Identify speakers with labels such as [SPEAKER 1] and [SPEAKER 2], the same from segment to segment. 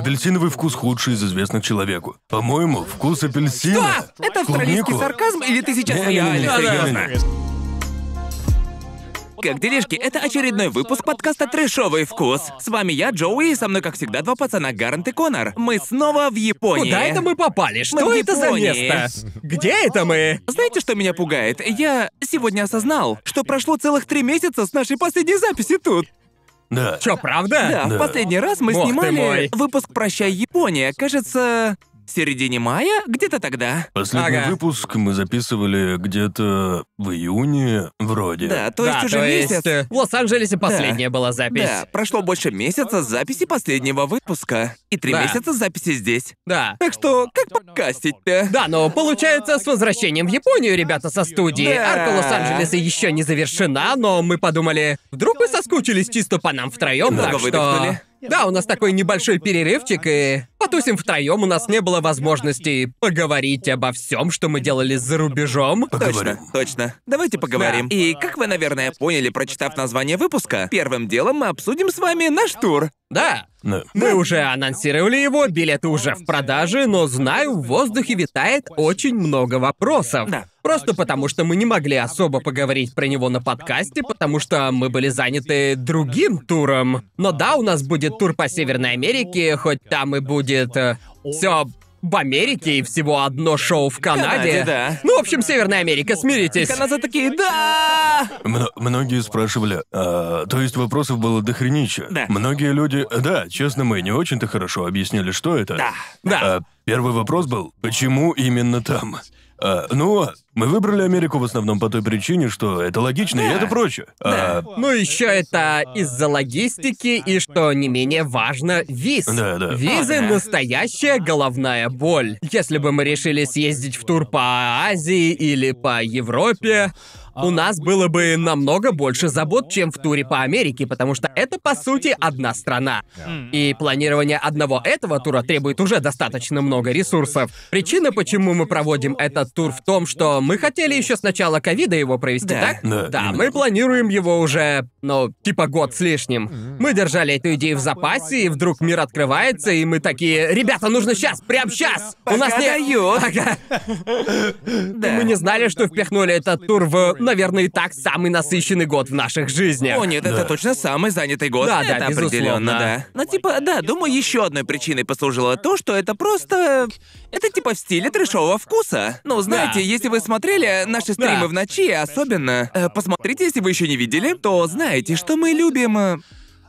[SPEAKER 1] Апельсиновый вкус худший из известных человеку. По-моему, вкус апельсина...
[SPEAKER 2] А, это австралийский
[SPEAKER 1] Клубнику?
[SPEAKER 2] сарказм или ты сейчас
[SPEAKER 1] Не-не-не,
[SPEAKER 2] реально серьезно?
[SPEAKER 1] серьёзно.
[SPEAKER 2] Как делишки, это очередной выпуск подкаста «Трэшовый вкус». С вами я, Джоуи, и со мной, как всегда, два пацана Гарант и Конор. Мы снова в Японии.
[SPEAKER 3] Куда это мы попали? Что
[SPEAKER 2] в
[SPEAKER 3] это за
[SPEAKER 2] Японии.
[SPEAKER 3] место? Где это мы?
[SPEAKER 2] Знаете, что меня пугает? Я сегодня осознал, что прошло целых три месяца с нашей последней записи тут.
[SPEAKER 1] Да.
[SPEAKER 3] Чё, правда?
[SPEAKER 2] Да, в
[SPEAKER 1] Да.
[SPEAKER 2] последний раз мы
[SPEAKER 3] Бог ты
[SPEAKER 2] снимали
[SPEAKER 3] мой.
[SPEAKER 2] выпуск «Прощай, Япония», кажется, в середине мая, где-то тогда.
[SPEAKER 1] Последний
[SPEAKER 3] Ага.
[SPEAKER 1] выпуск мы записывали где-то в июне, вроде.
[SPEAKER 2] Да, то есть
[SPEAKER 3] Э, Да,
[SPEAKER 2] уже
[SPEAKER 3] то
[SPEAKER 2] месяц.
[SPEAKER 3] есть, э, В Лос-Анджелесе последняя была запись.
[SPEAKER 2] Да, прошло больше месяца с записи последнего выпуска. И три
[SPEAKER 3] Да.
[SPEAKER 2] месяца с записи здесь.
[SPEAKER 3] Да.
[SPEAKER 2] Так что, как подкастить-то?
[SPEAKER 3] Да, но получается, с возвращением в Японию, ребята, со студии.
[SPEAKER 2] Да.
[SPEAKER 3] Арка Лос-Анджелеса еще не завершена, но мы подумали, вдруг вы соскучились чисто по нам втроем,
[SPEAKER 2] Немного
[SPEAKER 3] так что...
[SPEAKER 2] выдохнули.
[SPEAKER 3] Да, у нас такой небольшой перерывчик, и потусим втроем. У нас не было возможности поговорить обо всем, что мы делали за рубежом.
[SPEAKER 2] Точно,
[SPEAKER 1] Поговорим.
[SPEAKER 2] точно. Давайте поговорим.
[SPEAKER 3] Да.
[SPEAKER 2] И как вы, наверное, поняли, прочитав название выпуска, первым делом мы обсудим с вами наш тур.
[SPEAKER 3] Да,
[SPEAKER 1] Да.
[SPEAKER 3] Мы уже анонсировали его, билеты уже в продаже, но знаю, в воздухе витает очень много вопросов.
[SPEAKER 2] Да.
[SPEAKER 3] Просто потому, что мы не могли особо поговорить про него на подкасте, потому что мы были заняты другим туром. Но да, у нас будет тур по Северной Америке, хоть там и будет все в Америке и всего одно шоу в Канаде.
[SPEAKER 2] Канаде, да.
[SPEAKER 3] Ну, в общем, Северная Америка, смиритесь.
[SPEAKER 2] Канадцы такие, да!
[SPEAKER 1] Мно- многие спрашивали, а, то есть вопросов было дохренища.
[SPEAKER 2] Да.
[SPEAKER 1] Многие люди, да, честно, мы не очень-то хорошо объяснили, что это.
[SPEAKER 2] Да,
[SPEAKER 3] да.
[SPEAKER 1] А, первый вопрос был, почему именно там? А, ну, мы выбрали Америку в основном по той причине, что это логично и
[SPEAKER 2] Да.
[SPEAKER 1] это проще. А,
[SPEAKER 3] Ну, еще это из-за логистики и, что не менее важно, виз.
[SPEAKER 1] Да, да.
[SPEAKER 3] Визы
[SPEAKER 2] Ага.
[SPEAKER 3] настоящая головная боль. Если бы мы решили съездить в тур по Азии или по Европе, у нас было бы намного больше забот, чем в туре по Америке, потому что это, по сути, одна страна. И планирование одного этого тура требует уже достаточно много ресурсов. Причина, почему мы проводим этот тур, в том, что мы хотели еще с начала ковида его провести,
[SPEAKER 2] Да.
[SPEAKER 3] так?
[SPEAKER 1] Да,
[SPEAKER 3] да
[SPEAKER 1] именно.
[SPEAKER 3] мы планируем его уже, ну, типа год с лишним. Мы держали эту идею в запасе, и вдруг мир открывается, и мы такие, ребята, нужно сейчас, прям сейчас! У нас
[SPEAKER 2] Пока
[SPEAKER 3] не...
[SPEAKER 2] дают.
[SPEAKER 3] Ага.
[SPEAKER 2] да.
[SPEAKER 3] Мы не знали, что впихнули этот тур в, наверное, и так самый насыщенный год в наших жизнях.
[SPEAKER 2] О, нет, это точно самый занятый год.
[SPEAKER 3] Да,
[SPEAKER 2] это
[SPEAKER 3] да,
[SPEAKER 2] определенно,
[SPEAKER 3] безусловно.
[SPEAKER 2] да. Но типа, да, думаю, еще одной причиной послужило то, что это просто. Это типа в стиле трешового вкуса. Ну, знаете,
[SPEAKER 3] Да.
[SPEAKER 2] если вы смотрели наши стримы
[SPEAKER 3] Да.
[SPEAKER 2] в ночи, особенно, э, посмотрите, если вы еще не видели, то знаете, что мы любим э,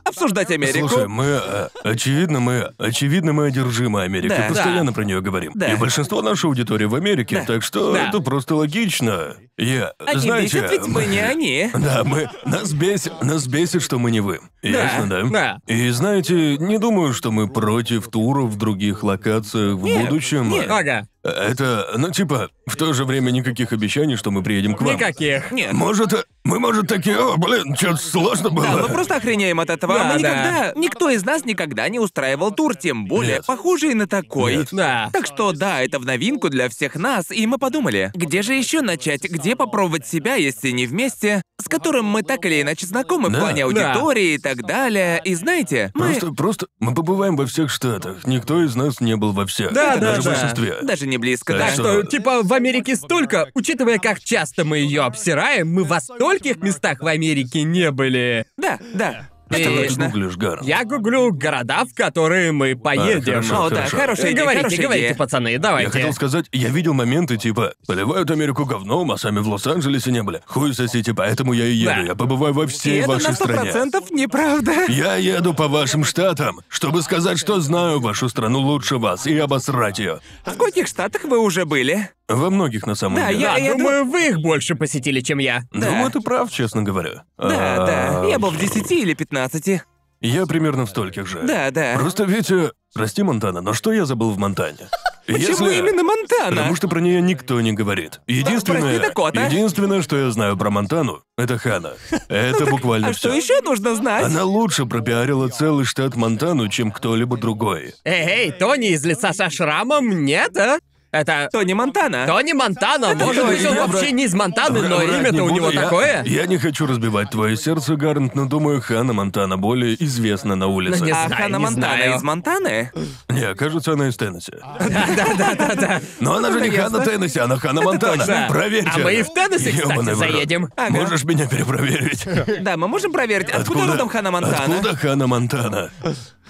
[SPEAKER 2] обсуждать Америку.
[SPEAKER 1] Слушай, мы э, очевидно, мы очевидно мы одержимы Америкой,
[SPEAKER 2] Да.
[SPEAKER 1] постоянно про нее говорим.
[SPEAKER 2] Да.
[SPEAKER 1] И большинство нашей аудитории в Америке,
[SPEAKER 2] Да.
[SPEAKER 1] так что
[SPEAKER 3] Да.
[SPEAKER 1] это просто логично. Я,
[SPEAKER 2] они
[SPEAKER 1] знаете,
[SPEAKER 2] бесят, ведь мы не они.
[SPEAKER 1] Да, мы нас бесит, нас бесит, что мы не вы. Ясно, да?
[SPEAKER 3] да.
[SPEAKER 1] И знаете, не думаю, что мы против туров в других локациях в будущем.
[SPEAKER 2] нет.
[SPEAKER 3] Ага.
[SPEAKER 1] Это, ну типа, в то же время никаких обещаний, что мы приедем к вам.
[SPEAKER 3] Никаких.
[SPEAKER 2] Нет.
[SPEAKER 1] Может, э, мы может такие, о, блин, что-то сложно было.
[SPEAKER 2] Да, мы просто охреняем от этого. А
[SPEAKER 3] Да,
[SPEAKER 2] мы
[SPEAKER 3] да.
[SPEAKER 2] никогда, никто из нас никогда не устраивал тур, тем более
[SPEAKER 1] Нет.
[SPEAKER 2] похожий на такой.
[SPEAKER 1] Нет.
[SPEAKER 3] Да.
[SPEAKER 2] Так что да, это в новинку для всех нас, и мы подумали, где же еще начать, где попробовать себя, если не вместе, с которым мы так или иначе знакомы в
[SPEAKER 1] Да.
[SPEAKER 2] плане аудитории и так далее. И знаете, мы
[SPEAKER 1] Просто, просто мы побываем во всех штатах. Никто из нас не был во всех.
[SPEAKER 3] Да, да,
[SPEAKER 1] Даже в
[SPEAKER 3] да.
[SPEAKER 1] большинстве.
[SPEAKER 2] даже не близко,
[SPEAKER 1] Да,
[SPEAKER 2] да.
[SPEAKER 3] Так что,
[SPEAKER 1] что-
[SPEAKER 3] типа, в Америке столько, учитывая, как часто мы ее обсираем, мы во стольких местах в Америке не были.
[SPEAKER 2] Да, да. Это
[SPEAKER 3] Ты-
[SPEAKER 1] Что ты
[SPEAKER 2] точно.
[SPEAKER 1] гуглишь, Гар?
[SPEAKER 3] Я гуглю города, в которые мы поедем.
[SPEAKER 1] А, хорошо.
[SPEAKER 2] О, да, хорошая идея,
[SPEAKER 3] говорите,
[SPEAKER 2] хорошая
[SPEAKER 3] говорите,
[SPEAKER 2] идея.
[SPEAKER 3] пацаны,
[SPEAKER 1] Я
[SPEAKER 3] давайте.
[SPEAKER 1] хотел сказать, я видел моменты типа «Поливают Америку говном, а сами в Лос-Анджелесе не были». Хуй сосите, поэтому я и еду.
[SPEAKER 3] Да.
[SPEAKER 1] Я побываю во
[SPEAKER 2] И
[SPEAKER 1] всей
[SPEAKER 2] это
[SPEAKER 1] вашей
[SPEAKER 2] на сто
[SPEAKER 1] стране.
[SPEAKER 2] процентов неправда.
[SPEAKER 1] Я еду по вашим штатам, чтобы сказать, что знаю вашу страну лучше вас и обосрать ее.
[SPEAKER 2] В скольких штатах вы уже были?
[SPEAKER 1] Во многих на самом
[SPEAKER 2] Да, ну,
[SPEAKER 1] деле.
[SPEAKER 3] Да,
[SPEAKER 2] я- я
[SPEAKER 3] думаю, вы их больше посетили, чем я.
[SPEAKER 1] Думаю, Ну, ты прав, честно говоря.
[SPEAKER 2] Да,
[SPEAKER 1] А,
[SPEAKER 2] да. Я был в 10 или 15.
[SPEAKER 1] Я примерно в стольких же.
[SPEAKER 2] Да,
[SPEAKER 3] А?
[SPEAKER 2] да.
[SPEAKER 1] Просто Витя, прости, Монтана, но что я забыл в Монтане?
[SPEAKER 2] Почему
[SPEAKER 1] Если-
[SPEAKER 2] А именно Монтана?
[SPEAKER 1] Потому что про нее никто не
[SPEAKER 3] Ну,
[SPEAKER 1] говорит. Единственное,
[SPEAKER 2] прости,
[SPEAKER 3] а?
[SPEAKER 2] Дакота.
[SPEAKER 1] единственное, что я знаю про Монтану, это Хана. Это буквально
[SPEAKER 2] А
[SPEAKER 1] все.
[SPEAKER 2] что еще нужно знать?
[SPEAKER 1] Она лучше пропиарила целый штат Монтану, чем кто-либо другой.
[SPEAKER 3] Эй, эй, Тони из лица со шрамом, нет, а? Это...
[SPEAKER 2] Тони Монтана.
[SPEAKER 3] Тони Монтана, может
[SPEAKER 1] было
[SPEAKER 3] быть, он
[SPEAKER 1] имя,
[SPEAKER 3] вообще
[SPEAKER 1] брат.
[SPEAKER 3] не из Монтаны, но
[SPEAKER 1] Врать
[SPEAKER 3] имя-то
[SPEAKER 1] не
[SPEAKER 3] у
[SPEAKER 1] буду,
[SPEAKER 3] него
[SPEAKER 1] я-
[SPEAKER 3] такое.
[SPEAKER 1] Я не хочу разбивать твое сердце, Гарнт, но думаю, Хана Монтана более известна на улице. А.
[SPEAKER 3] Ну, не
[SPEAKER 2] А
[SPEAKER 3] знаю,
[SPEAKER 2] Ханна
[SPEAKER 3] не
[SPEAKER 2] Монтана
[SPEAKER 3] знаю.
[SPEAKER 2] из Монтаны?
[SPEAKER 1] Не, кажется, она из Теннесси.
[SPEAKER 3] Да-да-да-да.
[SPEAKER 1] Но она же не Хана Теннесси, она Хана Монтана.
[SPEAKER 3] точно.
[SPEAKER 1] Проверьте.
[SPEAKER 3] А мы и в Теннесси, кстати,
[SPEAKER 1] Ёбаный в рот.
[SPEAKER 3] заедем. Ага.
[SPEAKER 1] Можешь меня перепроверить?
[SPEAKER 2] Да, мы можем проверить, откуда, родом Ханна Монтана?
[SPEAKER 1] Откуда Хана Монтана?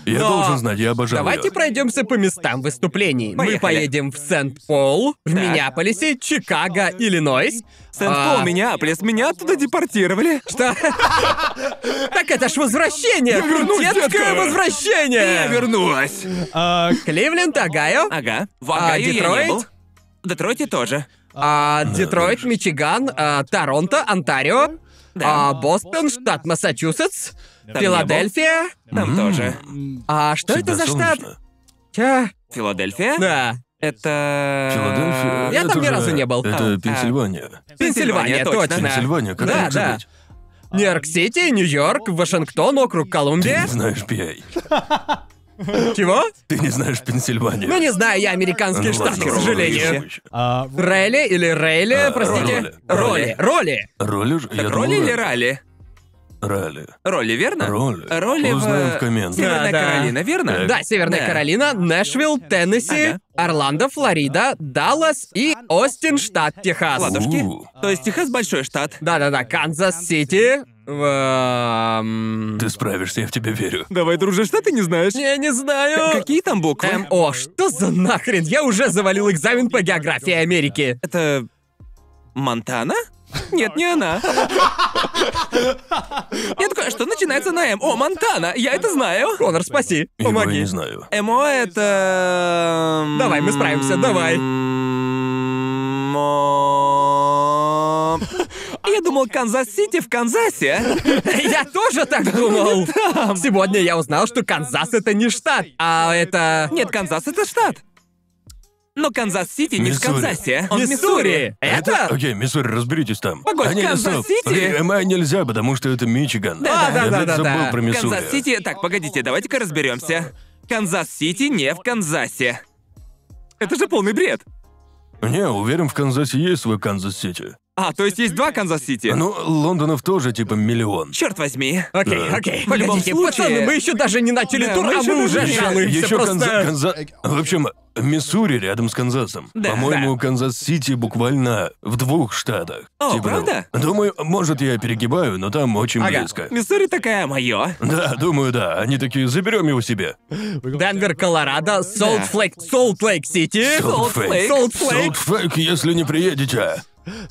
[SPEAKER 1] Я
[SPEAKER 3] Но-
[SPEAKER 1] должен знать, я обожаю
[SPEAKER 3] Давайте
[SPEAKER 1] её.
[SPEAKER 3] пройдемся по местам выступлений. Мы
[SPEAKER 2] Поехали.
[SPEAKER 3] поедем в Сент-Пол, в Миннеаполисе, Чикаго, Иллинойс.
[SPEAKER 2] Сент-Пол,
[SPEAKER 3] А,
[SPEAKER 2] Миннеаполис, меня оттуда депортировали.
[SPEAKER 3] Что? Так это ж возвращение!
[SPEAKER 2] вернусь,
[SPEAKER 3] Детское
[SPEAKER 2] детка!
[SPEAKER 3] возвращение!
[SPEAKER 2] вернулась.
[SPEAKER 3] Кливленд, Огайо,
[SPEAKER 2] Ага. В
[SPEAKER 3] А,
[SPEAKER 2] Огайо я не
[SPEAKER 3] Детройт?
[SPEAKER 2] был. В Детройте тоже.
[SPEAKER 3] а, Детройт, Мичиган, а, Торонто, Онтарио,
[SPEAKER 2] Да.
[SPEAKER 3] а, Бостон, штат Массачусетс,
[SPEAKER 2] не
[SPEAKER 3] Филадельфия.
[SPEAKER 2] Там тоже.
[SPEAKER 3] А что
[SPEAKER 1] Всегда
[SPEAKER 3] это за штат?
[SPEAKER 1] солнечно.
[SPEAKER 3] Ча?
[SPEAKER 2] Филадельфия?
[SPEAKER 3] Да.
[SPEAKER 2] Это...
[SPEAKER 1] Филадельфия.
[SPEAKER 3] А, Я
[SPEAKER 1] это
[SPEAKER 3] там ни
[SPEAKER 1] же-
[SPEAKER 3] разу не был.
[SPEAKER 1] Это Пенсильвания.
[SPEAKER 3] Пенсильвания, точно.
[SPEAKER 1] Пенсильвания, как
[SPEAKER 3] Да,
[SPEAKER 1] это
[SPEAKER 3] да.
[SPEAKER 1] сказать?
[SPEAKER 3] Нью-Йорк-Сити, Нью-Йорк, Вашингтон, округ
[SPEAKER 1] Ты
[SPEAKER 3] Колумбия.
[SPEAKER 1] не знаешь PA.
[SPEAKER 3] Чего?
[SPEAKER 1] Ты не знаешь Пенсильванию.
[SPEAKER 3] Ну не знаю, я американский
[SPEAKER 1] Ну
[SPEAKER 3] штат,
[SPEAKER 1] ладно,
[SPEAKER 3] к
[SPEAKER 1] Роли
[SPEAKER 3] сожалению.
[SPEAKER 1] еще.
[SPEAKER 3] Релли или Рейли,
[SPEAKER 1] А,
[SPEAKER 3] простите.
[SPEAKER 1] роли.
[SPEAKER 3] Роли, роли.
[SPEAKER 1] Роли же? я
[SPEAKER 2] Так роли
[SPEAKER 1] думал,
[SPEAKER 2] или ралли?
[SPEAKER 1] Ралли.
[SPEAKER 2] Роли, верно?
[SPEAKER 1] Роли.
[SPEAKER 2] Роли в-
[SPEAKER 1] Узнаем в комментах.
[SPEAKER 2] Северная
[SPEAKER 3] Да, да.
[SPEAKER 2] Каролина, верно?
[SPEAKER 3] Да, Северная
[SPEAKER 2] Да.
[SPEAKER 3] Каролина, Нэшвилл, Теннесси,
[SPEAKER 2] Ага.
[SPEAKER 3] Орландо, Флорида, Даллас и Остин, штат Техас.
[SPEAKER 2] Ладушки.
[SPEAKER 1] У,
[SPEAKER 2] То есть Техас большой штат.
[SPEAKER 3] Да-да-да, Канзас-Сити. в, эм,
[SPEAKER 1] Ты справишься, я в тебя верю.
[SPEAKER 2] Давай, друже, что ты не знаешь?
[SPEAKER 3] Я не знаю.
[SPEAKER 2] Какие там буквы?
[SPEAKER 3] МО, что за нахрен? Я уже завалил экзамен по географии Америки.
[SPEAKER 2] Это... Монтана? Нет, не она. Я такой, «А что начинается на М? О, Монтана, я это знаю.
[SPEAKER 3] Конор, спаси,
[SPEAKER 1] Его я
[SPEAKER 3] помоги.
[SPEAKER 1] не знаю.
[SPEAKER 2] МО это... м,
[SPEAKER 3] Давай, мы справимся, давай.
[SPEAKER 2] м, мо- Я думал, Канзас-Сити в Канзасе.
[SPEAKER 3] Я тоже так думал. Сегодня я узнал, что Канзас это не штат, а это...
[SPEAKER 2] Нет, Канзас это штат. Но Канзас-Сити не в
[SPEAKER 1] Миссури.
[SPEAKER 2] Канзасе. Он в
[SPEAKER 3] Миссури. Э, Это?
[SPEAKER 1] Окей, Миссури, разберитесь там.
[SPEAKER 2] Погодь,
[SPEAKER 1] А, не,
[SPEAKER 2] Канзас
[SPEAKER 1] стоп.
[SPEAKER 2] Сити?
[SPEAKER 1] Э, МА нельзя, потому что это Мичиган.
[SPEAKER 3] Да, да,
[SPEAKER 1] я
[SPEAKER 3] да,
[SPEAKER 1] блядь,
[SPEAKER 3] да,
[SPEAKER 1] забыл
[SPEAKER 3] да.
[SPEAKER 1] про Миссури.
[SPEAKER 2] Канзас-Сити... Так, погодите, давайте-ка разберемся. Канзас-Сити не в Канзасе. Это же полный бред.
[SPEAKER 1] Не, уверен, в Канзасе есть свой Канзас-Сити.
[SPEAKER 2] А, то есть есть два Канзас-Сити?
[SPEAKER 1] Ну, лондонов тоже типа миллион.
[SPEAKER 2] Черт возьми.
[SPEAKER 3] Окей,
[SPEAKER 1] Да.
[SPEAKER 3] окей.
[SPEAKER 2] В любом
[SPEAKER 3] Погодите,
[SPEAKER 2] случае-
[SPEAKER 3] пацаны, мы еще даже не начали
[SPEAKER 2] Да,
[SPEAKER 3] тур,
[SPEAKER 2] мы
[SPEAKER 3] а
[SPEAKER 2] еще
[SPEAKER 3] мы уже
[SPEAKER 2] даже не-
[SPEAKER 3] жалуемся
[SPEAKER 1] Еще
[SPEAKER 3] просто.
[SPEAKER 1] Канза- Канза- В общем, Миссури рядом с Канзасом.
[SPEAKER 2] Да,
[SPEAKER 1] По-моему, Канзас-Сити буквально в двух штатах.
[SPEAKER 2] О,
[SPEAKER 1] Типа того.
[SPEAKER 2] правда?
[SPEAKER 1] Думаю, может, я перегибаю, но там очень
[SPEAKER 3] Ага.
[SPEAKER 1] близко.
[SPEAKER 2] Миссури такая мое.
[SPEAKER 1] Да, думаю, да. Они такие, заберем его себе.
[SPEAKER 3] Денвер, Колорадо,
[SPEAKER 2] Да.
[SPEAKER 3] Солт-Лейк, Солт-Лейк-Сити.
[SPEAKER 1] Солт-Лейк.
[SPEAKER 3] Солт-Лейк.
[SPEAKER 1] Солтфэк, если не приедете.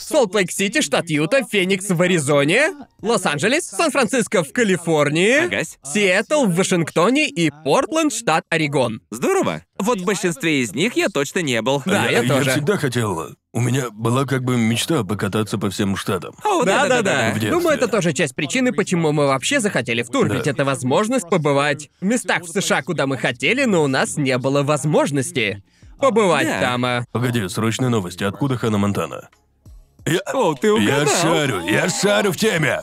[SPEAKER 3] Солт-Лейк-Сити, штат Юта, Феникс в Аризоне, Лос-Анджелес, Сан-Франциско в Калифорнии,
[SPEAKER 2] Агась.
[SPEAKER 3] Сиэтл в Вашингтоне и Портленд, штат Орегон.
[SPEAKER 2] Здорово. Вот в большинстве из них я точно не был.
[SPEAKER 3] Да, я тоже.
[SPEAKER 1] всегда хотел... У меня была как бы мечта покататься по всем штатам.
[SPEAKER 2] О,
[SPEAKER 3] Да-да-да.
[SPEAKER 1] В детстве.
[SPEAKER 3] Думаю, Ну, это тоже часть причины, почему мы вообще захотели в тур,
[SPEAKER 1] Да.
[SPEAKER 3] ведь это возможность побывать в местах в США, куда мы хотели, но у нас не было возможности побывать
[SPEAKER 2] Да.
[SPEAKER 3] там. а.
[SPEAKER 1] Погоди, срочные новости. Откуда Хана Монтана? Я,
[SPEAKER 2] О, ты
[SPEAKER 1] я
[SPEAKER 2] угадал. А
[SPEAKER 1] шарю, я шарю в теме.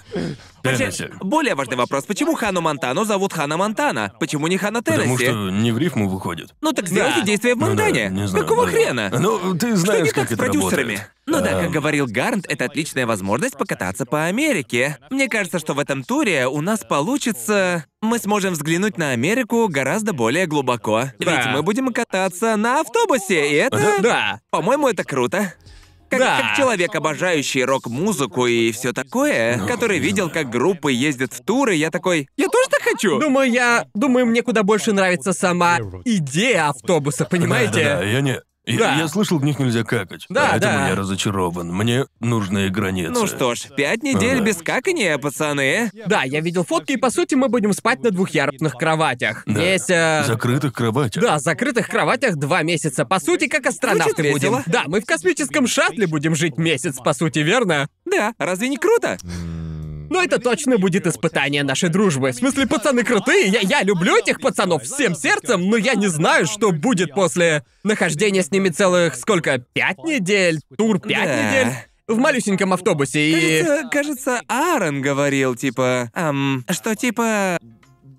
[SPEAKER 1] Теннесси.
[SPEAKER 2] Более важный вопрос. Почему Хану Монтану зовут Хана Монтана? Почему не Хана
[SPEAKER 1] Потому
[SPEAKER 2] Теннесси?
[SPEAKER 1] что не в рифму выходит.
[SPEAKER 2] Ну так сделайте действие в
[SPEAKER 1] Ну да,
[SPEAKER 2] Монтане.
[SPEAKER 1] не знаю,
[SPEAKER 2] Какого
[SPEAKER 1] да.
[SPEAKER 2] хрена?
[SPEAKER 1] Ну, ты
[SPEAKER 2] Что
[SPEAKER 1] знаешь,
[SPEAKER 2] не
[SPEAKER 1] как
[SPEAKER 2] так с
[SPEAKER 1] это
[SPEAKER 2] продюсерами?
[SPEAKER 1] работает.
[SPEAKER 2] Ну да,
[SPEAKER 1] Эм,
[SPEAKER 2] как говорил Гарнт, это отличная возможность покататься по Америке. Мне кажется, что в этом туре у нас получится... Мы сможем взглянуть на Америку гораздо более глубоко. Ведь
[SPEAKER 3] Да.
[SPEAKER 2] мы будем кататься на автобусе, и это...
[SPEAKER 3] Да.
[SPEAKER 2] По-моему, это круто. Как,
[SPEAKER 3] Да.
[SPEAKER 2] как человек, обожающий рок-музыку и все такое,
[SPEAKER 1] Ну,
[SPEAKER 2] который видел, как группы ездят в туры, я такой, я тоже так хочу.
[SPEAKER 3] Думаю, я... Думаю, мне куда больше нравится сама идея автобуса, понимаете?
[SPEAKER 1] Да, да, я не... Я,
[SPEAKER 3] Да.
[SPEAKER 1] я слышал, в них нельзя какать.
[SPEAKER 3] Да,
[SPEAKER 1] поэтому
[SPEAKER 3] да.
[SPEAKER 1] я разочарован. Мне нужны границы.
[SPEAKER 2] ну что ж, пять недель
[SPEAKER 1] Ага.
[SPEAKER 2] без какания, пацаны.
[SPEAKER 3] Да, я видел фотки, и по сути мы будем спать на двухъярусных кроватях.
[SPEAKER 1] Да.
[SPEAKER 3] Здесь... э,
[SPEAKER 1] Закрытых кроватях.
[SPEAKER 3] Да, закрытых кроватях два месяца. По сути, как астронавты
[SPEAKER 2] Звучит
[SPEAKER 3] будем.
[SPEAKER 2] весело.
[SPEAKER 3] Да, мы в космическом шаттле будем жить месяц, по сути, верно?
[SPEAKER 2] Да, разве не круто?
[SPEAKER 3] Но это точно будет испытание нашей дружбы. В смысле, пацаны крутые, я, я люблю этих пацанов всем сердцем, но я не знаю, что будет после нахождения с ними целых сколько? Пять недель? Тур пять
[SPEAKER 2] Да.
[SPEAKER 3] недель? В малюсеньком автобусе и...
[SPEAKER 2] Кажется, кажется, Аарон говорил, типа, эм, что типа...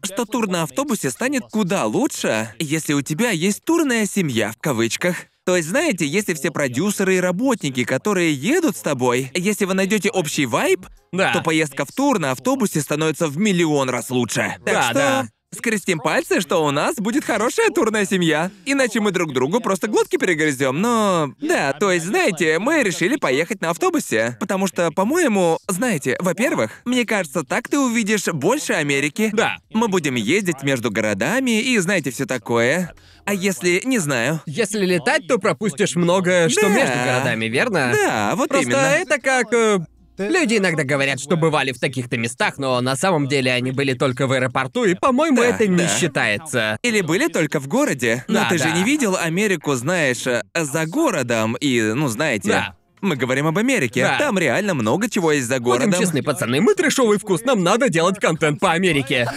[SPEAKER 2] Что тур на автобусе станет куда лучше, если у тебя есть турная семья в кавычках. То есть, знаете, если все продюсеры и работники, которые едут с тобой, если вы найдете общий вайб,
[SPEAKER 3] Да.
[SPEAKER 2] то поездка в тур на автобусе становится в миллион раз лучше. Так
[SPEAKER 3] Да,
[SPEAKER 2] что
[SPEAKER 3] да.
[SPEAKER 2] скрестим пальцы, что у нас будет хорошая турная семья. Иначе мы друг другу просто глотки перегрызем. Но да, то есть, знаете, мы решили поехать на автобусе. Потому что, по-моему, знаете, во-первых, мне кажется, так ты увидишь больше Америки.
[SPEAKER 3] Да.
[SPEAKER 2] Мы будем ездить между городами и, знаете, все такое. А если, не знаю.
[SPEAKER 3] Если летать, то пропустишь многое, что
[SPEAKER 2] Да.
[SPEAKER 3] между городами, верно?
[SPEAKER 2] Да, вот
[SPEAKER 3] Просто
[SPEAKER 2] именно.
[SPEAKER 3] это как... э, Люди иногда говорят, что бывали в таких-то местах, но на самом деле они были только в аэропорту, и, по-моему,
[SPEAKER 2] Да,
[SPEAKER 3] это не
[SPEAKER 2] да.
[SPEAKER 3] считается.
[SPEAKER 2] Или были только в городе. Но
[SPEAKER 3] Да,
[SPEAKER 2] ты
[SPEAKER 3] да.
[SPEAKER 2] же не видел Америку, знаешь, э, за городом и, ну, знаете.
[SPEAKER 3] Да.
[SPEAKER 2] Мы говорим об Америке.
[SPEAKER 3] Да.
[SPEAKER 2] Там реально много чего есть за городом.
[SPEAKER 3] Будем честны, пацаны, мы трешовый вкус, нам надо делать контент по Америке.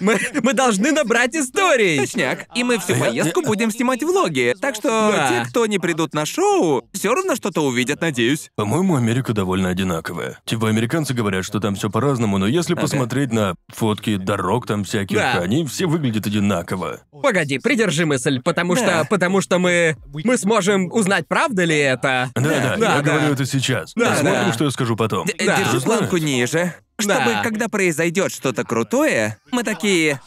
[SPEAKER 3] Мы, мы должны набрать историй.
[SPEAKER 2] Точняк. И мы всю поездку будем снимать влоги. Так что
[SPEAKER 3] А Да.
[SPEAKER 2] те, кто не придут на шоу, все равно что-то увидят, надеюсь.
[SPEAKER 1] По-моему, Америка довольно одинаковая. Типа американцы говорят, что там все по-разному, но если посмотреть на фотки дорог там всяких,
[SPEAKER 3] Да.
[SPEAKER 1] они все выглядят одинаково.
[SPEAKER 3] Погоди, придержи мысль, потому
[SPEAKER 2] Да.
[SPEAKER 3] что, потому что мы, мы сможем узнать, правда ли это.
[SPEAKER 1] Да, да,
[SPEAKER 3] Да,
[SPEAKER 1] я
[SPEAKER 3] да.
[SPEAKER 1] говорю это сейчас.
[SPEAKER 3] Да,
[SPEAKER 1] Посмотрим,
[SPEAKER 2] да.
[SPEAKER 1] что я скажу потом.
[SPEAKER 2] Э,
[SPEAKER 3] Да.
[SPEAKER 2] Держи
[SPEAKER 1] Ты знаешь?
[SPEAKER 2] планку ниже. Чтобы,
[SPEAKER 3] Да.
[SPEAKER 2] когда произойдет что-то крутое, мы такие.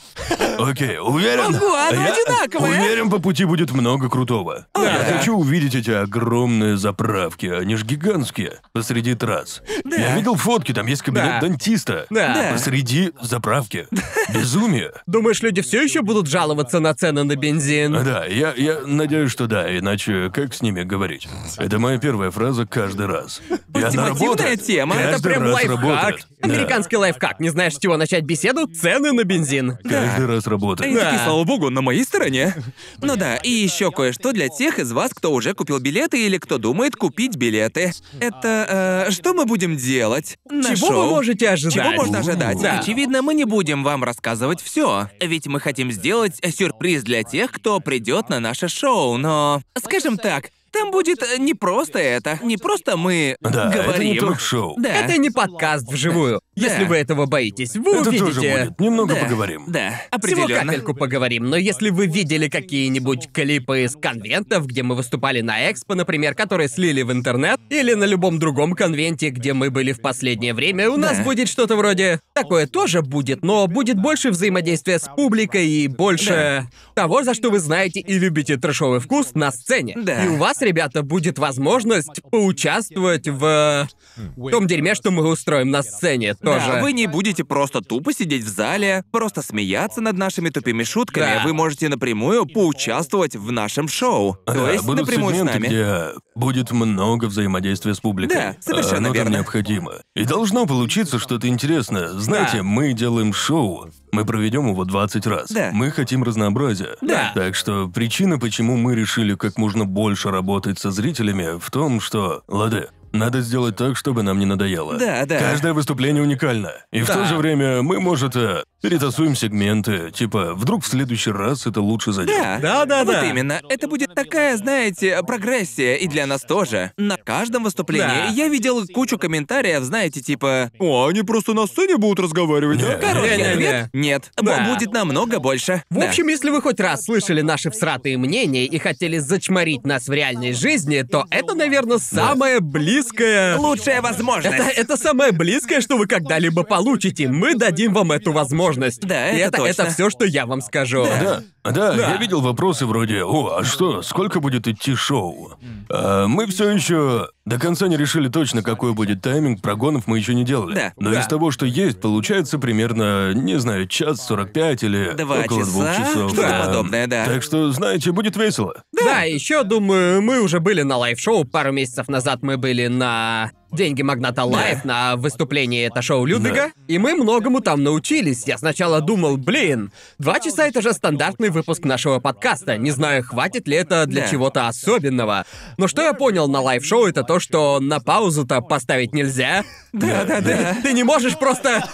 [SPEAKER 1] Окей, уверен.
[SPEAKER 2] Ого, она
[SPEAKER 1] Я
[SPEAKER 2] одинаковая.
[SPEAKER 1] Уверен, по пути будет много крутого. Я хочу увидеть эти огромные заправки, они ж гигантские, посреди трасс. Я видел фотки, там есть кабинет
[SPEAKER 3] Да.
[SPEAKER 1] дантиста.
[SPEAKER 3] Да.
[SPEAKER 2] Да.
[SPEAKER 1] Посреди заправки. Безумие.
[SPEAKER 3] Думаешь, люди все еще будут жаловаться на цены на
[SPEAKER 1] А,
[SPEAKER 3] бензин?
[SPEAKER 1] Да, я, я надеюсь, что да, иначе как с ними говорить? Это моя первая фраза каждый раз. И она
[SPEAKER 2] Ультимативная
[SPEAKER 1] работает.
[SPEAKER 2] тема. Это
[SPEAKER 1] Каждый
[SPEAKER 3] Прям
[SPEAKER 1] раз
[SPEAKER 3] лайфхак.
[SPEAKER 1] работает. Да.
[SPEAKER 3] Американский лайфхак. Не знаешь, с чего начать беседу? Цены на бензин.
[SPEAKER 1] Каждый раз
[SPEAKER 2] Они
[SPEAKER 1] работает.
[SPEAKER 3] Да.
[SPEAKER 2] такие, слава богу, на моей стороне. Ну да, и еще кое-что для тех из вас, кто уже купил билеты или кто думает купить билеты. Это э, что мы будем делать? На
[SPEAKER 3] Чего
[SPEAKER 2] шоу?
[SPEAKER 3] вы можете ожидать?
[SPEAKER 2] Чего можно ожидать?
[SPEAKER 3] Да.
[SPEAKER 2] Очевидно, мы не будем вам рассказывать все, ведь мы хотим сделать э, сюрприз для тех, кто придет на наше шоу, но, скажем так, там будет э, не просто это, не просто мы
[SPEAKER 1] Да, это не
[SPEAKER 2] говорим.
[SPEAKER 1] ток-шоу.
[SPEAKER 2] да.
[SPEAKER 3] Это не подкаст вживую. Если вы этого боитесь, вы
[SPEAKER 1] Это
[SPEAKER 3] увидите.
[SPEAKER 1] тоже будет. Немного
[SPEAKER 2] Да,
[SPEAKER 1] поговорим.
[SPEAKER 2] Да,
[SPEAKER 3] Всего
[SPEAKER 2] определенно.
[SPEAKER 3] капельку поговорим, но если вы видели какие-нибудь клипы из конвентов, где мы выступали на Экспо, например, которые слили в интернет, или на любом другом конвенте, где мы были в последнее время, у нас
[SPEAKER 2] Да.
[SPEAKER 3] будет что-то вроде... Такое тоже будет, но будет больше взаимодействия с публикой и больше того, за что вы знаете и любите трэшовый вкус на сцене.
[SPEAKER 2] Да.
[SPEAKER 3] И у вас, ребята, будет возможность поучаствовать в э, том дерьме, что мы устроим на сцене тоже.
[SPEAKER 2] Да, вы не будете просто тупо сидеть в зале, просто смеяться над нашими тупыми шутками.
[SPEAKER 3] Да.
[SPEAKER 2] Вы можете напрямую поучаствовать в нашем шоу. То
[SPEAKER 1] Да,
[SPEAKER 2] есть
[SPEAKER 1] будут
[SPEAKER 2] напрямую с
[SPEAKER 1] сегменты,
[SPEAKER 2] нами.
[SPEAKER 1] где будет много взаимодействия с публикой.
[SPEAKER 2] Да, совершенно
[SPEAKER 1] Оно там
[SPEAKER 2] верно.
[SPEAKER 1] необходимо. И должно получиться что-то интересное. Знаете,
[SPEAKER 3] Да.
[SPEAKER 1] мы делаем шоу, мы проведем его 20 раз.
[SPEAKER 2] Да.
[SPEAKER 1] Мы хотим разнообразия.
[SPEAKER 3] Да.
[SPEAKER 1] Так что причина, почему мы решили как можно больше работать со зрителями, в том, что... Лады, надо сделать так, чтобы нам не надоело.
[SPEAKER 2] Да, да.
[SPEAKER 1] Каждое выступление уникально. И в
[SPEAKER 3] Да.
[SPEAKER 1] то же время мы, может, э, перетасуем сегменты. Типа, вдруг в следующий раз это лучше зайдет.
[SPEAKER 2] Да,
[SPEAKER 3] Да, да,
[SPEAKER 2] вот
[SPEAKER 3] да.
[SPEAKER 2] именно. Это будет такая, знаете, прогрессия и для нас тоже. На каждом выступлении
[SPEAKER 3] Да.
[SPEAKER 2] я видел кучу комментариев, знаете, типа, о, они просто на сцене будут разговаривать.
[SPEAKER 1] Не.
[SPEAKER 2] Короткий
[SPEAKER 3] Не-не-не.
[SPEAKER 2] ответ. Нет,
[SPEAKER 3] Да.
[SPEAKER 2] Б- будет намного больше.
[SPEAKER 3] В
[SPEAKER 2] Да.
[SPEAKER 3] общем, если вы хоть раз слышали наши всратые мнения и хотели зачморить нас в реальной жизни, то это, наверное, самое близкое...
[SPEAKER 2] лучшая возможность.
[SPEAKER 3] Это, это самое близкое, что вы когда-либо получите. Мы дадим вам эту возможность.
[SPEAKER 2] Да,
[SPEAKER 3] И
[SPEAKER 2] это
[SPEAKER 3] это,
[SPEAKER 2] точно.
[SPEAKER 3] все, что я вам скажу.
[SPEAKER 1] Да, да,
[SPEAKER 3] Да.
[SPEAKER 1] я видел вопросы вроде «О, а что, сколько будет идти шоу?» А, Мы все еще до конца не решили точно, какой будет тайминг, прогонов мы еще не делали.
[SPEAKER 2] Да.
[SPEAKER 1] Но
[SPEAKER 3] Да.
[SPEAKER 1] из того, что есть, получается примерно, не знаю, час сорок пять или
[SPEAKER 2] Два
[SPEAKER 1] около
[SPEAKER 2] часа,
[SPEAKER 1] двух часов.
[SPEAKER 2] что-то подобное, да.
[SPEAKER 1] Так что, знаете, будет весело.
[SPEAKER 3] Да, еще думаю, мы уже были на лайв-шоу. Пару месяцев назад мы были на Деньги Магната Лайв на выступлении это шоу Людвига, и мы многому там научились. Я сначала думал, блин, два часа это же стандартный выпуск нашего подкаста. Не знаю, хватит ли это для
[SPEAKER 2] Да.
[SPEAKER 3] чего-то особенного. Но что я понял на лайв-шоу, это то, что на паузу-то поставить нельзя.
[SPEAKER 2] Да, да, да.
[SPEAKER 3] Ты не можешь просто...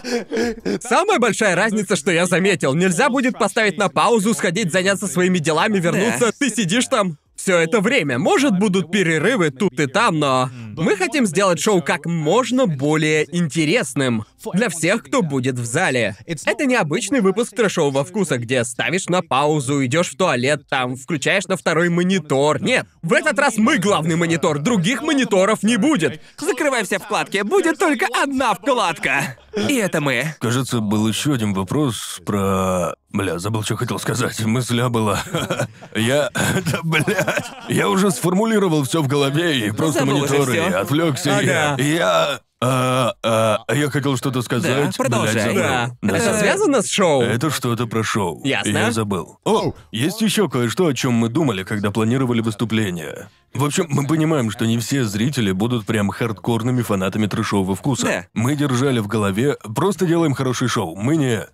[SPEAKER 3] Самая большая разница, что я заметил, нельзя будет поставить на паузу, сходить, заняться своими делами, вернуться. Ты сидишь там все это время. Может, будут перерывы тут и там, но Мы хотим сделать шоу как можно более интересным для всех, кто будет в зале. Это необычный выпуск трэшового вкуса, где ставишь на паузу, идешь в туалет, там включаешь на второй монитор. Нет, в этот раз мы главный монитор, других мониторов не будет.
[SPEAKER 2] Закрывай все вкладки, будет только одна вкладка. И это мы.
[SPEAKER 1] Кажется, был еще один вопрос про... Бля, забыл, что хотел сказать. Мысля была. Я... Да, блядь. Я уже сформулировал все в голове, и просто
[SPEAKER 2] Забыл уже
[SPEAKER 1] мониторы,
[SPEAKER 2] всё.
[SPEAKER 1] отвлекся.
[SPEAKER 3] Ага.
[SPEAKER 1] Я... а, а, я хотел что-то сказать. блядь,
[SPEAKER 2] продолжай.
[SPEAKER 1] забыл.
[SPEAKER 3] Да.
[SPEAKER 1] Да.
[SPEAKER 3] Это связано с шоу?
[SPEAKER 1] Это что-то про шоу.
[SPEAKER 3] Ясно.
[SPEAKER 1] Я забыл. О, есть еще кое-что, о чем мы думали, когда планировали выступление. В общем, мы понимаем, что не все зрители будут прям хардкорными фанатами трэшового вкуса.
[SPEAKER 2] Да.
[SPEAKER 1] Мы держали в голове, просто делаем хорошее шоу. Мы не...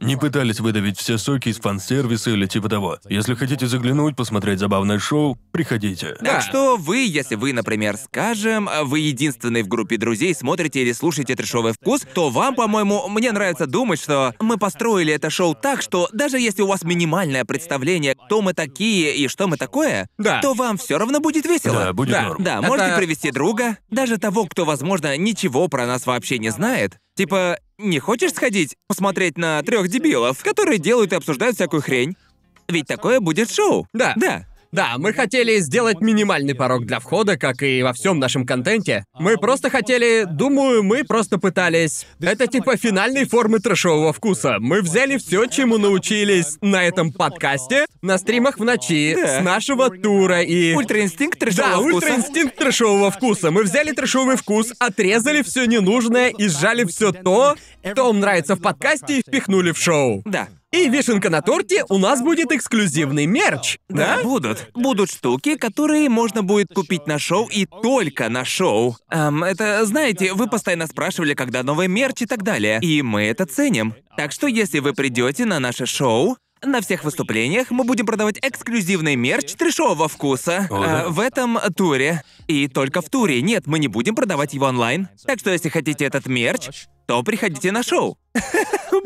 [SPEAKER 1] Не пытались выдавить все соки из фан-сервиса или типа того. Если хотите заглянуть, посмотреть забавное шоу, приходите.
[SPEAKER 3] Да.
[SPEAKER 2] Так что вы, если вы, например, скажем, вы единственный в группе друзей смотрите или слушаете трешовый вкус, то вам, по-моему, мне нравится думать, что мы построили это шоу так, что даже если у вас минимальное представление, кто мы такие и что мы такое,
[SPEAKER 3] Да.
[SPEAKER 2] то вам все равно будет весело.
[SPEAKER 1] Да, будет
[SPEAKER 3] Да,
[SPEAKER 1] норм.
[SPEAKER 2] Да,
[SPEAKER 3] Это-
[SPEAKER 2] можете привести друга, даже того, кто, возможно, ничего про нас вообще не знает. Типа, не хочешь сходить посмотреть на трех дебилов, которые делают и обсуждают всякую хрень? Ведь такое будет шоу.
[SPEAKER 3] Да.
[SPEAKER 2] Да.
[SPEAKER 3] Да, мы хотели сделать минимальный порог для входа, как и во всем нашем контенте. Мы просто хотели, думаю, мы просто пытались. Это типа финальной формы трэшового вкуса. Мы взяли все, чему научились на этом подкасте, на стримах в ночи,
[SPEAKER 2] Да.
[SPEAKER 3] с нашего тура и.
[SPEAKER 2] Ультраинстинкт
[SPEAKER 3] Да,
[SPEAKER 2] трешового вкуса.
[SPEAKER 3] ультра инстинкт трэшового вкуса. Мы взяли трэшовый вкус, отрезали все ненужное и сжали все то, что вам нравится в подкасте, и впихнули в шоу.
[SPEAKER 2] Да.
[SPEAKER 3] И вишенка на торте у нас будет эксклюзивный мерч. Да?
[SPEAKER 2] будут. Будут штуки, которые можно будет купить на шоу и только на шоу. Эм, это, знаете, вы постоянно спрашивали, когда новый мерч и так далее. И мы это ценим. Так что, если вы придете на наше шоу, на всех выступлениях мы будем продавать эксклюзивный мерч трешового вкуса
[SPEAKER 1] О, да.
[SPEAKER 2] Э, в этом туре. И только в туре. Нет, мы не будем продавать его онлайн. Так что, если хотите этот мерч, то приходите на шоу.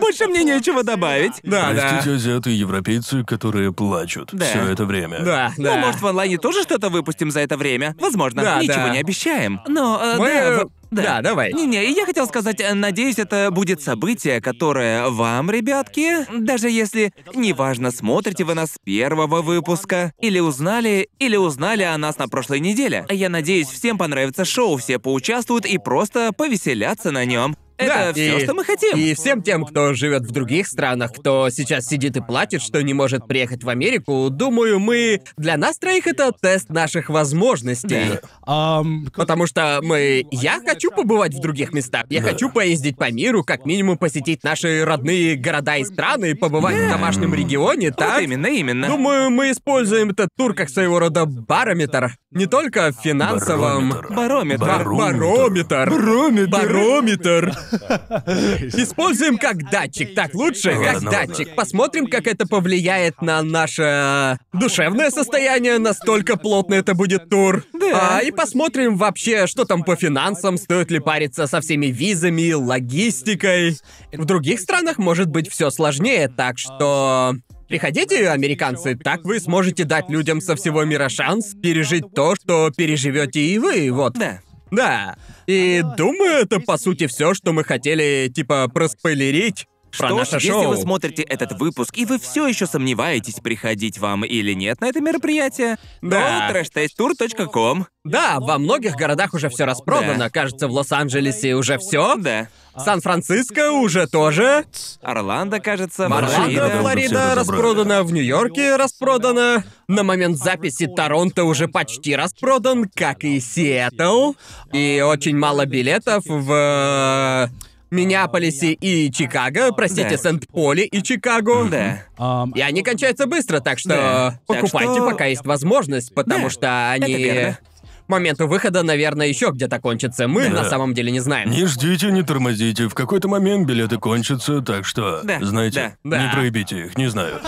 [SPEAKER 2] Больше мне нечего добавить.
[SPEAKER 3] Да, да.
[SPEAKER 1] Простите, азиаты и европейцы, которые плачут
[SPEAKER 2] Да.
[SPEAKER 1] все это время.
[SPEAKER 3] Да, да.
[SPEAKER 2] Ну, может, в онлайне тоже что-то выпустим за это время. Возможно,
[SPEAKER 3] Да,
[SPEAKER 2] ничего
[SPEAKER 3] да.
[SPEAKER 2] не обещаем. Но, э,
[SPEAKER 3] Мы-
[SPEAKER 2] да, в-
[SPEAKER 3] да, давай.
[SPEAKER 2] Не-не, я хотел сказать, э, надеюсь, это будет событие, которое вам, ребятки, даже если, неважно, смотрите вы нас с первого выпуска, или узнали, или узнали о нас на прошлой неделе. Я надеюсь, всем понравится шоу, все поучаствуют и просто повеселятся на нем.
[SPEAKER 3] Да,
[SPEAKER 2] Это все,
[SPEAKER 3] и-
[SPEAKER 2] что мы хотим.
[SPEAKER 3] И всем тем, кто живет в других странах, кто сейчас сидит и плачет, что не может приехать в Америку, думаю, мы... Для нас троих это тест наших возможностей. Потому что мы... Я хочу побывать в других местах. Я хочу поездить по миру, как минимум посетить наши родные города и страны, побывать в домашнем регионе,
[SPEAKER 2] Вот
[SPEAKER 3] так? Ну,
[SPEAKER 2] именно, именно.
[SPEAKER 3] Думаю, мы используем этот тур как своего рода барометр. Не только в финансовом...
[SPEAKER 1] Барометр.
[SPEAKER 2] Барометр.
[SPEAKER 3] Бар- Барометр. Барометр. Используем как датчик. Так лучше,
[SPEAKER 1] Ладно,
[SPEAKER 3] как
[SPEAKER 1] ладно.
[SPEAKER 3] датчик. Посмотрим, как это повлияет на наше э, душевное состояние, настолько плотно это будет тур.
[SPEAKER 2] Да.
[SPEAKER 3] А, и посмотрим вообще, что там по финансам, стоит ли париться со всеми визами, логистикой. В других странах может быть все сложнее, так что... Приходите, американцы, так вы сможете дать людям со всего мира шанс пережить то, что переживете и вы, вот.
[SPEAKER 2] Да.
[SPEAKER 3] Да. И думаю, это по сути все, что мы хотели, типа, проспойлерить про
[SPEAKER 2] Что ж,
[SPEAKER 3] наше
[SPEAKER 2] если
[SPEAKER 3] шоу.
[SPEAKER 2] вы смотрите этот выпуск и вы все еще сомневаетесь, приходить вам или нет на это мероприятие,
[SPEAKER 3] Да.
[SPEAKER 2] то trashtastetour.com.
[SPEAKER 3] Да, во многих городах уже все распродано.
[SPEAKER 2] Да.
[SPEAKER 3] Кажется, в Лос-Анджелесе уже все.
[SPEAKER 2] Да.
[SPEAKER 3] Сан-Франциско уже тоже.
[SPEAKER 2] Орландо, кажется,
[SPEAKER 1] Орландо,
[SPEAKER 3] Орландо,
[SPEAKER 1] А, да, уже
[SPEAKER 2] Флорида.
[SPEAKER 3] Флорида
[SPEAKER 1] все
[SPEAKER 3] распродано, в Нью-Йорке распродано. На момент
[SPEAKER 1] А
[SPEAKER 3] записи Торонто уже почти распродан, как и Сиэтл.
[SPEAKER 1] А,
[SPEAKER 3] И очень мало билетов в э,
[SPEAKER 1] А,
[SPEAKER 3] Миннеаполисе и Чикаго. Простите,
[SPEAKER 2] Да.
[SPEAKER 3] Сент-Поле и Чикаго.
[SPEAKER 2] Да.
[SPEAKER 3] И они кончаются быстро, так что
[SPEAKER 2] Да. Так
[SPEAKER 3] покупайте,
[SPEAKER 2] что-
[SPEAKER 3] пока есть возможность, потому
[SPEAKER 2] Да.
[SPEAKER 3] что они.
[SPEAKER 2] Это верно.
[SPEAKER 3] К моменту выхода, наверное, еще где-то кончатся. Мы
[SPEAKER 1] Да.
[SPEAKER 3] на самом деле не знаем.
[SPEAKER 1] Не ждите, не тормозите. В какой-то момент билеты кончатся, так что,
[SPEAKER 2] Да,
[SPEAKER 1] знаете,
[SPEAKER 3] да, да.
[SPEAKER 1] не проебите их, не знаю.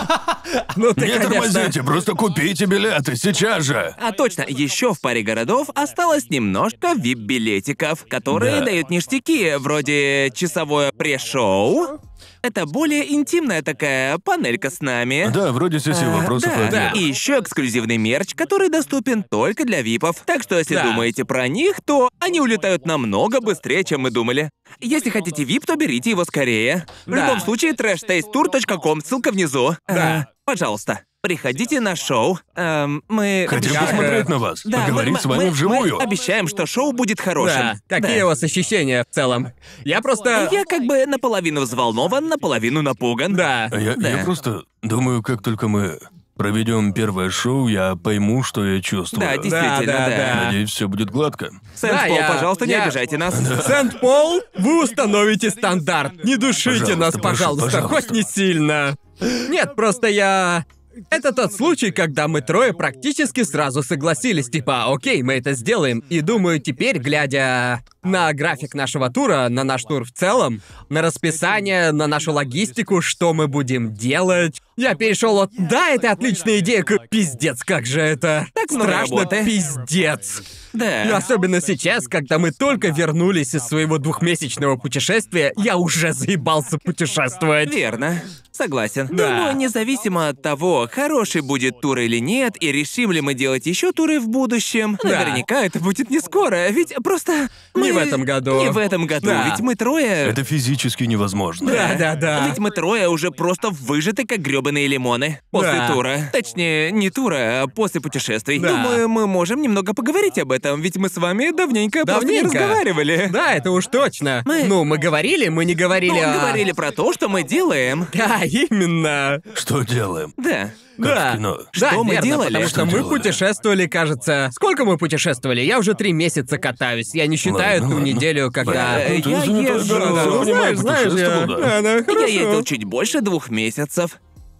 [SPEAKER 3] Ну ты,
[SPEAKER 1] не
[SPEAKER 3] конечно-
[SPEAKER 1] тормозите, просто купите билеты сейчас же.
[SPEAKER 2] А точно, еще в паре городов осталось немножко вип-билетиков, которые
[SPEAKER 1] Да.
[SPEAKER 2] дают ништяки, вроде часовое пресс-шоу, Это более интимная такая панелька с нами.
[SPEAKER 1] Да, вроде сессии
[SPEAKER 2] Э,
[SPEAKER 1] вопросов и
[SPEAKER 2] да,
[SPEAKER 1] ответов.
[SPEAKER 2] И еще эксклюзивный мерч, который доступен только для випов. Так что если
[SPEAKER 3] Да.
[SPEAKER 2] думаете про них, то они улетают намного быстрее, чем мы думали. Если хотите вип, то берите его скорее. В
[SPEAKER 3] Да.
[SPEAKER 2] любом случае, trashtastetour.com, ссылка внизу.
[SPEAKER 3] Да.
[SPEAKER 2] Э, пожалуйста, приходите на шоу. Эм, мы...
[SPEAKER 1] Хотим
[SPEAKER 3] Как, э,
[SPEAKER 1] посмотреть на вас,
[SPEAKER 2] Да,
[SPEAKER 1] поговорить
[SPEAKER 2] мы-
[SPEAKER 1] с вами
[SPEAKER 2] мы-
[SPEAKER 1] вживую.
[SPEAKER 2] мы обещаем, что шоу будет
[SPEAKER 3] Да.
[SPEAKER 2] хорошим.
[SPEAKER 3] Какие
[SPEAKER 2] Да.
[SPEAKER 3] у вас ощущения в целом? Я просто...
[SPEAKER 2] Я как бы наполовину взволнован, наполовину напуган.
[SPEAKER 3] Да.
[SPEAKER 1] А Я, я
[SPEAKER 2] Да.
[SPEAKER 1] просто думаю, как только мы проведем первое шоу, я пойму, что я чувствую.
[SPEAKER 2] Да, действительно,
[SPEAKER 3] да,
[SPEAKER 2] да.
[SPEAKER 3] да.
[SPEAKER 1] Надеюсь, все будет гладко.
[SPEAKER 2] Сэм
[SPEAKER 3] Да,
[SPEAKER 2] Пол,
[SPEAKER 3] я-
[SPEAKER 2] пожалуйста, не
[SPEAKER 3] я-
[SPEAKER 2] обижайте нас.
[SPEAKER 3] Сент-Пол, вы установите стандарт. Не душите
[SPEAKER 1] Пожалуйста,
[SPEAKER 3] нас,
[SPEAKER 1] прошу,
[SPEAKER 3] пожалуйста, хоть
[SPEAKER 1] пожалуйста.
[SPEAKER 3] не сильно. Нет, просто я... Это тот случай, когда мы трое практически сразу согласились, типа, окей, мы это сделаем. И думаю, теперь, глядя на график нашего тура, на наш тур в целом, на расписание, на нашу логистику, что мы будем делать, я перешел от «да, это отличная идея» к «пиздец, как же это
[SPEAKER 2] Так много
[SPEAKER 3] страшно,
[SPEAKER 2] работы».
[SPEAKER 3] пиздец».
[SPEAKER 2] Да.
[SPEAKER 3] И особенно сейчас, когда мы только вернулись из своего двухмесячного путешествия, я уже заебался путешествовать.
[SPEAKER 2] Верно. Согласен.
[SPEAKER 3] Да.
[SPEAKER 2] Думаю, независимо от того, хороший будет тур или нет, и решим ли мы делать еще туры в будущем,
[SPEAKER 3] Да.
[SPEAKER 2] наверняка это будет не скоро, ведь просто... Мы...
[SPEAKER 3] Не в этом году.
[SPEAKER 2] Не в этом году,
[SPEAKER 3] Да.
[SPEAKER 2] ведь мы трое...
[SPEAKER 1] Это физически невозможно.
[SPEAKER 3] Да, да, да.
[SPEAKER 2] Ведь мы трое уже просто выжаты, как грёбаные лимоны. После
[SPEAKER 3] Да.
[SPEAKER 2] тура. Точнее, не тура, а после путешествий.
[SPEAKER 3] Да.
[SPEAKER 2] Думаю, мы можем немного поговорить об этом, ведь мы с вами давненько, просто не
[SPEAKER 3] Давненько.
[SPEAKER 2] разговаривали.
[SPEAKER 3] Да, это уж точно.
[SPEAKER 2] Мы-
[SPEAKER 3] Ну, мы говорили, мы не говорили
[SPEAKER 2] Ну,
[SPEAKER 3] о...
[SPEAKER 2] говорили про то, что мы делаем.
[SPEAKER 3] Да, именно.
[SPEAKER 1] Что делаем?
[SPEAKER 2] Да.
[SPEAKER 3] да.
[SPEAKER 1] в кино.
[SPEAKER 3] Да,
[SPEAKER 2] Что мы
[SPEAKER 3] верно,
[SPEAKER 2] делали?
[SPEAKER 3] Потому что
[SPEAKER 1] Что
[SPEAKER 3] мы
[SPEAKER 1] делали?
[SPEAKER 3] путешествовали, кажется. Сколько мы путешествовали? Я уже три месяца катаюсь. Я не считаю
[SPEAKER 1] Ладно,
[SPEAKER 3] ту
[SPEAKER 1] ладно.
[SPEAKER 3] неделю,
[SPEAKER 1] Ну,
[SPEAKER 3] когда.
[SPEAKER 2] Э,
[SPEAKER 1] Понятно, ты
[SPEAKER 2] я
[SPEAKER 1] занятой
[SPEAKER 2] езжу.
[SPEAKER 1] городом,
[SPEAKER 2] Да,
[SPEAKER 1] понимаю, путешествовал, да.
[SPEAKER 3] да,
[SPEAKER 2] Я ездил чуть больше двух месяцев.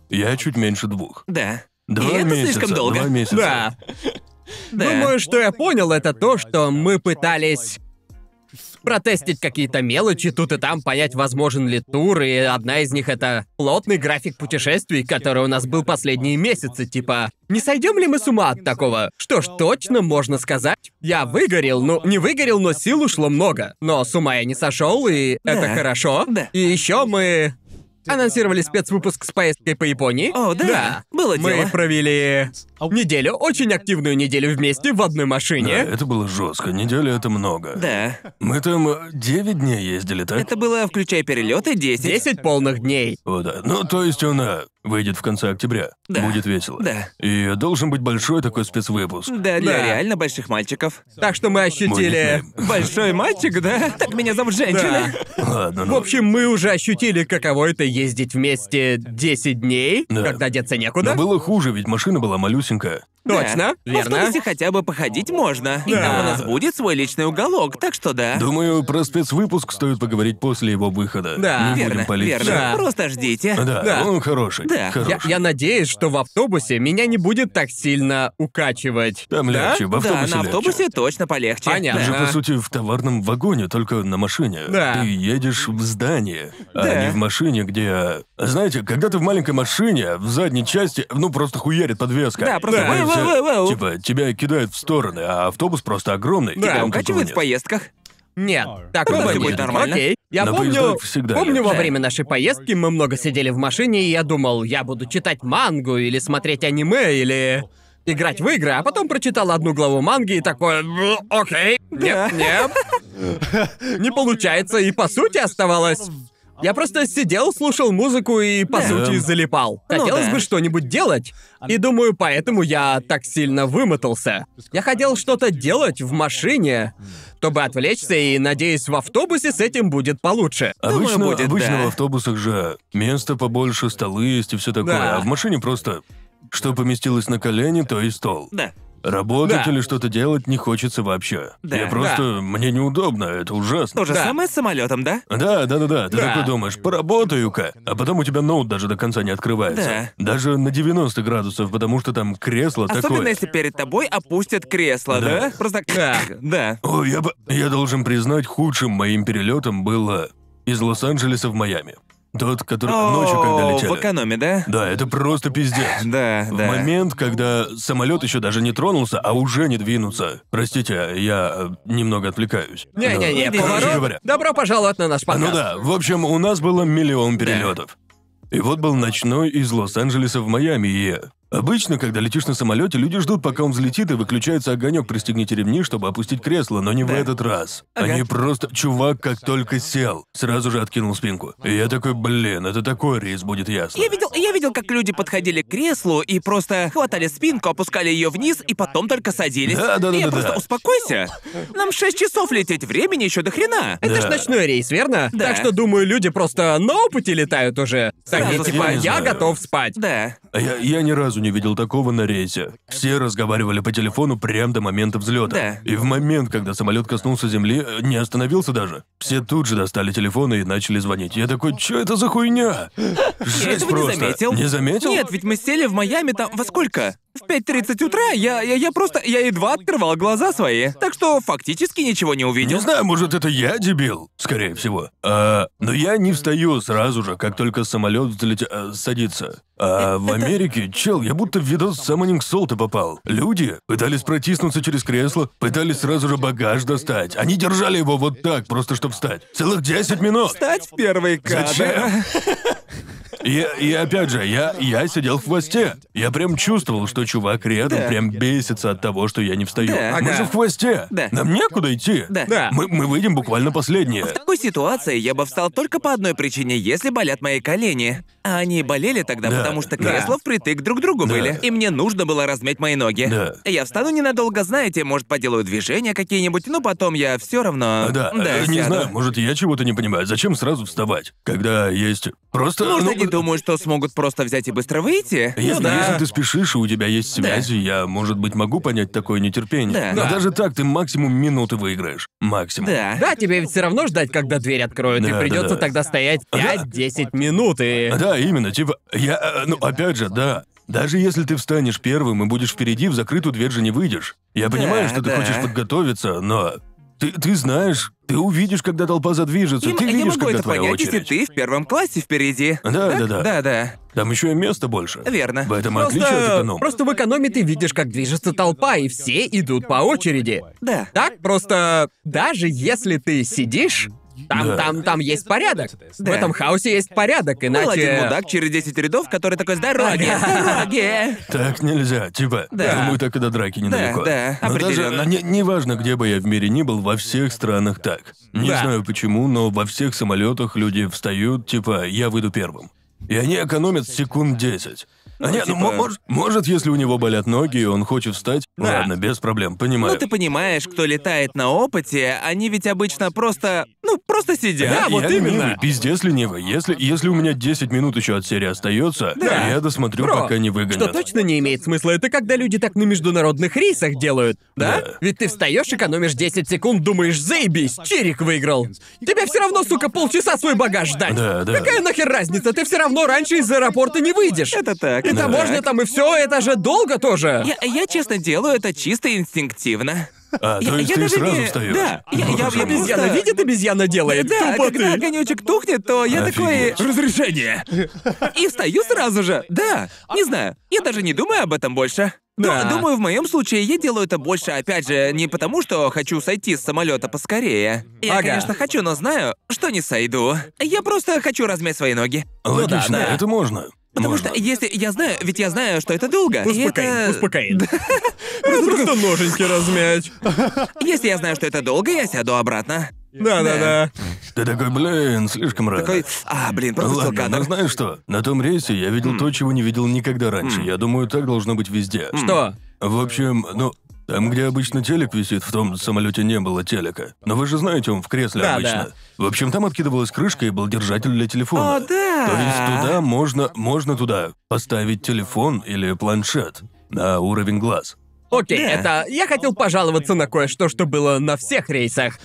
[SPEAKER 1] Я чуть меньше двух.
[SPEAKER 2] Да.
[SPEAKER 1] Два
[SPEAKER 2] это
[SPEAKER 1] месяца.
[SPEAKER 2] слишком долго.
[SPEAKER 1] Два месяца.
[SPEAKER 3] Да.
[SPEAKER 2] Да.
[SPEAKER 3] Думаю, что я понял, это то, что мы пытались протестить какие-то мелочи тут и там, понять, возможен ли тур, и одна из них это плотный график путешествий, который у нас был последние месяцы, типа, не сойдем ли мы с ума от такого? Что ж, точно можно сказать. Я выгорел, ну, не выгорел, но сил ушло много. Но с ума я не сошел, и это
[SPEAKER 2] Да.
[SPEAKER 3] хорошо.
[SPEAKER 2] Да.
[SPEAKER 3] И еще мы анонсировали спецвыпуск с поездкой по Японии.
[SPEAKER 2] О, да. Было
[SPEAKER 3] Мы
[SPEAKER 2] дело.
[SPEAKER 3] провели неделю, очень активную неделю вместе в одной
[SPEAKER 1] Да,
[SPEAKER 3] машине.
[SPEAKER 1] это было жестко. Неделя это много.
[SPEAKER 2] Да.
[SPEAKER 1] Мы там э, девять дней ездили, так?
[SPEAKER 2] Это было, включая перелеты, 10.
[SPEAKER 3] Десять полных дней.
[SPEAKER 1] О, да. Ну, то есть он э, выйдет в конце октября.
[SPEAKER 2] Да.
[SPEAKER 1] Будет весело.
[SPEAKER 2] Да.
[SPEAKER 1] И должен быть большой такой спецвыпуск.
[SPEAKER 2] Да, для
[SPEAKER 3] Да.
[SPEAKER 2] реально больших мальчиков.
[SPEAKER 3] Так что мы
[SPEAKER 1] Мой
[SPEAKER 3] ощутили...
[SPEAKER 1] никнейм.
[SPEAKER 2] Большой мальчик, да? Так меня зовут женщина.
[SPEAKER 1] Ладно,
[SPEAKER 3] В
[SPEAKER 1] ну.
[SPEAKER 3] общем, мы уже ощутили, каково это ездить вместе 10 дней,
[SPEAKER 1] Да.
[SPEAKER 3] когда деться
[SPEAKER 1] Но
[SPEAKER 3] некуда.
[SPEAKER 1] было хуже, ведь машина была малюсенькая.
[SPEAKER 3] Точно,
[SPEAKER 2] Да. В
[SPEAKER 3] верно.
[SPEAKER 2] автобусе хотя бы походить можно. И
[SPEAKER 3] Да.
[SPEAKER 2] там у нас будет свой личный уголок, так что да.
[SPEAKER 1] Думаю, про спецвыпуск стоит поговорить после его выхода.
[SPEAKER 3] Да.
[SPEAKER 1] Не
[SPEAKER 2] верно,
[SPEAKER 1] будем палить.
[SPEAKER 2] верно.
[SPEAKER 3] Да.
[SPEAKER 2] Просто ждите.
[SPEAKER 1] Да,
[SPEAKER 3] Да.
[SPEAKER 1] он хороший.
[SPEAKER 2] Да.
[SPEAKER 1] Хороший.
[SPEAKER 3] Я, я надеюсь, что в автобусе меня не будет так сильно укачивать.
[SPEAKER 1] Там
[SPEAKER 3] Да?
[SPEAKER 1] легче, в автобусе
[SPEAKER 2] Да, на
[SPEAKER 1] легче.
[SPEAKER 2] автобусе точно полегче.
[SPEAKER 1] Ты
[SPEAKER 3] Понятно.
[SPEAKER 1] же,
[SPEAKER 3] Да.
[SPEAKER 1] по сути, в товарном вагоне, только на машине.
[SPEAKER 3] Да.
[SPEAKER 1] Ты едешь в здание,
[SPEAKER 2] Да.
[SPEAKER 1] а не в машине, где... Знаете, когда ты в маленькой машине, в задней части, ну, просто хуярит подвеска.
[SPEAKER 2] Да, просто
[SPEAKER 1] И вы
[SPEAKER 2] вау,
[SPEAKER 1] все-
[SPEAKER 2] вау, вау.
[SPEAKER 1] Типа, тебя кидают в стороны, а автобус просто огромный. там
[SPEAKER 2] Да,
[SPEAKER 3] Тебя
[SPEAKER 1] такого
[SPEAKER 2] укачивает в
[SPEAKER 1] нет.
[SPEAKER 2] поездках.
[SPEAKER 3] Нет,
[SPEAKER 2] Ну,
[SPEAKER 3] такого
[SPEAKER 2] это
[SPEAKER 3] не
[SPEAKER 2] будет
[SPEAKER 3] будет.
[SPEAKER 2] нормально.
[SPEAKER 3] Окей. Я
[SPEAKER 1] На
[SPEAKER 3] помню,
[SPEAKER 1] поездах всегда
[SPEAKER 3] помню во
[SPEAKER 1] легче.
[SPEAKER 3] время нашей поездки мы много сидели в машине, и я думал, я буду читать мангу или смотреть аниме или играть в игры, а потом прочитал одну главу манги и такой, «Б, окей, нет, нет, не получается, и по сути оставалось. Я просто сидел, слушал музыку и, по
[SPEAKER 1] Да.
[SPEAKER 3] сути, залипал.
[SPEAKER 2] Ну
[SPEAKER 3] Хотелось
[SPEAKER 2] да.
[SPEAKER 3] бы что-нибудь делать. И думаю, поэтому я так сильно вымотался. Я хотел что-то делать в машине, чтобы отвлечься, и, надеюсь, в автобусе с этим будет получше.
[SPEAKER 2] Думаю,
[SPEAKER 1] Обычно,
[SPEAKER 2] будет,
[SPEAKER 1] обычно
[SPEAKER 2] да.
[SPEAKER 1] в автобусах же место побольше, столы есть и все такое,
[SPEAKER 3] Да.
[SPEAKER 1] а в машине просто что поместилось на колени, то и стол.
[SPEAKER 2] Да.
[SPEAKER 1] Работать
[SPEAKER 3] Да.
[SPEAKER 1] или что-то делать не хочется вообще.
[SPEAKER 2] Да.
[SPEAKER 1] Я просто... Мне неудобно, это ужасно.
[SPEAKER 2] То же
[SPEAKER 3] Да.
[SPEAKER 2] самое с самолетом, да?
[SPEAKER 1] Да, да, да, да. Ты
[SPEAKER 3] Да.
[SPEAKER 1] такой думаешь, поработаю-ка. А потом у тебя ноут даже до конца не открывается. Даже на 90 градусов, потому что там кресло
[SPEAKER 2] Особенно
[SPEAKER 1] такое.
[SPEAKER 2] если перед тобой опустят кресло, да?
[SPEAKER 1] Да.
[SPEAKER 2] Просто
[SPEAKER 3] Да.
[SPEAKER 2] да.
[SPEAKER 1] О, я, б- я должен признать, худшим моим перелетом было из Лос-Анджелеса в Майами. Тот, который
[SPEAKER 2] О,
[SPEAKER 1] ночью, когда
[SPEAKER 2] В
[SPEAKER 1] летели.
[SPEAKER 2] экономе, да?
[SPEAKER 1] Да, это просто пиздец.
[SPEAKER 2] Да,
[SPEAKER 1] В
[SPEAKER 2] да.
[SPEAKER 1] момент, когда самолет еще даже не тронулся, а уже не двинутся. Простите, я э, немного отвлекаюсь.
[SPEAKER 3] Не-не-не,
[SPEAKER 1] Ну, короче
[SPEAKER 3] поворот.
[SPEAKER 1] говоря.
[SPEAKER 3] Добро пожаловать на наш
[SPEAKER 1] А,
[SPEAKER 3] подкаст.
[SPEAKER 1] Ну да, в общем, у нас было миллион перелетов. И вот был ночной из Лос-Анджелеса в Майами, и... Обычно, когда летишь на самолете, люди ждут, пока он взлетит, и выключается огонек, пристегните ремни, чтобы опустить кресло, но не в этот раз.
[SPEAKER 2] Ага.
[SPEAKER 1] Они просто... Чувак, как только сел, сразу же откинул спинку. И я такой, блин, это такой рейс будет ясно.
[SPEAKER 2] Я видел, я видел, как люди подходили к креслу и просто хватали спинку, опускали ее вниз и потом только садились.
[SPEAKER 1] Да, да, да,
[SPEAKER 2] И я
[SPEAKER 1] да,
[SPEAKER 2] просто
[SPEAKER 1] да.
[SPEAKER 2] успокойся. Нам 6 часов лететь, времени еще до хрена.
[SPEAKER 1] Да.
[SPEAKER 3] Это ж ночной рейс, верно?
[SPEAKER 2] Да.
[SPEAKER 3] Так что, думаю, люди просто на опыте летают уже. Такие,
[SPEAKER 2] Сразу
[SPEAKER 3] типа,
[SPEAKER 1] спать.
[SPEAKER 3] я
[SPEAKER 1] Я не знаю.
[SPEAKER 3] готов спать.
[SPEAKER 2] Да.
[SPEAKER 1] А Я, я ни разу не видел такого на рейсе. Все разговаривали по телефону прямо до момента взлета.
[SPEAKER 2] Да.
[SPEAKER 1] И в момент, когда самолет коснулся земли, э, не остановился даже. Все тут же достали телефоны и начали звонить. Я такой, что это за хуйня?
[SPEAKER 2] Я
[SPEAKER 1] Жесть
[SPEAKER 2] этого не
[SPEAKER 1] просто.
[SPEAKER 2] заметил.
[SPEAKER 1] Не заметил?
[SPEAKER 2] Нет, ведь мы сели в Майами там во сколько? В 5.30 утра я, я, я просто, я едва открывал глаза свои. Так что фактически ничего не увидел.
[SPEAKER 1] Не знаю, может, это я дебил, скорее всего. А, но я не встаю сразу же, как только самолет взлетя... э, садится. А в Америке, чел, я будто в видос Summoning Солта попал. Люди пытались протиснуться через кресло, пытались сразу же багаж достать. Они держали его вот так, просто чтобы встать. Целых 10 минут.
[SPEAKER 2] Встать в первый кадр.
[SPEAKER 1] Зачем? И, и опять же, я, я сидел в хвосте. Я прям чувствовал, что чувак рядом
[SPEAKER 2] Да.
[SPEAKER 1] прям бесится от того, что я не встаю.
[SPEAKER 2] Да.
[SPEAKER 1] Мы
[SPEAKER 3] Ага.
[SPEAKER 1] же в хвосте.
[SPEAKER 2] Да.
[SPEAKER 1] Нам некуда идти.
[SPEAKER 2] Да.
[SPEAKER 3] Да.
[SPEAKER 1] Мы, мы выйдем буквально последние.
[SPEAKER 2] В такой ситуации я бы встал только по одной причине, если болят мои колени. А они болели тогда,
[SPEAKER 1] Да,
[SPEAKER 2] потому
[SPEAKER 1] да.
[SPEAKER 2] что кресла впритык друг к другу
[SPEAKER 1] Да.
[SPEAKER 2] были, и мне нужно было размять мои ноги.
[SPEAKER 1] Да.
[SPEAKER 2] Я встану ненадолго, знаете, может, поделаю движения какие-нибудь, но потом я все равно...
[SPEAKER 1] Да, э, не
[SPEAKER 2] сяду.
[SPEAKER 1] знаю, может, я чего-то не понимаю. Зачем сразу вставать, когда есть... Просто...
[SPEAKER 2] Может,
[SPEAKER 1] ну,
[SPEAKER 2] они думают, что смогут просто взять и быстро выйти?
[SPEAKER 1] Если,
[SPEAKER 2] ну да.
[SPEAKER 1] если ты спешишь, и у тебя есть связи, я, может быть, могу понять такое нетерпение.
[SPEAKER 2] Да.
[SPEAKER 1] Но
[SPEAKER 3] Да.
[SPEAKER 1] даже так ты максимум минуты выиграешь. Максимум.
[SPEAKER 2] Да.
[SPEAKER 3] Да, тебе ведь все равно ждать, когда дверь откроют, и
[SPEAKER 1] Да, да,
[SPEAKER 3] придется
[SPEAKER 1] да.
[SPEAKER 3] тогда стоять 5-10 минут и.
[SPEAKER 1] Да, именно, типа, я, э, ну, опять же, да. Даже если ты встанешь первым и будешь впереди, в закрытую дверь же не выйдешь. Я понимаю, что ты
[SPEAKER 2] да.
[SPEAKER 1] хочешь подготовиться, но ты, ты знаешь, ты увидишь, когда толпа задвижется,
[SPEAKER 2] Я,
[SPEAKER 1] ты
[SPEAKER 2] я
[SPEAKER 1] видишь,
[SPEAKER 2] могу
[SPEAKER 1] когда
[SPEAKER 2] это
[SPEAKER 1] твоя
[SPEAKER 2] понять, если
[SPEAKER 1] очередь.
[SPEAKER 2] ты в первом классе впереди.
[SPEAKER 1] Да,
[SPEAKER 2] Так?
[SPEAKER 1] да, да.
[SPEAKER 2] Да, да.
[SPEAKER 1] Там еще и места больше.
[SPEAKER 2] Верно.
[SPEAKER 1] В этом и
[SPEAKER 3] Просто,
[SPEAKER 1] отличие от эконом.
[SPEAKER 3] Э, просто в экономе ты видишь, как движется толпа, и все идут по очереди.
[SPEAKER 2] Да.
[SPEAKER 3] Так просто даже если ты сидишь, там,
[SPEAKER 1] Да.
[SPEAKER 3] там, там есть порядок. В
[SPEAKER 2] Да.
[SPEAKER 3] этом хаосе есть порядок, иначе.
[SPEAKER 2] Был один мудак через 10 рядов, который такой «Здороги! Здороги!»
[SPEAKER 1] Так нельзя, типа.
[SPEAKER 2] Да.
[SPEAKER 1] Думаю, так и до драки недалеко.
[SPEAKER 2] да,
[SPEAKER 1] но даже,
[SPEAKER 2] определенно.
[SPEAKER 1] но не, неважно, где бы я в мире ни был, во всех странах так. Не
[SPEAKER 3] Да.
[SPEAKER 1] знаю почему, но во всех самолетах люди встают, типа, я выйду первым. И они экономят секунд 10. А не, ну,
[SPEAKER 2] типа-
[SPEAKER 1] мо- мож- может, если у него болят ноги, и он хочет встать.
[SPEAKER 3] Да.
[SPEAKER 1] Ладно, без проблем, понимаю.
[SPEAKER 2] Ну, ты понимаешь, кто летает на опыте, они ведь обычно просто... Ну, просто
[SPEAKER 1] Я,
[SPEAKER 2] сидят.
[SPEAKER 3] Да, вот
[SPEAKER 1] я
[SPEAKER 3] именно.
[SPEAKER 1] ленивый, пиздец ленивый. Если, если у меня 10 минут еще от серии остается,
[SPEAKER 3] Да.
[SPEAKER 1] я досмотрю,
[SPEAKER 3] Бро,
[SPEAKER 1] пока не выгонят.
[SPEAKER 3] Что точно не имеет смысла, это когда люди так на международных рейсах делают, да?
[SPEAKER 1] Да.
[SPEAKER 3] Ведь ты встаешь, экономишь 10 секунд, думаешь, заебись, Чирик выиграл. Тебя все равно, сука, полчаса свой багаж ждать.
[SPEAKER 1] Да, да.
[SPEAKER 3] Какая нахер разница, ты все равно раньше из аэропорта не выйдешь.
[SPEAKER 2] Это так.
[SPEAKER 3] И
[SPEAKER 2] это
[SPEAKER 3] таможня
[SPEAKER 2] так.
[SPEAKER 3] там и все, это же долго тоже.
[SPEAKER 2] Я, я, честно, делаю это чисто инстинктивно.
[SPEAKER 1] А, то есть
[SPEAKER 2] я
[SPEAKER 1] ты
[SPEAKER 2] даже
[SPEAKER 1] сразу
[SPEAKER 2] не-
[SPEAKER 1] встаешь.
[SPEAKER 2] да, я- я- я
[SPEAKER 1] Вот оно.
[SPEAKER 3] Обезьяна
[SPEAKER 2] просто-
[SPEAKER 3] видит, обезьяна делает.
[SPEAKER 2] Да,
[SPEAKER 3] Тупо
[SPEAKER 2] когда
[SPEAKER 3] ты.
[SPEAKER 2] огонечек тухнет, то я такой...
[SPEAKER 1] Офигеть.
[SPEAKER 2] Разрешение! И встаю сразу же. Да, не знаю. Я даже не думаю об этом больше. Ну,
[SPEAKER 3] Да.
[SPEAKER 2] думаю, в моем случае я делаю это больше, опять же, не потому, что хочу сойти с самолета поскорее. Я,
[SPEAKER 3] Ага.
[SPEAKER 2] конечно, хочу, но знаю, что не сойду. Я просто хочу размять свои ноги.
[SPEAKER 1] Логично,
[SPEAKER 3] да, да.
[SPEAKER 1] это можно.
[SPEAKER 2] Потому
[SPEAKER 1] Можно.
[SPEAKER 2] что если я знаю, ведь я знаю, что это долго. и
[SPEAKER 3] Успокои,
[SPEAKER 2] это-
[SPEAKER 3] успокои. Просто ноженьки размять.
[SPEAKER 2] Если я знаю, что это долго, я сяду обратно.
[SPEAKER 3] Да-да-да.
[SPEAKER 1] Ты такой, блин, слишком рано.
[SPEAKER 2] Такой, а, блин, пропустил
[SPEAKER 1] Ладно, но
[SPEAKER 2] кадр.
[SPEAKER 1] знаешь что? На том рейсе я видел то, чего не видел никогда раньше. Я думаю, так должно быть везде.
[SPEAKER 3] Что?
[SPEAKER 1] В общем, ну, там, где обычно телек висит, в том самолете не было телека. Но вы же знаете, он в кресле
[SPEAKER 3] Да,
[SPEAKER 1] обычно. В общем, там откидывалась крышка и был держатель для телефона.
[SPEAKER 2] О, А, да.
[SPEAKER 1] То есть туда можно, можно туда поставить телефон или планшет на уровень глаз.
[SPEAKER 3] Окей,
[SPEAKER 2] Да.
[SPEAKER 3] это... Я хотел пожаловаться на кое-что, что было на всех рейсах.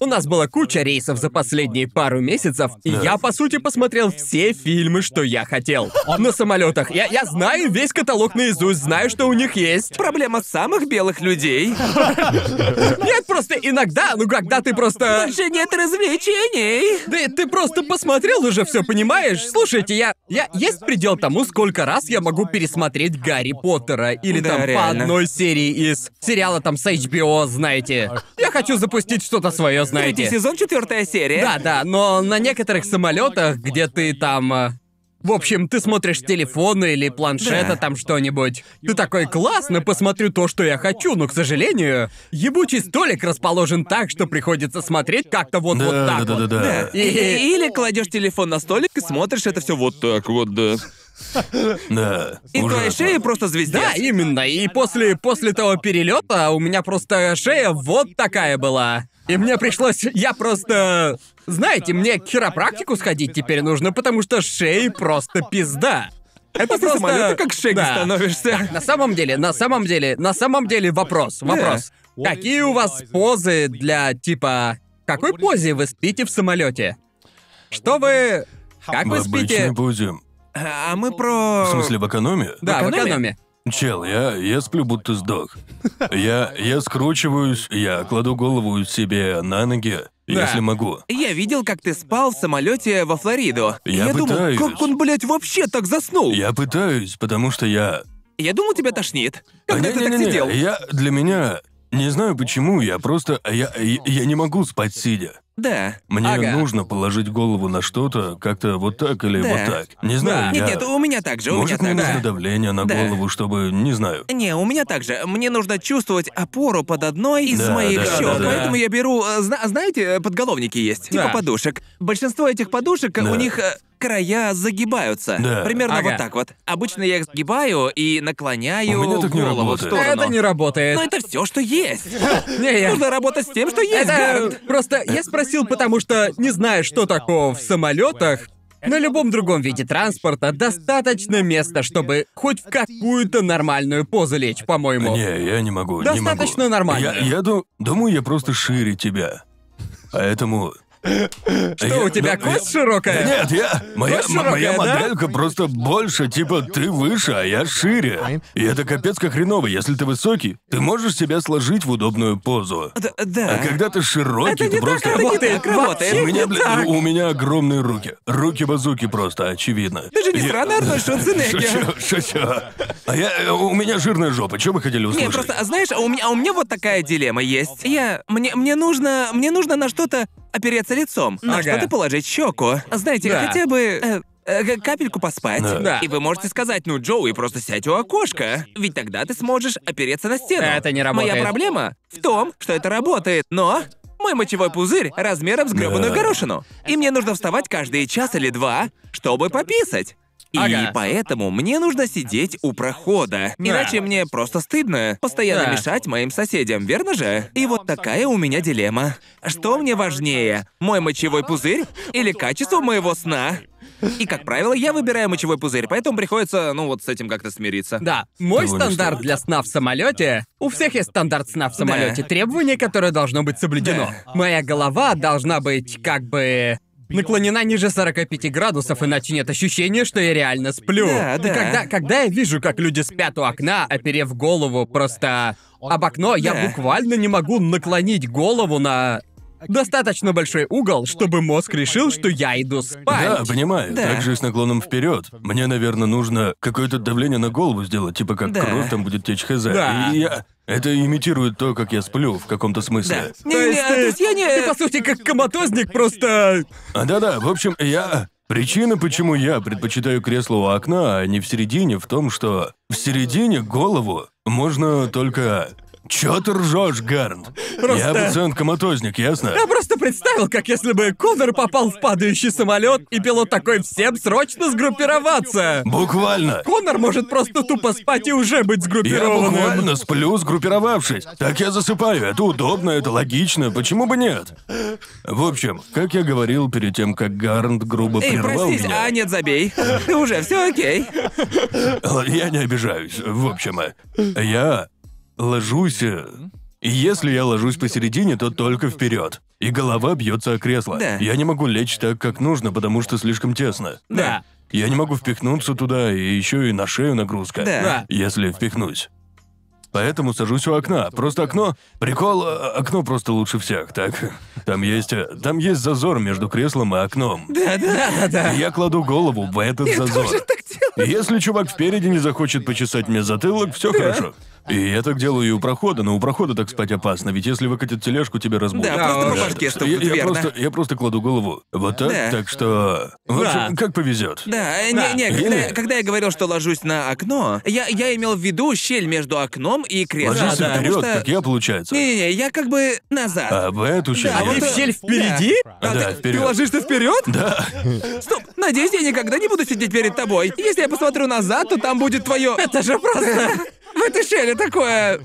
[SPEAKER 3] У нас была куча рейсов за последние пару месяцев, и я, по сути, посмотрел все фильмы, что я хотел. На самолетах. Я, я знаю весь каталог наизусть, знаю, что у них есть.
[SPEAKER 2] Проблема самых белых людей.
[SPEAKER 3] Нет, просто иногда, ну когда ты просто...
[SPEAKER 2] Больше нет развлечений.
[SPEAKER 3] Да и ты просто посмотрел уже все, понимаешь? Слушайте, я, я есть предел тому, сколько раз я могу пересмотреть Гарри Поттера или
[SPEAKER 2] Да,
[SPEAKER 3] там по
[SPEAKER 2] реально.
[SPEAKER 3] одной серии из сериала там с HBO, знаете. Я хочу запустить что-то свое,
[SPEAKER 2] Третий
[SPEAKER 3] знаете.
[SPEAKER 2] сезон, четвертая серия.
[SPEAKER 3] Да, да, но на некоторых самолетах, где ты там. э, В общем, ты смотришь с телефона или планшета
[SPEAKER 2] Да.
[SPEAKER 3] там что-нибудь. Ты такой классно, посмотрю то, что я хочу, но, к сожалению, ебучий столик расположен так, что приходится смотреть как-то вот вот
[SPEAKER 1] Да,
[SPEAKER 3] так
[SPEAKER 1] да, да, да,
[SPEAKER 3] вот.
[SPEAKER 1] да.
[SPEAKER 3] И- и-
[SPEAKER 2] Или кладешь телефон на столик и смотришь это все вот так вот, да.
[SPEAKER 1] Да.
[SPEAKER 2] И твоя
[SPEAKER 1] ужасно.
[SPEAKER 2] шея просто звезда.
[SPEAKER 3] Да, именно. И после, после того перелета у меня просто шея вот такая была. И мне пришлось... Я просто... Знаете, мне к хиропрактику сходить теперь нужно, потому что шеи просто пизда. Это
[SPEAKER 2] После
[SPEAKER 3] просто...
[SPEAKER 2] самолета как шеги
[SPEAKER 3] Да.
[SPEAKER 2] становишься.
[SPEAKER 3] На самом деле, на самом деле, на самом деле вопрос, вопрос. Какие у вас позы для, типа... в Какой позе вы спите в самолете? Что вы... Как
[SPEAKER 1] Мы
[SPEAKER 3] вы спите?
[SPEAKER 1] обычно будем.
[SPEAKER 2] А мы про...
[SPEAKER 1] В смысле, в экономе?
[SPEAKER 3] Да, в
[SPEAKER 2] экономе?
[SPEAKER 3] экономе.
[SPEAKER 1] Чел, я, я сплю, будто сдох. Я, я скручиваюсь, я кладу голову себе на ноги, если могу.
[SPEAKER 2] Я видел, как ты спал в самолете во Флориду. И
[SPEAKER 1] Я
[SPEAKER 2] я думал,
[SPEAKER 1] пытаюсь.
[SPEAKER 2] как он, блядь, вообще так заснул?
[SPEAKER 1] Я пытаюсь, потому что я...
[SPEAKER 2] Я думал, тебя тошнит.
[SPEAKER 1] А,
[SPEAKER 2] Когда ты так
[SPEAKER 1] не-не-не-не,
[SPEAKER 2] сидел.
[SPEAKER 1] Я для меня... Не знаю почему, я просто... Я, я, я не могу спать сидя.
[SPEAKER 2] Да.
[SPEAKER 1] Мне
[SPEAKER 3] Ага.
[SPEAKER 1] нужно положить голову на что-то, как-то вот так или
[SPEAKER 2] Да.
[SPEAKER 1] вот так. Не знаю, я...
[SPEAKER 2] Нет, нет, у меня так же, у
[SPEAKER 1] А. Может, мне
[SPEAKER 2] меня так
[SPEAKER 1] нужно
[SPEAKER 2] же.
[SPEAKER 1] давление на
[SPEAKER 2] Да.
[SPEAKER 1] голову, чтобы... Не знаю.
[SPEAKER 2] Не, у меня так же. Мне нужно чувствовать опору под одной из
[SPEAKER 1] Да,
[SPEAKER 2] моих
[SPEAKER 1] да,
[SPEAKER 2] щек.
[SPEAKER 1] да, да.
[SPEAKER 2] Поэтому я беру, э, зна- знаете, э, подголовники есть,
[SPEAKER 3] Да.
[SPEAKER 2] типа подушек. Большинство этих подушек, э,
[SPEAKER 1] Да.
[SPEAKER 2] у них э, края загибаются.
[SPEAKER 1] Да.
[SPEAKER 2] Примерно
[SPEAKER 3] Ага.
[SPEAKER 2] вот так вот. Обычно я их сгибаю и наклоняю
[SPEAKER 1] У меня так не
[SPEAKER 2] голову в
[SPEAKER 1] работает.
[SPEAKER 2] сторону.
[SPEAKER 3] Это не работает.
[SPEAKER 2] Но это все, что есть.
[SPEAKER 3] Не, я-
[SPEAKER 2] Нужно работать с тем, что есть. Гарнт.
[SPEAKER 3] Это просто я спросил, потому что не знаю, что такого в самолетах. На любом другом виде транспорта достаточно места, чтобы хоть в какую-то нормальную позу лечь, по-моему.
[SPEAKER 1] Не, я не могу, не могу.
[SPEAKER 3] Достаточно нормально.
[SPEAKER 1] Я, я ду- думаю, я просто шире тебя. Поэтому... ну,
[SPEAKER 3] Что, у тебя кость широкая?
[SPEAKER 1] Нет, я... Моя,
[SPEAKER 3] Кость
[SPEAKER 1] м- моя
[SPEAKER 3] широкая, да?
[SPEAKER 1] моделька просто больше, типа, ты выше, а я шире. И это капец как хреново. Если ты высокий, ты можешь себя сложить в удобную позу.
[SPEAKER 2] Д- Да.
[SPEAKER 1] А когда ты широкий,
[SPEAKER 2] Это
[SPEAKER 1] ты
[SPEAKER 2] не
[SPEAKER 1] просто...
[SPEAKER 2] так работает,
[SPEAKER 3] Вообще
[SPEAKER 2] работает.
[SPEAKER 1] у меня,
[SPEAKER 2] не
[SPEAKER 1] блин,
[SPEAKER 2] так.
[SPEAKER 1] у меня огромные руки. Руки-базуки просто, очевидно.
[SPEAKER 2] Ты же не страна, Арнольд Шварценеггер.
[SPEAKER 1] Шучу, шучу. А я... У меня жирная жопа, что вы хотели услышать?
[SPEAKER 2] Не, просто, а знаешь, а у меня, а у меня вот такая дилемма есть. Я, мне, мне нужно, мне нужно на что-то опереться лицом, на
[SPEAKER 3] Ага.
[SPEAKER 2] что-то положить щеку. Знаете,
[SPEAKER 3] Да.
[SPEAKER 2] хотя бы э, э, к- капельку поспать.
[SPEAKER 1] Да.
[SPEAKER 3] Да.
[SPEAKER 2] И вы можете сказать, ну, Джоуи, просто сядь у окошка. Ведь тогда ты сможешь опереться на стену.
[SPEAKER 3] Это не работает.
[SPEAKER 2] Моя проблема в том, что это работает, но... Мой мочевой пузырь размером с грёбаную
[SPEAKER 1] Да.
[SPEAKER 2] горошину. И мне нужно вставать каждые час или два, чтобы пописать. И
[SPEAKER 3] Ага.
[SPEAKER 2] поэтому мне нужно сидеть у прохода.
[SPEAKER 3] Да.
[SPEAKER 2] Иначе мне просто стыдно постоянно
[SPEAKER 3] Да.
[SPEAKER 2] мешать моим соседям, верно же? И вот такая у меня дилемма. Что мне важнее, мой мочевой пузырь или качество моего сна? И, как правило, я выбираю мочевой пузырь, поэтому приходится, ну вот с этим как-то смириться.
[SPEAKER 3] Да, мой
[SPEAKER 1] Довольно
[SPEAKER 3] стандарт
[SPEAKER 1] что.
[SPEAKER 3] для сна в самолете. У всех есть стандарт сна в самолете. Требование, которое должно быть соблюдено. Моя голова должна быть как бы наклонена ниже 45 градусов, иначе нет ощущения, что я реально сплю.
[SPEAKER 2] Да,
[SPEAKER 3] И
[SPEAKER 2] да.
[SPEAKER 3] когда, когда я вижу, как люди спят у окна, оперев голову просто об окно, я
[SPEAKER 2] Да.
[SPEAKER 3] буквально не могу наклонить голову на достаточно большой угол, чтобы мозг решил, что я иду спать.
[SPEAKER 1] Да, понимаю.
[SPEAKER 2] Да.
[SPEAKER 1] Так же и с наклоном вперед. Мне, наверное, нужно какое-то давление на голову сделать, типа как
[SPEAKER 2] Да.
[SPEAKER 1] кровь там будет течь хз.
[SPEAKER 3] Да.
[SPEAKER 1] И я... Это имитирует то, как я сплю в каком-то
[SPEAKER 2] Да.
[SPEAKER 1] смысле.
[SPEAKER 2] Не, не, то есть я не...
[SPEAKER 3] Ты, по сути, как коматозник, просто
[SPEAKER 1] А да-да, в общем, я... Причина, почему я предпочитаю кресло у окна, а не в середине, в том, что в середине голову можно только... Чё ты ржешь, Гарн? Я пациент-коматозник, ясно?
[SPEAKER 3] Я просто представил, как если бы Конор попал в падающий самолет, и пилот такой всем срочно сгруппироваться.
[SPEAKER 1] Буквально.
[SPEAKER 3] Конор может просто тупо спать и уже быть
[SPEAKER 1] Я
[SPEAKER 3] сгруппированным.
[SPEAKER 1] буквально сплю, сгруппировавшись. Так я засыпаю. Это удобно, это логично. Почему бы нет? В общем, как я говорил перед тем, как Гарнт грубо
[SPEAKER 2] Эй,
[SPEAKER 1] прервал
[SPEAKER 2] простись,
[SPEAKER 1] меня...
[SPEAKER 2] а нет, забей. Ты уже, все окей.
[SPEAKER 1] Я не обижаюсь. В общем, э, я ложусь. э, И если я ложусь посередине, то только вперед. И голова бьется о кресло.
[SPEAKER 2] Да.
[SPEAKER 1] Я не могу лечь так, как нужно, потому что слишком тесно.
[SPEAKER 3] Да.
[SPEAKER 1] Я не могу впихнуться туда, и еще и на шею нагрузка.
[SPEAKER 2] Да.
[SPEAKER 3] Да.
[SPEAKER 1] Если впихнусь. Поэтому сажусь у окна. Просто окно. Прикол, э, окно просто лучше всех, так? Там есть. э, Там есть зазор между креслом и окном.
[SPEAKER 2] Да, да, да.
[SPEAKER 1] И Я кладу голову в этот зазор. И Если чувак спереди не захочет почесать мне затылок, все хорошо. И я так делаю и у прохода, но у прохода так спать опасно, ведь если выкатят тележку, тебе разбудят.
[SPEAKER 2] Да,
[SPEAKER 3] просто по
[SPEAKER 2] башке
[SPEAKER 1] я,
[SPEAKER 2] стукнут,
[SPEAKER 1] я
[SPEAKER 2] верно.
[SPEAKER 1] просто, я просто кладу голову вот так,
[SPEAKER 2] Да.
[SPEAKER 1] так что... В
[SPEAKER 3] Да.
[SPEAKER 1] общем, как повезет.
[SPEAKER 2] Да, э, не, не, когда, я-
[SPEAKER 1] Или-
[SPEAKER 2] когда я говорил, что ложусь на окно, я, я имел в виду щель между окном и креслом.
[SPEAKER 1] Ложишься
[SPEAKER 2] потому
[SPEAKER 1] вперед,
[SPEAKER 2] что-
[SPEAKER 1] как я, получается.
[SPEAKER 2] Не-не-не, я как бы назад.
[SPEAKER 1] А в эту щель
[SPEAKER 2] а
[SPEAKER 1] я-
[SPEAKER 3] А
[SPEAKER 2] вот
[SPEAKER 3] ты
[SPEAKER 2] это-
[SPEAKER 3] в щель впереди?
[SPEAKER 1] Да,
[SPEAKER 2] ты-
[SPEAKER 1] вперед.
[SPEAKER 2] Ты ложишься вперед? Да. Стоп, надеюсь, я никогда не буду сидеть перед тобой. Если я посмотрю назад, то там будет твое. Это же просто. В этой шеле такое.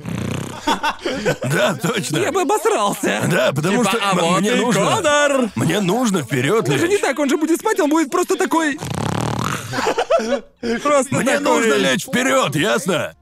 [SPEAKER 1] Да, точно.
[SPEAKER 2] Я бы обосрался.
[SPEAKER 1] Да, потому
[SPEAKER 3] Типа,
[SPEAKER 1] что
[SPEAKER 3] а
[SPEAKER 1] м-
[SPEAKER 3] вот
[SPEAKER 1] мне
[SPEAKER 3] и
[SPEAKER 1] нужно...
[SPEAKER 3] Конор!
[SPEAKER 1] Мне нужно вперед
[SPEAKER 2] Даже не
[SPEAKER 1] лечь.
[SPEAKER 2] так, он же будет спать, он будет просто такой.
[SPEAKER 3] Просто
[SPEAKER 1] Мне
[SPEAKER 3] такой-
[SPEAKER 1] нужно лечь вперед, ясно?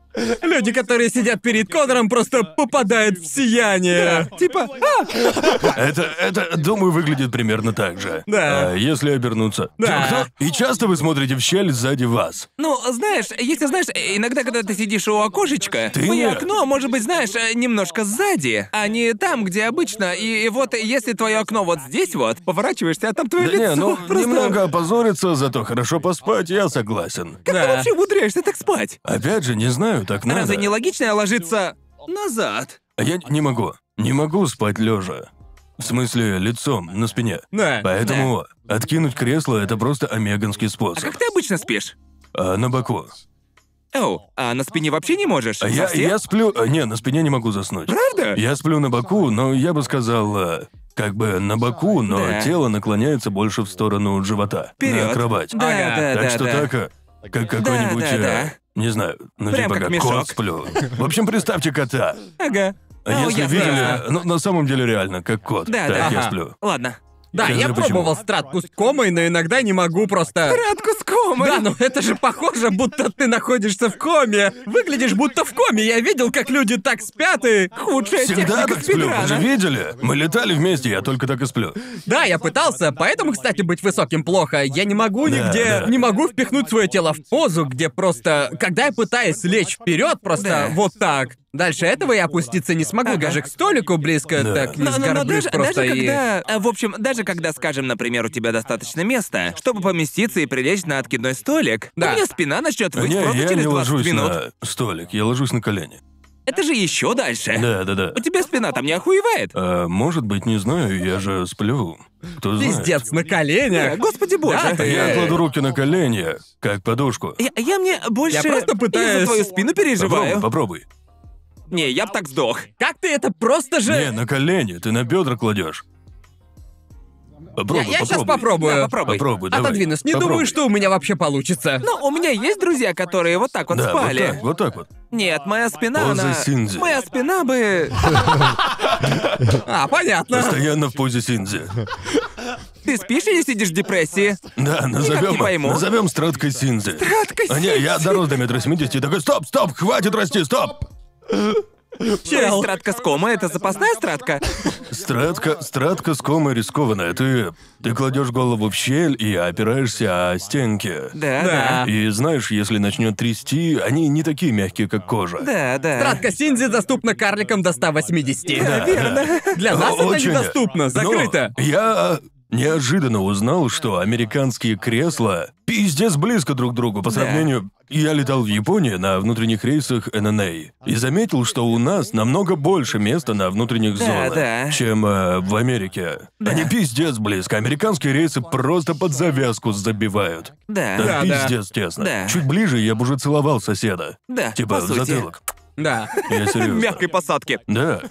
[SPEAKER 3] Люди, которые сидят перед Конором, просто попадают в сияние.
[SPEAKER 2] Типа, а,
[SPEAKER 1] Это, это, думаю, выглядит примерно так же.
[SPEAKER 3] Да.
[SPEAKER 1] А, если обернуться.
[SPEAKER 3] Да.
[SPEAKER 1] Тё, кто- И часто вы смотрите в щель сзади вас.
[SPEAKER 2] Ну, знаешь, если знаешь, э, иногда, когда ты сидишь у окошечка,
[SPEAKER 1] Ты
[SPEAKER 2] твое
[SPEAKER 1] нет.
[SPEAKER 2] окно, может быть, знаешь, э, немножко сзади, а не там, где обычно. И, и вот если твое окно вот здесь вот, поворачиваешься, а там твое
[SPEAKER 1] Да
[SPEAKER 2] лицо.
[SPEAKER 1] не, ну,
[SPEAKER 2] просто...
[SPEAKER 1] немного опозориться, зато хорошо поспать, я согласен.
[SPEAKER 2] Как ты
[SPEAKER 3] Да.
[SPEAKER 2] вообще умудряешься так спать?
[SPEAKER 1] Опять же, не знаю, так надо.
[SPEAKER 2] Разве не логично ложиться назад?
[SPEAKER 1] Я не могу. Не могу спать лежа. В смысле, лицом, на спине.
[SPEAKER 3] Да.
[SPEAKER 1] Поэтому откинуть кресло — это просто омеганский
[SPEAKER 2] А
[SPEAKER 1] способ.
[SPEAKER 2] как ты обычно спишь?
[SPEAKER 1] А, на боку.
[SPEAKER 2] Оу, а на спине вообще не можешь?
[SPEAKER 1] А я,
[SPEAKER 2] Совсем?
[SPEAKER 1] я сплю... а, Не, на спине не могу заснуть.
[SPEAKER 2] Правда?
[SPEAKER 1] Я сплю на боку, но я бы сказал, э, как бы на боку, но
[SPEAKER 2] Да.
[SPEAKER 1] тело наклоняется больше в сторону живота.
[SPEAKER 2] Вперед.
[SPEAKER 1] На кровать.
[SPEAKER 2] Да,
[SPEAKER 3] Ага.
[SPEAKER 2] да,
[SPEAKER 1] так
[SPEAKER 2] да,
[SPEAKER 1] что
[SPEAKER 2] да.
[SPEAKER 1] так, э, как какой-нибудь,
[SPEAKER 2] да,
[SPEAKER 1] э,
[SPEAKER 2] да.
[SPEAKER 1] не знаю, ну
[SPEAKER 2] Прям
[SPEAKER 1] типа
[SPEAKER 2] как
[SPEAKER 1] как,
[SPEAKER 2] мешок.
[SPEAKER 1] кот сплю. В общем, представьте кота.
[SPEAKER 2] Ага.
[SPEAKER 1] А
[SPEAKER 2] О,
[SPEAKER 1] Если
[SPEAKER 2] ясно,
[SPEAKER 1] видели,
[SPEAKER 2] ясно.
[SPEAKER 1] ну на самом деле реально, как кот.
[SPEAKER 2] Да,
[SPEAKER 1] так
[SPEAKER 2] да.
[SPEAKER 1] я
[SPEAKER 3] Ага.
[SPEAKER 1] сплю.
[SPEAKER 2] Ладно.
[SPEAKER 3] Да,
[SPEAKER 1] Сейчас
[SPEAKER 3] я
[SPEAKER 1] я почему.
[SPEAKER 3] пробовал стратку с комой, но иногда не могу просто...
[SPEAKER 2] Радку с комой.
[SPEAKER 3] Да, но это же похоже, будто ты находишься в коме. Выглядишь будто в коме. Я видел, как люди так спят и...
[SPEAKER 2] Худшая
[SPEAKER 1] Всегда
[SPEAKER 2] техника
[SPEAKER 1] так сплю, вы же
[SPEAKER 2] спидрана.
[SPEAKER 1] видели? Мы летали вместе, я только так и сплю.
[SPEAKER 3] Да, я пытался, поэтому, кстати, быть высоким плохо. Я не могу
[SPEAKER 1] Да,
[SPEAKER 3] нигде,
[SPEAKER 1] да.
[SPEAKER 3] не могу впихнуть свое тело в позу, где просто, когда я пытаюсь лечь вперед, просто
[SPEAKER 2] Да.
[SPEAKER 3] вот так. Дальше этого я опуститься не смогу,
[SPEAKER 2] Ага.
[SPEAKER 3] даже к столику близко
[SPEAKER 1] Да.
[SPEAKER 3] так не
[SPEAKER 2] Но, но- но
[SPEAKER 3] сгорблюсь
[SPEAKER 2] даже,
[SPEAKER 3] просто
[SPEAKER 2] даже
[SPEAKER 3] и...
[SPEAKER 2] когда, э, в общем, даже когда, скажем, например, у тебя достаточно места, чтобы поместиться и прилечь на откидной столик,
[SPEAKER 3] Да.
[SPEAKER 2] у меня спина начнет выть
[SPEAKER 1] не,
[SPEAKER 2] просто
[SPEAKER 1] я
[SPEAKER 2] через
[SPEAKER 1] не
[SPEAKER 2] 20
[SPEAKER 1] ложусь
[SPEAKER 2] минут.
[SPEAKER 1] на столик, я ложусь на колени.
[SPEAKER 2] Это же еще дальше.
[SPEAKER 1] Да, да, да.
[SPEAKER 2] У тебя спина там не охуевает.
[SPEAKER 1] А, может быть, не знаю, я же сплю. Кто знает.
[SPEAKER 3] Пиздец, на
[SPEAKER 2] Да,
[SPEAKER 3] коленях.
[SPEAKER 2] Э, Господи боже.
[SPEAKER 3] Да, ты-
[SPEAKER 1] Я
[SPEAKER 3] Э.
[SPEAKER 1] кладу руки на колени, как подушку.
[SPEAKER 2] Я, я мне больше...
[SPEAKER 3] Я просто пытаюсь-
[SPEAKER 2] за твою спину переживаю.
[SPEAKER 1] Попробуй, попробуй.
[SPEAKER 2] Не, я б так сдох.
[SPEAKER 3] Как ты это просто же...
[SPEAKER 1] Не, ну, на колени, ты на бедра кладешь.
[SPEAKER 3] я
[SPEAKER 1] Попробуй, попробуй.
[SPEAKER 3] сейчас попробую.
[SPEAKER 2] Да, попробуй.
[SPEAKER 1] Попробуй, давай.
[SPEAKER 3] Отодвинусь. Не
[SPEAKER 1] Попробуй.
[SPEAKER 3] думаю, что у меня вообще получится.
[SPEAKER 2] Но у меня есть друзья, которые вот так вот
[SPEAKER 1] да,
[SPEAKER 2] спали.
[SPEAKER 1] вот так, вот так вот.
[SPEAKER 2] Нет, моя спина,
[SPEAKER 1] Поза
[SPEAKER 2] она...
[SPEAKER 1] Синдзи.
[SPEAKER 2] Моя спина бы...
[SPEAKER 3] А, понятно.
[SPEAKER 1] Постоянно в позе синдзи.
[SPEAKER 2] Ты спишь или сидишь в депрессии?
[SPEAKER 1] Да, назовем,
[SPEAKER 2] пойму.
[SPEAKER 1] назовем страткой синдзи.
[SPEAKER 2] Краткость.
[SPEAKER 1] А не, я дорос до метра 70 и такой, стоп, стоп, хватит расти, стоп!
[SPEAKER 2] То есть
[SPEAKER 3] Чел.
[SPEAKER 2] стратка с комой это запасная стратка?
[SPEAKER 1] Стратка, стратка с комой рискованная. Ты, ты кладешь голову в щель и опираешься о стенки.
[SPEAKER 2] Да,
[SPEAKER 3] Да.
[SPEAKER 2] да.
[SPEAKER 1] И знаешь, если начнет трясти, они не такие мягкие, как кожа.
[SPEAKER 2] Да, да.
[SPEAKER 3] Тратка Синдзи доступна карликам до 180. Для А нас это
[SPEAKER 1] Очень. Ну,
[SPEAKER 3] недоступно,
[SPEAKER 1] Но
[SPEAKER 3] закрыто.
[SPEAKER 1] я а, неожиданно узнал, что американские кресла пиздец близко друг к другу по
[SPEAKER 2] Да.
[SPEAKER 1] сравнению... Я летал в Японию на внутренних рейсах ННА и заметил, что у нас намного больше места на внутренних
[SPEAKER 2] Да,
[SPEAKER 1] зонах,
[SPEAKER 2] да.
[SPEAKER 1] чем э, в Америке. Они пиздец близко. Американские рейсы просто под завязку забивают.
[SPEAKER 2] Да,
[SPEAKER 1] Там
[SPEAKER 2] да,
[SPEAKER 3] Да,
[SPEAKER 1] пиздец тесно.
[SPEAKER 2] Да.
[SPEAKER 1] Чуть ближе я бы уже целовал соседа. Типа
[SPEAKER 2] по
[SPEAKER 1] в
[SPEAKER 2] сути.
[SPEAKER 1] затылок.
[SPEAKER 3] Да.
[SPEAKER 1] Я
[SPEAKER 2] В
[SPEAKER 1] серьезно.
[SPEAKER 2] мягкой посадке.
[SPEAKER 1] Да.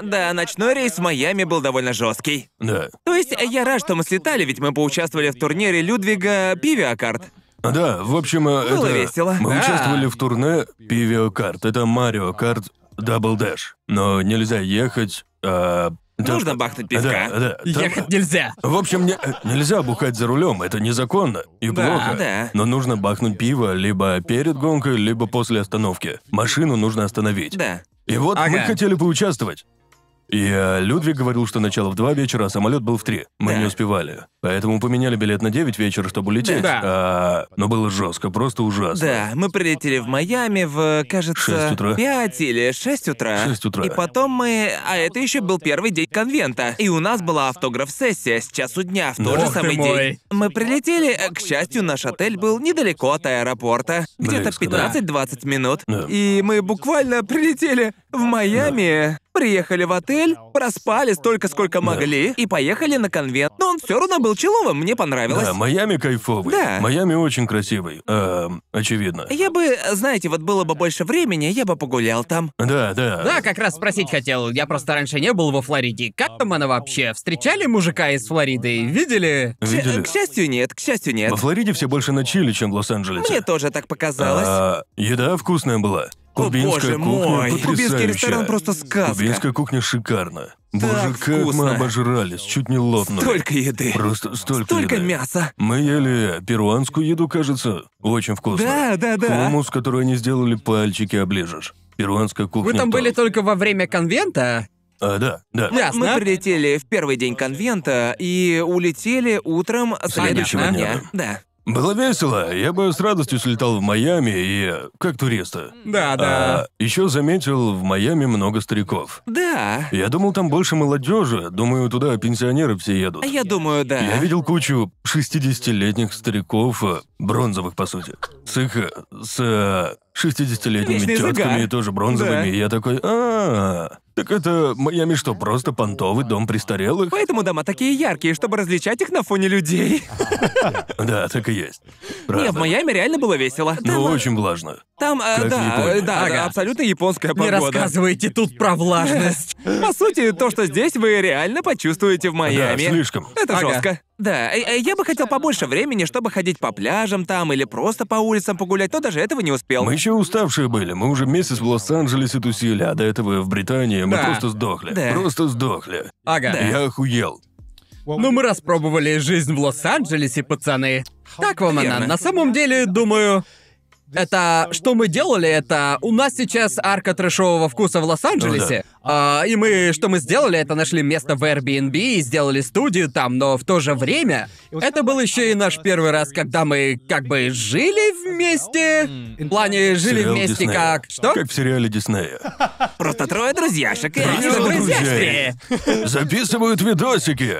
[SPEAKER 2] Да, ночной рейс в Майами был довольно жесткий.
[SPEAKER 1] Да.
[SPEAKER 2] То есть э, я рад, что мы слетали, ведь мы поучаствовали в турнире Людвига Пивиакарт.
[SPEAKER 1] Да, в общем, э,
[SPEAKER 2] Было
[SPEAKER 1] это...
[SPEAKER 2] весело.
[SPEAKER 1] Мы
[SPEAKER 3] Да.
[SPEAKER 1] участвовали в турне Pivio Kart. Это Марио Карт Дабл Дэш. Но нельзя ехать, а, Да.
[SPEAKER 2] Нужно бахнуть
[SPEAKER 1] Да,
[SPEAKER 2] пивка.
[SPEAKER 1] да. там-
[SPEAKER 3] Ехать нельзя.
[SPEAKER 1] В общем, не- нельзя бухать за рулем, это незаконно и
[SPEAKER 2] Да,
[SPEAKER 1] плохо.
[SPEAKER 2] да.
[SPEAKER 1] Но нужно бахнуть пиво либо перед гонкой, либо после остановки. Машину нужно остановить.
[SPEAKER 2] Да.
[SPEAKER 1] И вот мы
[SPEAKER 3] Ага.
[SPEAKER 1] хотели поучаствовать. И э, Людвиг говорил, что начало в 2 вечера, а самолет был в 3. Мы
[SPEAKER 2] Да.
[SPEAKER 1] не успевали. Поэтому поменяли билет на 9 вечера, чтобы лететь.
[SPEAKER 3] Да.
[SPEAKER 1] А, но было жестко, просто ужасно.
[SPEAKER 2] Да, мы прилетели в Майами в,
[SPEAKER 1] Шесть
[SPEAKER 2] кажется,
[SPEAKER 1] утра.
[SPEAKER 2] 5 или 6 утра.
[SPEAKER 1] 6 утра.
[SPEAKER 2] И потом мы... А это еще был первый день конвента. И у нас была автограф-сессия с часу дня в тот
[SPEAKER 1] Ох
[SPEAKER 2] же
[SPEAKER 1] ты
[SPEAKER 2] самый день.
[SPEAKER 3] мой.
[SPEAKER 2] Мы прилетели, э, к счастью, наш отель был недалеко от аэропорта. Где-то
[SPEAKER 1] Близко,
[SPEAKER 2] 15-20 минут.
[SPEAKER 1] Да.
[SPEAKER 2] И мы буквально прилетели в Майами. Приехали в отель, проспали столько, сколько могли, и поехали на конвент. Но он все равно был человым, мне понравилось.
[SPEAKER 1] Да, Майами кайфовый.
[SPEAKER 2] Да.
[SPEAKER 1] Майами очень красивый. Эм, очевидно.
[SPEAKER 2] Я бы, знаете, вот было бы больше времени, я бы погулял там.
[SPEAKER 1] Да, да.
[SPEAKER 3] Да, как раз спросить хотел. Я просто раньше не был во Флориде. Как там она вообще? Встречали мужика из Флориды? Видели?
[SPEAKER 1] Видели?
[SPEAKER 2] К счастью, нет, к счастью, нет.
[SPEAKER 1] Во Флориде все больше на чили, чем в Лос-Анджелесе.
[SPEAKER 2] Мне тоже так показалось.
[SPEAKER 1] А, еда вкусная была.
[SPEAKER 2] О,
[SPEAKER 1] Кубинская
[SPEAKER 2] боже
[SPEAKER 1] кухня
[SPEAKER 2] мой. Кубинский
[SPEAKER 1] потрясающая.
[SPEAKER 2] ресторан просто сказка.
[SPEAKER 1] Кубинская кухня шикарна. Боже, как мы
[SPEAKER 2] вкусно.
[SPEAKER 1] обожрались, чуть не лопнули.
[SPEAKER 2] Только еды.
[SPEAKER 1] Просто столько
[SPEAKER 2] Только
[SPEAKER 1] еды.
[SPEAKER 2] мяса.
[SPEAKER 1] Мы ели перуанскую еду, кажется. Очень вкусно.
[SPEAKER 2] Да, да, да.
[SPEAKER 1] Хумус, который они сделали, пальчики оближешь. Перуанская кухня
[SPEAKER 3] Вы там
[SPEAKER 1] топ.
[SPEAKER 3] были только во время конвента?
[SPEAKER 1] А, да, да.
[SPEAKER 2] Мы-
[SPEAKER 3] Ясно.
[SPEAKER 2] Мы прилетели в первый день конвента и улетели утром следующего
[SPEAKER 1] Понятно.
[SPEAKER 2] дня. Да.
[SPEAKER 1] Было весело. Я бы с радостью слетал в Майами и... э, как туриста.
[SPEAKER 3] Да, да.
[SPEAKER 1] еще заметил, в Майами много стариков.
[SPEAKER 2] Да.
[SPEAKER 1] Я думал, там больше молодежи. Думаю, туда пенсионеры все едут.
[SPEAKER 2] А я думаю, да.
[SPEAKER 1] Я видел кучу 60-летних стариков, э, бронзовых, по сути, с их... э, с э, 60-летними
[SPEAKER 2] Вечный загар.
[SPEAKER 1] тетками, тоже бронзовыми.
[SPEAKER 2] Да.
[SPEAKER 1] И я такой, а так это Майами что, просто понтовый дом престарелых?
[SPEAKER 2] Поэтому дома такие яркие, чтобы различать их на фоне людей.
[SPEAKER 1] Да, так и есть.
[SPEAKER 2] Не,
[SPEAKER 1] Правда.
[SPEAKER 2] в Майами реально было весело.
[SPEAKER 1] Ну,
[SPEAKER 2] Там, э,
[SPEAKER 1] очень влажно.
[SPEAKER 2] там, э,
[SPEAKER 1] как в
[SPEAKER 2] да,
[SPEAKER 1] Японии.
[SPEAKER 2] э, да,
[SPEAKER 3] Ага.
[SPEAKER 2] да, абсолютно японская
[SPEAKER 3] Не
[SPEAKER 2] погода.
[SPEAKER 3] рассказывайте тут про влажность.
[SPEAKER 2] По сути, то, что здесь вы реально почувствуете в Майами.
[SPEAKER 1] Да, слишком.
[SPEAKER 2] Это
[SPEAKER 3] Ага.
[SPEAKER 2] жестко. Да, э, э, я бы хотел побольше времени, чтобы ходить по пляжам там или просто по улицам погулять, но даже этого не успел.
[SPEAKER 1] Мы еще уставшие были, мы уже месяц в Лос-Анджелесе тусили, а до этого в Британии мы
[SPEAKER 3] Да.
[SPEAKER 1] просто сдохли.
[SPEAKER 2] Да.
[SPEAKER 1] Просто сдохли.
[SPEAKER 3] Ага.
[SPEAKER 1] Я охуел.
[SPEAKER 3] Ну, мы распробовали жизнь в Лос-Анджелесе, пацаны. Как вам она?
[SPEAKER 2] Верно.
[SPEAKER 3] На самом деле, думаю, это что мы делали, это у нас сейчас арка трэшового вкуса в Лос-Анджелесе. А, и мы что мы сделали, это нашли место в Airbnb и сделали студию там, но в то же время это был еще и наш первый раз, когда мы как бы жили вместе. В плане жили
[SPEAKER 1] Сериал
[SPEAKER 3] вместе
[SPEAKER 1] Диснея.
[SPEAKER 3] как что?
[SPEAKER 1] Как в сериале Диснея.
[SPEAKER 2] Просто трое друзьяшек. и они
[SPEAKER 3] Они же
[SPEAKER 1] друзья.
[SPEAKER 2] такой,
[SPEAKER 3] друзьяшки.
[SPEAKER 1] Записывают видосики.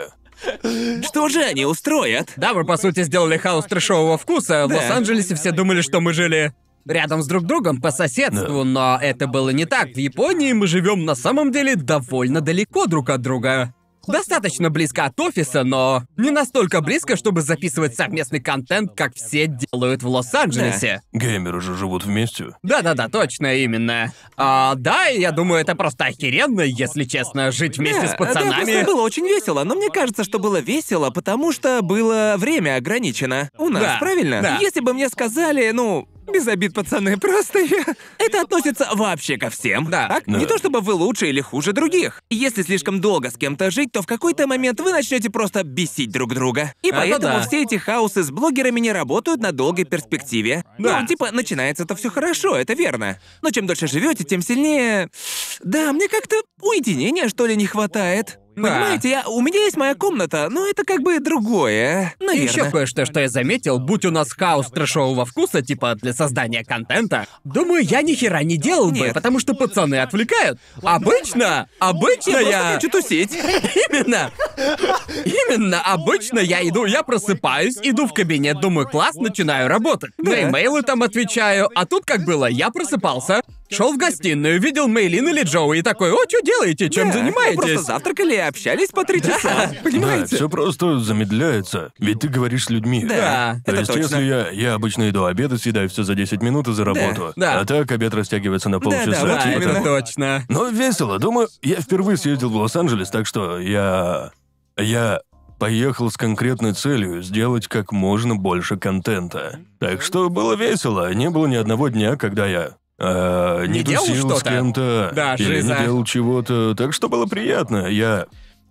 [SPEAKER 2] Что же они устроят?
[SPEAKER 3] Да, мы, по сути, сделали хаос трешового вкуса. В
[SPEAKER 2] Да.
[SPEAKER 3] Лос-Анджелесе все думали, что мы жили рядом с друг другом по соседству, но это было не так. В Японии мы живем на самом деле довольно далеко друг от друга. Достаточно близко от офиса, но не настолько близко, чтобы записывать совместный контент, как все делают в Лос-Анджелесе.
[SPEAKER 1] Геймеры же живут вместе.
[SPEAKER 3] Да-да-да, точно именно. А, да, и я думаю, это просто охеренно, если честно, жить вместе с
[SPEAKER 2] Да, да,
[SPEAKER 3] пацанами.
[SPEAKER 2] просто было очень весело, но мне кажется, что было весело, потому что было время ограничено. У нас,
[SPEAKER 3] Да,
[SPEAKER 2] правильно?
[SPEAKER 3] да.
[SPEAKER 2] Если бы мне сказали, ну, без обид, пацаны, просто я... Это относится вообще ко всем,
[SPEAKER 3] Да.
[SPEAKER 2] так?
[SPEAKER 1] Да.
[SPEAKER 2] Не то чтобы вы лучше или хуже других. Если слишком долго с кем-то жить, то в какой-то момент вы начнете просто бесить друг друга. И
[SPEAKER 3] Это
[SPEAKER 2] поэтому
[SPEAKER 3] да.
[SPEAKER 2] все эти хаусы с блогерами не работают на долгой перспективе.
[SPEAKER 3] Да.
[SPEAKER 2] Ну, типа, начинается это все хорошо, это верно. Но чем дольше живете, тем сильнее... Да, мне как-то уединения, что ли, не хватает.
[SPEAKER 3] Да.
[SPEAKER 2] Понимаете, я, у меня есть моя комната, но это как бы другое.
[SPEAKER 3] И
[SPEAKER 2] Наверное.
[SPEAKER 3] еще кое-что, что я заметил, будь у нас хаос трэшового вкуса, типа для создания контента, думаю, я ни хера не делал бы,
[SPEAKER 2] Нет.
[SPEAKER 3] потому что пацаны отвлекают. Обычно, обычно
[SPEAKER 2] Типа, я,
[SPEAKER 3] я...
[SPEAKER 2] просто хочу тусить.
[SPEAKER 3] Именно! Именно, обычно я иду, я просыпаюсь, иду в кабинет, думаю, класс, начинаю работать. На имейлы там отвечаю, а тут как было, я просыпался, шел в гостиную, видел Мейлин или Джоуи и такой, о, что делаете, чем
[SPEAKER 2] Да,
[SPEAKER 3] занимаетесь?
[SPEAKER 2] мы просто завтракали и общались по три часа.
[SPEAKER 1] Да,
[SPEAKER 3] Понимаете?
[SPEAKER 1] все просто замедляется. Ведь ты говоришь с людьми.
[SPEAKER 2] Да,
[SPEAKER 1] То
[SPEAKER 2] это
[SPEAKER 1] есть,
[SPEAKER 2] точно.
[SPEAKER 1] если я, я обычно иду обедать, съедаю все за 10 минут и за работу.
[SPEAKER 3] да.
[SPEAKER 1] А так обед растягивается на
[SPEAKER 2] да,
[SPEAKER 1] полчаса.
[SPEAKER 2] вот
[SPEAKER 3] Да,
[SPEAKER 1] типа
[SPEAKER 3] это
[SPEAKER 1] того.
[SPEAKER 2] именно.
[SPEAKER 3] точно.
[SPEAKER 1] Но Ну, весело. Думаю, я впервые съездил в Лос-Анджелес, так что я... Я поехал с конкретной целью сделать как можно больше контента. Так что было весело. Не было ни одного дня, когда я... э, не,
[SPEAKER 3] Не делал
[SPEAKER 1] тусил с
[SPEAKER 3] что-то?
[SPEAKER 1] кем-то
[SPEAKER 3] Да,
[SPEAKER 1] или не
[SPEAKER 3] жиза.
[SPEAKER 1] делал чего-то. Так что было приятно. Я...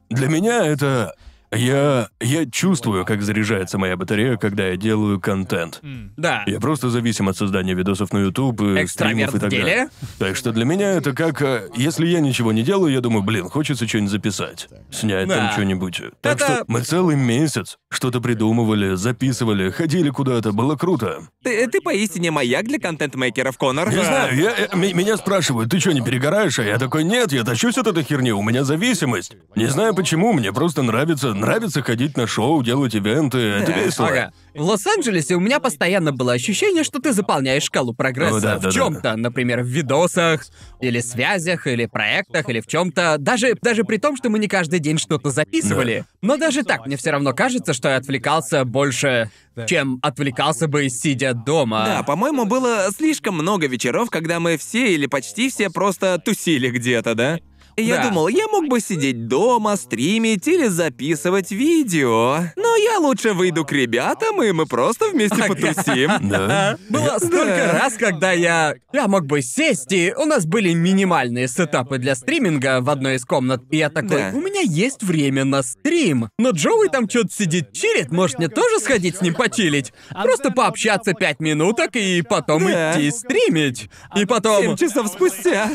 [SPEAKER 1] Для меня это... Я... Я чувствую, как заряжается моя батарея, когда я делаю контент.
[SPEAKER 3] Да.
[SPEAKER 1] Я просто зависим от создания видосов на YouTube и
[SPEAKER 3] Экстраверт
[SPEAKER 1] стримов и так
[SPEAKER 3] в деле?
[SPEAKER 1] далее. Так что для меня это как... э, Если я ничего не делаю, я думаю, блин, хочется что-нибудь записать. Снять
[SPEAKER 3] Да.
[SPEAKER 1] там что-нибудь. Так
[SPEAKER 3] Это-
[SPEAKER 1] что мы целый месяц что-то придумывали, записывали, ходили куда-то, было круто.
[SPEAKER 2] Ты, ты поистине маяк для контент-мейкеров, Конор.
[SPEAKER 1] Не знаю, я- э, м- меня спрашивают, ты что, не перегораешь? А я такой, нет, я тащусь от этой херни, у меня зависимость. Не знаю почему, мне просто нравится, нравится ходить на шоу, делать ивенты, это весело.
[SPEAKER 3] Ага. В Лос-Анджелесе у меня постоянно было ощущение, что ты заполняешь шкалу прогресса
[SPEAKER 1] О, да, да,
[SPEAKER 3] в
[SPEAKER 1] да.
[SPEAKER 3] чем-то, например, в видосах, или связях, или проектах, или в чем-то. Даже, даже при том, что мы не каждый день что-то записывали. Но даже так мне все равно кажется, что я отвлекался больше, чем отвлекался бы, сидя дома.
[SPEAKER 2] Да, по-моему, было слишком много вечеров, когда мы все или почти все просто тусили где-то, да? И я
[SPEAKER 3] Да.
[SPEAKER 2] думал, я мог бы сидеть дома, стримить или записывать видео. Но я лучше выйду к ребятам, и мы просто вместе потусим.
[SPEAKER 1] Да.
[SPEAKER 3] Было столько
[SPEAKER 2] Да.
[SPEAKER 3] раз, когда я... Я мог бы сесть, и у нас были минимальные сетапы для стриминга в одной из комнат, и я
[SPEAKER 2] Да.
[SPEAKER 3] такой, у меня есть время на стрим. Но Джоуи там что-то сидит, чилит, может мне тоже сходить с ним почилить? Просто пообщаться пять минуток и потом
[SPEAKER 2] Да.
[SPEAKER 3] идти стримить. И
[SPEAKER 2] Семь
[SPEAKER 3] потом...
[SPEAKER 2] часов спустя.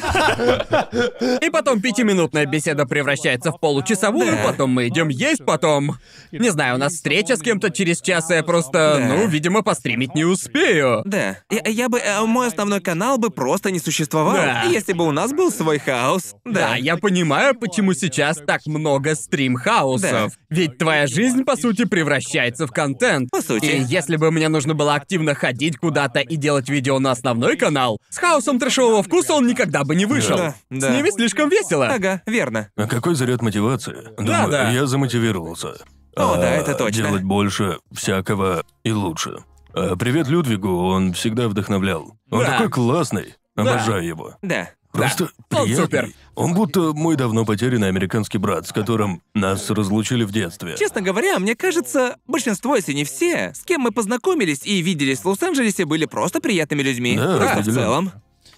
[SPEAKER 3] И потом пятиминутная беседа превращается в получасовую,
[SPEAKER 2] Да.
[SPEAKER 3] потом мы идем есть, потом... Не знаю, у нас встреча с кем-то через час, и я просто,
[SPEAKER 2] Да.
[SPEAKER 3] ну, видимо, постримить не успею.
[SPEAKER 2] Да. Я, я бы... э, Мой основной канал бы просто не существовал,
[SPEAKER 3] Да.
[SPEAKER 2] если бы у нас был свой хаос.
[SPEAKER 3] Да,
[SPEAKER 2] Да.
[SPEAKER 3] я понимаю, почему сейчас так много стрим-хаусов. Ведь твоя жизнь, по сути, превращается в контент.
[SPEAKER 2] По сути.
[SPEAKER 3] И если бы мне нужно было активно ходить куда-то и делать видео на основной канал, с хаосом трэшового вкуса он никогда бы не вышел.
[SPEAKER 2] Да, да.
[SPEAKER 3] С ними слишком весело.
[SPEAKER 2] Ага, верно.
[SPEAKER 1] А какой заряд мотивации? Думаю,
[SPEAKER 3] да.
[SPEAKER 1] я замотивировался.
[SPEAKER 2] О,
[SPEAKER 1] А,
[SPEAKER 2] да, это точно.
[SPEAKER 1] Делать больше всякого и лучше. А, Привет Людвигу, он всегда вдохновлял. Он
[SPEAKER 3] Да.
[SPEAKER 1] такой классный, обожаю его.
[SPEAKER 2] Да.
[SPEAKER 1] Просто
[SPEAKER 3] Он
[SPEAKER 1] приятный.
[SPEAKER 3] супер.
[SPEAKER 1] Он будто мой давно потерянный американский брат, с которым нас разлучили в детстве.
[SPEAKER 2] Честно говоря, мне кажется, большинство, если не все, с кем мы познакомились и виделись в Лос-Анджелесе, были просто приятными людьми.
[SPEAKER 1] Да,
[SPEAKER 2] Просто в
[SPEAKER 1] определенно.
[SPEAKER 2] целом.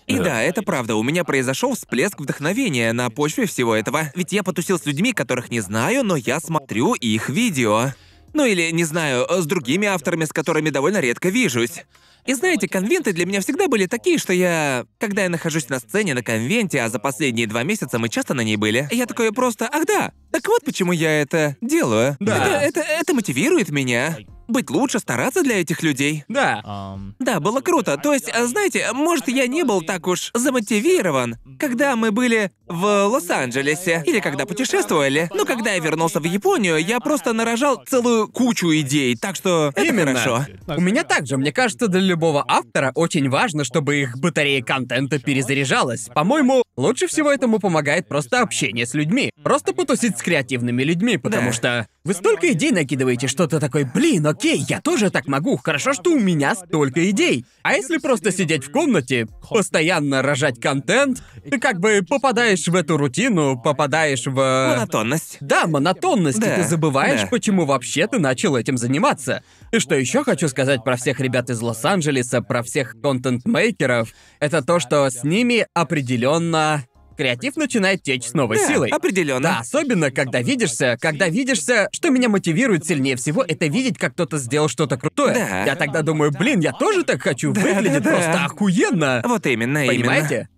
[SPEAKER 2] И
[SPEAKER 1] Да.
[SPEAKER 2] да, это правда, у меня произошел всплеск вдохновения на почве всего этого. Ведь я потусил с людьми, которых не знаю, но я смотрю их видео. Ну или, не знаю, с другими авторами, с которыми довольно редко вижусь. И знаете, конвенты для меня всегда были такие, что я... Когда я нахожусь на сцене на конвенте, а за последние два месяца мы часто на ней были, я такой просто, ах да, так вот почему я это делаю.
[SPEAKER 3] Да.
[SPEAKER 2] Это, это, это мотивирует меня. Быть лучше, стараться для этих людей.
[SPEAKER 3] Да.
[SPEAKER 2] Да, было круто. То есть, э, знаете, может, я не был так уж замотивирован, когда мы были в Лос-Анджелесе или когда путешествовали. Но когда я вернулся в Японию, я просто нарожал целую кучу идей, так что это
[SPEAKER 3] Именно.
[SPEAKER 2] хорошо.
[SPEAKER 3] У меня также, мне кажется, для любого автора очень важно, чтобы их батарея контента перезаряжалась. По-моему, лучше всего этому помогает просто общение с людьми. Просто потусить с креативными людьми, потому
[SPEAKER 2] Да.
[SPEAKER 3] что вы столько идей накидываете, что ты такой, блин, окей, я тоже так могу, хорошо, что у меня столько идей. А если просто сидеть в комнате, постоянно рожать контент, ты как бы попадаешь в эту рутину, попадаешь в...
[SPEAKER 2] Монотонность.
[SPEAKER 3] Да, монотонность,
[SPEAKER 2] Э, Да,
[SPEAKER 3] и ты забываешь,
[SPEAKER 2] да.
[SPEAKER 3] почему вообще ты начал этим заниматься. И что еще хочу сказать про всех ребят из Лос-Анджелеса, про всех контент-мейкеров, это то, что с ними определенно креатив начинает течь с новой
[SPEAKER 2] Да,
[SPEAKER 3] силой.
[SPEAKER 2] определенно.
[SPEAKER 3] Да, особенно когда видишься, когда видишься, что меня мотивирует сильнее всего, это видеть, как кто-то сделал что-то крутое.
[SPEAKER 2] Да.
[SPEAKER 3] Я тогда думаю, блин, я тоже так хочу, выглядит
[SPEAKER 2] да, да.
[SPEAKER 3] просто охуенно.
[SPEAKER 2] Вот именно, именно.
[SPEAKER 3] Понимаете?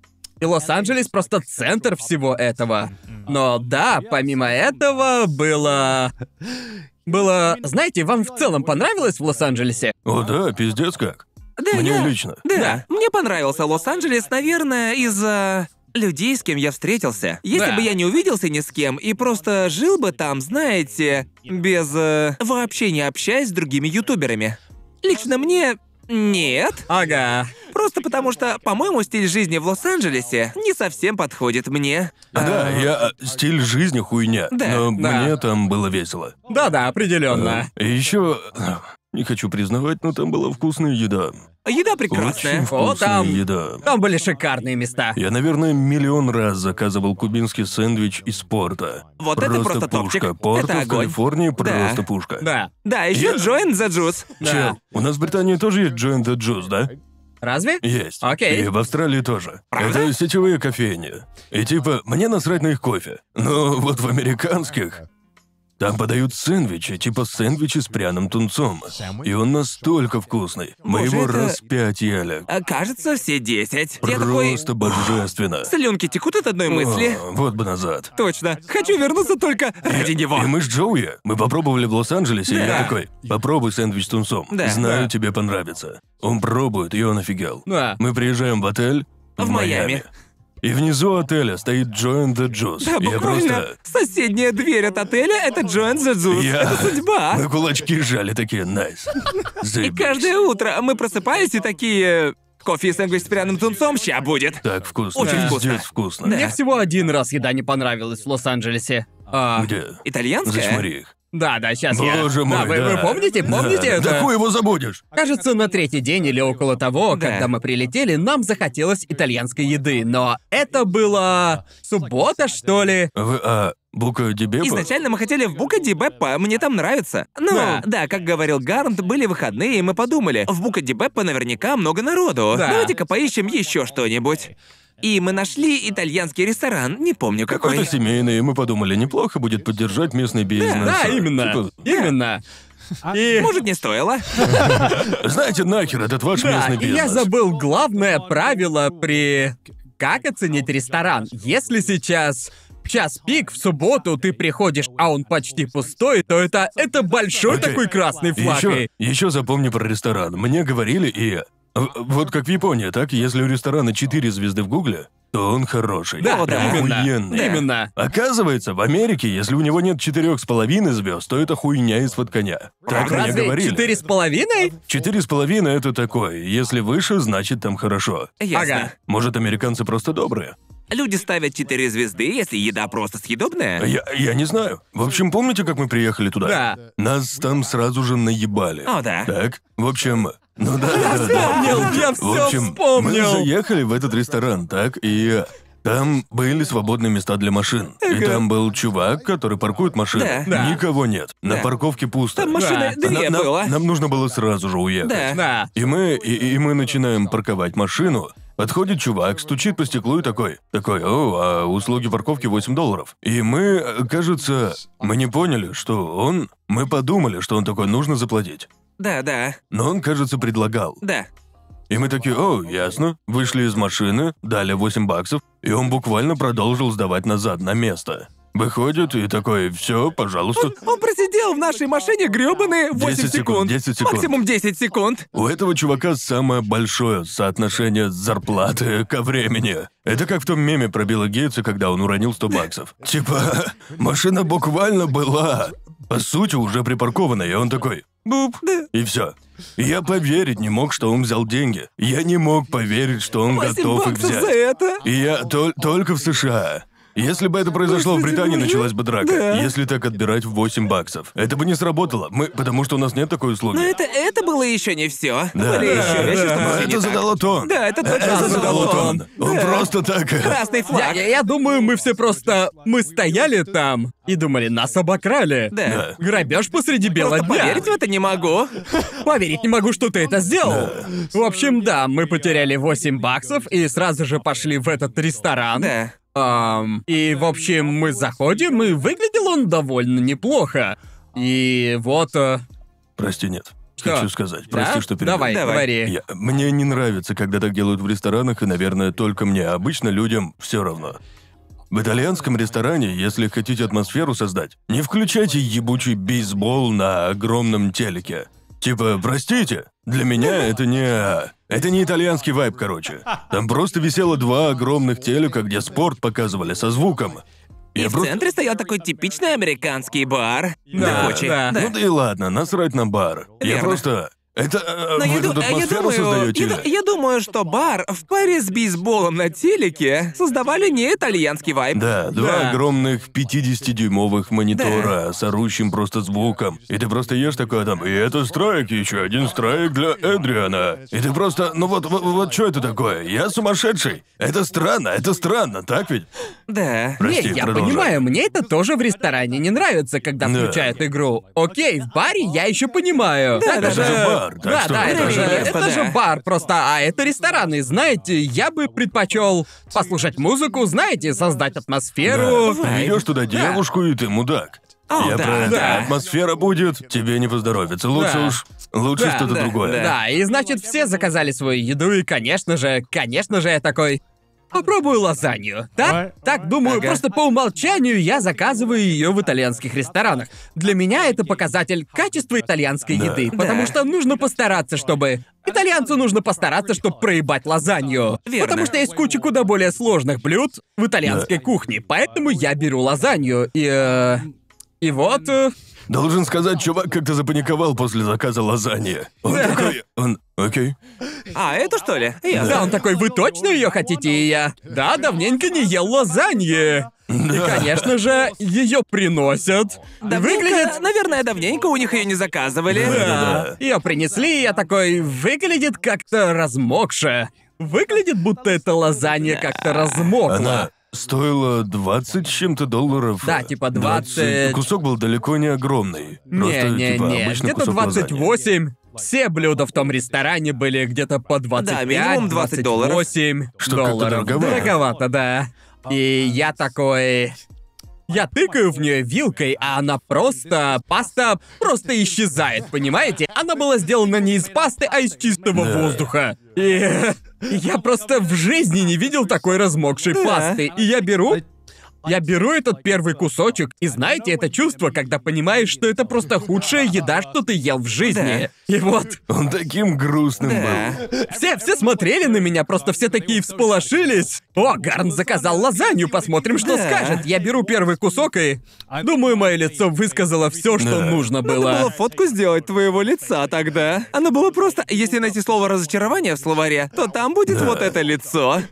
[SPEAKER 3] И Лос-Анджелес просто центр всего этого.
[SPEAKER 2] А, ну,
[SPEAKER 3] Но да, помимо этого было... Было...
[SPEAKER 2] ну,
[SPEAKER 3] Знаете, вам в целом понравилось в Лос-Анджелесе?
[SPEAKER 1] О да, пиздец как.
[SPEAKER 2] Да,
[SPEAKER 1] Мне
[SPEAKER 2] да.
[SPEAKER 1] лично.
[SPEAKER 2] Да.
[SPEAKER 3] Да.
[SPEAKER 2] Мне понравился Лос-Анджелес, наверное, из-за людей, с кем я встретился. Если
[SPEAKER 3] Да.
[SPEAKER 2] бы я не увиделся ни с кем и просто жил бы там, знаете, без... э, вообще не общаясь с другими ютуберами. Лично мне... Нет.
[SPEAKER 3] Ага.
[SPEAKER 2] Просто потому что, по-моему, стиль жизни в Лос-Анджелесе не совсем подходит мне.
[SPEAKER 1] А, Да, я э, стиль жизни хуйня,
[SPEAKER 2] Да,
[SPEAKER 1] но
[SPEAKER 3] да.
[SPEAKER 1] мне там было весело.
[SPEAKER 3] Да-да, определенно.
[SPEAKER 1] И еще не хочу признавать, но там была вкусная еда.
[SPEAKER 2] А, Еда
[SPEAKER 1] Очень
[SPEAKER 2] прекрасная.
[SPEAKER 1] вкусная
[SPEAKER 3] О, там-
[SPEAKER 1] еда.
[SPEAKER 3] Там были шикарные места.
[SPEAKER 1] Я, наверное, миллион раз заказывал кубинский сэндвич из порта.
[SPEAKER 2] Вот это
[SPEAKER 1] просто
[SPEAKER 2] просто
[SPEAKER 1] пушка.
[SPEAKER 2] топчик.
[SPEAKER 1] Порта
[SPEAKER 2] Это
[SPEAKER 1] в
[SPEAKER 2] огонь.
[SPEAKER 1] Калифорнии просто
[SPEAKER 2] Да.
[SPEAKER 1] пушка.
[SPEAKER 3] Да.
[SPEAKER 2] Да, еще
[SPEAKER 1] Я-
[SPEAKER 2] Джоэн за джуз.
[SPEAKER 3] Да.
[SPEAKER 1] Чел, у нас в Британии тоже есть Джоин the Juice, да?
[SPEAKER 3] Разве?
[SPEAKER 1] Есть.
[SPEAKER 3] Окей.
[SPEAKER 1] И в Австралии тоже.
[SPEAKER 2] Правда?
[SPEAKER 1] Это сетевые кофейни. И типа, мне насрать на их кофе. Но вот в американских... Там подают сэндвичи, типа сэндвичи с пряным тунцом. И он настолько вкусный. Мы
[SPEAKER 2] Боже,
[SPEAKER 1] его
[SPEAKER 2] это-
[SPEAKER 1] раз пять ели.
[SPEAKER 2] А, Кажется, все 10. Я такой...
[SPEAKER 1] Просто божественно.
[SPEAKER 2] Слюнки текут от одной мысли.
[SPEAKER 1] О, вот бы назад.
[SPEAKER 2] Точно. Хочу вернуться только ради него.
[SPEAKER 1] И мы с Джоуи, мы попробовали в Лос-Анджелесе, и
[SPEAKER 2] Да.
[SPEAKER 1] я такой, попробуй сэндвич с тунцом.
[SPEAKER 2] Да.
[SPEAKER 1] Знаю,
[SPEAKER 2] Да. Ну,
[SPEAKER 1] тебе понравится. Он пробует, и он офигел.
[SPEAKER 3] Да.
[SPEAKER 1] Мы приезжаем в отель в,
[SPEAKER 2] В Майами.
[SPEAKER 1] И внизу отеля стоит Джоэн the Juice.
[SPEAKER 2] Да,
[SPEAKER 1] я
[SPEAKER 2] буквально.
[SPEAKER 1] просто...
[SPEAKER 2] Соседняя дверь от отеля — это Джоэн Джуз.
[SPEAKER 1] Я-
[SPEAKER 2] Это судьба.
[SPEAKER 1] Мы кулачки жали такие, найс.
[SPEAKER 2] А? И
[SPEAKER 1] Заебись.
[SPEAKER 2] каждое утро мы просыпались и такие... Кофе и сэндвич с пряным тунцом ща будет.
[SPEAKER 1] Так вкусно.
[SPEAKER 2] Очень
[SPEAKER 1] Пиздец
[SPEAKER 2] вкусно.
[SPEAKER 1] вкусно.
[SPEAKER 3] Мне всего один раз еда не понравилась в Лос-Анджелесе. А,
[SPEAKER 1] Где?
[SPEAKER 2] Итальянская?
[SPEAKER 1] Зачмари их.
[SPEAKER 3] да, да, сейчас я.
[SPEAKER 1] Боже мой,
[SPEAKER 3] да, вы,
[SPEAKER 1] да.
[SPEAKER 3] вы помните, помните
[SPEAKER 1] Да.
[SPEAKER 3] это?
[SPEAKER 1] Да хуй его забудешь.
[SPEAKER 3] Кажется, на третий день или около того,
[SPEAKER 2] Да.
[SPEAKER 3] когда мы прилетели, нам захотелось итальянской еды, но это было суббота, что ли?
[SPEAKER 1] Вы, а, Бука Дебеба?
[SPEAKER 2] Изначально мы хотели в Бука ди Беппа, мне там нравится. Но,
[SPEAKER 3] Да.
[SPEAKER 2] да. как говорил Гарнт, были выходные, и мы подумали, в Бука ди Беппа наверняка много народу.
[SPEAKER 3] Да.
[SPEAKER 2] Давайте-ка поищем еще что-нибудь. И мы нашли итальянский ресторан, не помню какой.
[SPEAKER 1] Какой-то семейный, и мы подумали, неплохо будет поддержать местный бизнес.
[SPEAKER 3] Типа. Да, именно.
[SPEAKER 1] Типа,
[SPEAKER 3] Именно. И...
[SPEAKER 2] Может, не стоило?
[SPEAKER 1] Типа, Знаете, нахер этот ваш
[SPEAKER 3] Да,
[SPEAKER 1] местный
[SPEAKER 3] и
[SPEAKER 1] бизнес.
[SPEAKER 3] я забыл главное правило при... Как оценить ресторан? Если сейчас час пик в субботу ты приходишь, а он почти пустой, то это это большой
[SPEAKER 1] Окей.
[SPEAKER 3] такой красный флаг.
[SPEAKER 1] Еще,
[SPEAKER 3] и-
[SPEAKER 1] еще запомни про ресторан. Мне говорили и... в- Вот как в Японии, так? Если у ресторана 4 звезды в Гугле, то он хороший.
[SPEAKER 3] Да,
[SPEAKER 1] Прям
[SPEAKER 2] да.
[SPEAKER 1] охуенный.
[SPEAKER 3] именно. Именно.
[SPEAKER 1] Оказывается, в Америке, если у него нет четырех с половиной звезд, то это хуйня из-под коня. Так мне
[SPEAKER 3] Разве
[SPEAKER 1] говорили.
[SPEAKER 3] четыре с половиной?
[SPEAKER 1] Четыре с половиной это такое. Если выше, значит там хорошо.
[SPEAKER 2] Ясно.
[SPEAKER 3] Ага.
[SPEAKER 1] Может, американцы просто добрые?
[SPEAKER 2] Люди ставят 4 звезды, если еда просто съедобная.
[SPEAKER 1] Я, я не знаю. В общем, помните, как мы приехали туда?
[SPEAKER 3] Да.
[SPEAKER 1] Нас там сразу же наебали.
[SPEAKER 2] О, да.
[SPEAKER 1] Так, в общем, ну да, да, да.
[SPEAKER 3] Вспомнил, я
[SPEAKER 1] В
[SPEAKER 3] все
[SPEAKER 1] общем, мы
[SPEAKER 3] вспомнил.
[SPEAKER 1] заехали в этот ресторан, так, и там были свободные места для машин. И там был чувак, который паркует машину.
[SPEAKER 2] Да. Да.
[SPEAKER 1] Никого нет. На
[SPEAKER 2] Да.
[SPEAKER 1] парковке пусто.
[SPEAKER 2] Там машины
[SPEAKER 3] Да.
[SPEAKER 2] две
[SPEAKER 1] На- на-
[SPEAKER 2] было.
[SPEAKER 1] Нам нужно было сразу же уехать.
[SPEAKER 2] Да.
[SPEAKER 3] Да.
[SPEAKER 1] И мы, и, и мы начинаем парковать машину. Подходит чувак, стучит по стеклу и такой, такой, о, а услуги парковки 8 долларов. И мы, э, кажется, мы не поняли, что он, мы подумали, что он такой, нужно заплатить.
[SPEAKER 2] Да, да,
[SPEAKER 1] Но он, кажется, предлагал.
[SPEAKER 2] да.
[SPEAKER 1] И мы такие, о, ясно. Вышли из машины, дали 8 баксов, и он буквально продолжил сдавать назад на место. Выходит и такой, все, пожалуйста.
[SPEAKER 2] Он просидел в нашей машине грёбаные 8
[SPEAKER 1] 10 секунд, 10 секунд.
[SPEAKER 2] Максимум 10 секунд.
[SPEAKER 1] У этого чувака самое большое соотношение зарплаты ко времени. Это как в том меме про Билла Гейтса, когда он уронил 100 баксов. Типа, машина буквально была, по сути, уже припаркована, и он такой,
[SPEAKER 2] Буп. Да.
[SPEAKER 1] и все. Я поверить не мог, что он взял деньги. Я не мог поверить, что он
[SPEAKER 2] 8
[SPEAKER 1] готов их
[SPEAKER 2] баксов за
[SPEAKER 1] взять.
[SPEAKER 2] это.
[SPEAKER 1] И я тол- только в США. Если бы это произошло в
[SPEAKER 2] Господи,
[SPEAKER 1] Британии,
[SPEAKER 2] боже.
[SPEAKER 1] началась бы драка.
[SPEAKER 2] Да.
[SPEAKER 1] Если так отбирать 8 баксов. Это бы не сработало. Мы, потому что у нас нет такой услуги.
[SPEAKER 2] Но это, это было еще не все.
[SPEAKER 1] Да,
[SPEAKER 2] Были
[SPEAKER 1] да,
[SPEAKER 2] еще
[SPEAKER 1] да.
[SPEAKER 2] вещи, что
[SPEAKER 1] Но
[SPEAKER 2] пошли
[SPEAKER 1] это
[SPEAKER 2] не так.
[SPEAKER 1] задало тон.
[SPEAKER 2] Да, это точно
[SPEAKER 1] Это
[SPEAKER 2] задало
[SPEAKER 1] задало
[SPEAKER 2] тон.
[SPEAKER 1] тон. Он
[SPEAKER 2] Да.
[SPEAKER 1] просто так. э,
[SPEAKER 2] Красный
[SPEAKER 3] Я,
[SPEAKER 2] флаг.
[SPEAKER 3] я- я думаю, мы все просто... Мы стояли там и думали, нас обокрали.
[SPEAKER 2] Да.
[SPEAKER 1] Да.
[SPEAKER 3] Грабеж посреди белого
[SPEAKER 2] Просто
[SPEAKER 3] дня.
[SPEAKER 2] поверить в это не могу.
[SPEAKER 3] Поверить не могу, что ты это сделал. В общем, да, мы потеряли 8 баксов и сразу же пошли в этот ресторан.
[SPEAKER 2] Да.
[SPEAKER 3] Ам, и, в общем, мы заходим, и выглядел он довольно неплохо. И вот... э,
[SPEAKER 1] Прости, нет.
[SPEAKER 3] Что?
[SPEAKER 1] Хочу сказать.
[SPEAKER 3] да?
[SPEAKER 1] Прости, что перебил.
[SPEAKER 3] Давай,
[SPEAKER 2] Давай.
[SPEAKER 3] говори.
[SPEAKER 1] Я- Мне не нравится, когда так делают в ресторанах, и, наверное, только мне. Обычно людям все равно. В итальянском ресторане, если хотите атмосферу создать, не включайте ебучий бейсбол на огромном телеке. Типа, простите, для меня это не... Это не итальянский вайб, короче. Там просто висело два огромных телека, где спорт показывали со звуком.
[SPEAKER 2] И
[SPEAKER 1] Я
[SPEAKER 2] в
[SPEAKER 1] просто-
[SPEAKER 2] центре стоял такой типичный американский бар.
[SPEAKER 3] Да,
[SPEAKER 2] Дохочий.
[SPEAKER 3] да.
[SPEAKER 1] Ну да и ладно, насрать на бар. Я
[SPEAKER 2] Верно.
[SPEAKER 1] просто... Это... э,
[SPEAKER 2] Но
[SPEAKER 1] вы
[SPEAKER 2] Ну, я,
[SPEAKER 1] тут
[SPEAKER 2] ду- я
[SPEAKER 1] атмосферу
[SPEAKER 2] думаю,
[SPEAKER 1] создаете?
[SPEAKER 2] я, ду- я думаю, что бар в паре с бейсболом на телеке создавали не итальянский вайб.
[SPEAKER 1] Да, два
[SPEAKER 3] Да.
[SPEAKER 1] огромных 50-дюймовых монитора с орущим просто звуком. И ты просто ешь такое там, и это страйк, еще один страйк для Эдриана. И ты просто, ну вот, вот, что это такое? Я сумасшедший. Это странно, это странно, так ведь?
[SPEAKER 2] Да.
[SPEAKER 1] Прости,
[SPEAKER 3] не, я
[SPEAKER 1] продолжай.
[SPEAKER 3] понимаю, мне это тоже в ресторане не нравится, когда
[SPEAKER 1] Да.
[SPEAKER 3] включают игру. Окей, в баре я еще понимаю.
[SPEAKER 1] Это
[SPEAKER 3] Даже
[SPEAKER 1] же бар. бар, так
[SPEAKER 3] Да,
[SPEAKER 1] что
[SPEAKER 3] да, это
[SPEAKER 2] это
[SPEAKER 3] же,
[SPEAKER 2] же
[SPEAKER 3] это
[SPEAKER 2] РПД.
[SPEAKER 3] же бар просто, а это ресторан. И знаете, я бы предпочел послушать музыку, знаете, создать атмосферу.
[SPEAKER 1] Ты ведешь туда девушку, и ты мудак.
[SPEAKER 2] О,
[SPEAKER 1] Я
[SPEAKER 2] да,
[SPEAKER 1] про это.
[SPEAKER 2] да.
[SPEAKER 1] Атмосфера будет, тебе не поздоровится. Лучше
[SPEAKER 3] Да.
[SPEAKER 1] уж... Лучше
[SPEAKER 3] Да,
[SPEAKER 1] что-то
[SPEAKER 2] да,
[SPEAKER 1] другое.
[SPEAKER 2] да.
[SPEAKER 3] Да, и значит, все заказали свою еду, и, конечно же, конечно же, я такой... Попробую лазанью, да?
[SPEAKER 4] Ой.
[SPEAKER 3] Так думаю,
[SPEAKER 2] Ага.
[SPEAKER 3] просто по умолчанию я заказываю ее в итальянских ресторанах. Для меня это показатель качества итальянской
[SPEAKER 1] Да.
[SPEAKER 3] еды,
[SPEAKER 1] Да.
[SPEAKER 3] потому что нужно постараться, чтобы... Итальянцу нужно постараться, чтобы проебать лазанью.
[SPEAKER 2] Верно.
[SPEAKER 3] Потому что есть куча куда более сложных блюд в итальянской кухне, поэтому я беру лазанью, и... э, И вот... э,
[SPEAKER 1] Должен сказать, чувак как-то запаниковал после заказа лазаньи. Он такой... Он... Окей.
[SPEAKER 2] А, это что ли? Ясно.
[SPEAKER 3] Да, он такой, вы точно ее хотите? И я, да, давненько не ел лазаньи. И, конечно же, ее приносят.
[SPEAKER 2] Давненько-
[SPEAKER 3] Выглядит...
[SPEAKER 2] Наверное, давненько у них ее не заказывали.
[SPEAKER 1] Да-да-да.
[SPEAKER 3] Ее принесли, и я такой, выглядит как-то размокше. Выглядит, будто эта лазанья как-то размокла.
[SPEAKER 1] Она стоила 20 с чем-то долларов.
[SPEAKER 3] Да, типа 20.
[SPEAKER 1] Кусок был далеко не огромный. Просто,
[SPEAKER 3] Не-не-не,
[SPEAKER 1] типа, обычный
[SPEAKER 3] где-то
[SPEAKER 1] кусок лазаньи.
[SPEAKER 3] 28. Все блюда в том ресторане были где-то по 25,
[SPEAKER 2] минимум 20 долларов.
[SPEAKER 3] 28
[SPEAKER 1] Что как-то
[SPEAKER 3] долларов.
[SPEAKER 1] дороговато.
[SPEAKER 3] Дороговато, да. И я такой... Я тыкаю в нее вилкой, а она просто... Паста просто исчезает, понимаете? Она была сделана не из пасты, а из чистого
[SPEAKER 1] Да.
[SPEAKER 3] воздуха. И... Я просто в жизни не видел такой размокшей
[SPEAKER 2] Да.
[SPEAKER 3] пасты. И я беру... Я беру этот первый кусочек, и знаете, это чувство, когда понимаешь, что это просто худшая еда, что ты ел в жизни. И вот,
[SPEAKER 1] Он таким грустным
[SPEAKER 2] Да.
[SPEAKER 3] все, все смотрели на меня, просто все такие всполошились. О, Гарн заказал лазанью, посмотрим, что
[SPEAKER 2] Да.
[SPEAKER 3] скажет. Я беру первый кусок и... Думаю, мое лицо высказало все, что
[SPEAKER 1] Да.
[SPEAKER 3] нужно было.
[SPEAKER 2] Надо Ну, было фотку сделать твоего лица тогда. Оно было просто... Если найти слово «разочарование» в словаре, то там будет вот это лицо.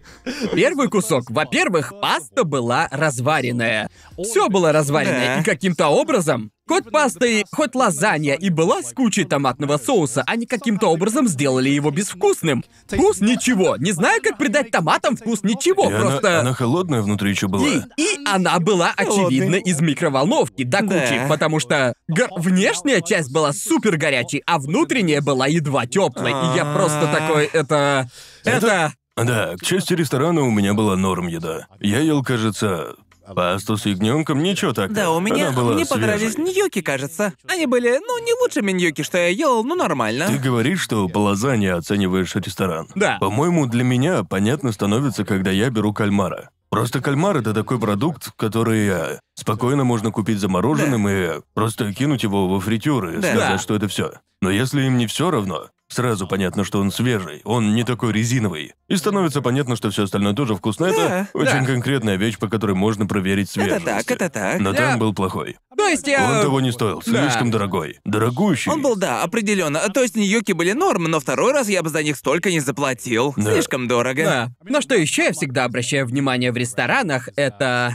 [SPEAKER 3] Первый кусок. Во-первых, паста была разваренная. Все было разваренное,
[SPEAKER 2] Да.
[SPEAKER 3] и каким-то образом... Хоть паста и хоть лазанья и была с кучей томатного соуса, они каким-то образом сделали его безвкусным. Вкус ничего. Не знаю, как придать томатам вкус ничего,
[SPEAKER 1] был. И она-
[SPEAKER 3] просто...
[SPEAKER 1] она, холодная внутри еще была.
[SPEAKER 3] И, и она была, очевидно,
[SPEAKER 2] Холодный.
[SPEAKER 3] из микроволновки до кучи,
[SPEAKER 2] Да.
[SPEAKER 3] потому что го- внешняя часть была супер горячей, а внутренняя была едва теплой. И я просто такой, это... Это...
[SPEAKER 1] Да, к чести ресторана у меня была норм еда. Я ел, кажется, пасту с ягненком, ничего так.
[SPEAKER 2] Да, у меня...
[SPEAKER 1] Она была
[SPEAKER 2] Мне
[SPEAKER 1] свежей.
[SPEAKER 2] понравились ньюки, кажется. Они были, ну, не лучшими ньюки, что я ел, но нормально.
[SPEAKER 1] Ты говоришь, что по лазанье оцениваешь ресторан.
[SPEAKER 3] Да.
[SPEAKER 1] По-моему, для меня понятно становится, когда я беру кальмара. Просто кальмар — это такой продукт, который э, спокойно можно купить замороженным и э, просто кинуть его во фритюр и
[SPEAKER 2] Да.
[SPEAKER 1] сказать,
[SPEAKER 3] Да.
[SPEAKER 1] что это все. Но если им не все равно, сразу понятно, что он свежий, он не такой резиновый. И становится понятно, что все остальное тоже вкусно. Это
[SPEAKER 2] Да,
[SPEAKER 1] очень
[SPEAKER 3] да.
[SPEAKER 1] конкретная вещь, по которой можно проверить
[SPEAKER 2] Это
[SPEAKER 1] свежесть.
[SPEAKER 2] так, это так.
[SPEAKER 1] Но
[SPEAKER 3] Я-
[SPEAKER 1] там был плохой.
[SPEAKER 3] То есть я...
[SPEAKER 1] Он того не стоил,
[SPEAKER 3] да.
[SPEAKER 1] слишком дорогой. Дорогущий.
[SPEAKER 2] Он был, да, определенно. То есть ньюки были норм, но второй раз я бы за них столько не заплатил.
[SPEAKER 1] Да.
[SPEAKER 2] Слишком дорого.
[SPEAKER 3] Да. На что еще я всегда обращаю внимание в ресторанах, это...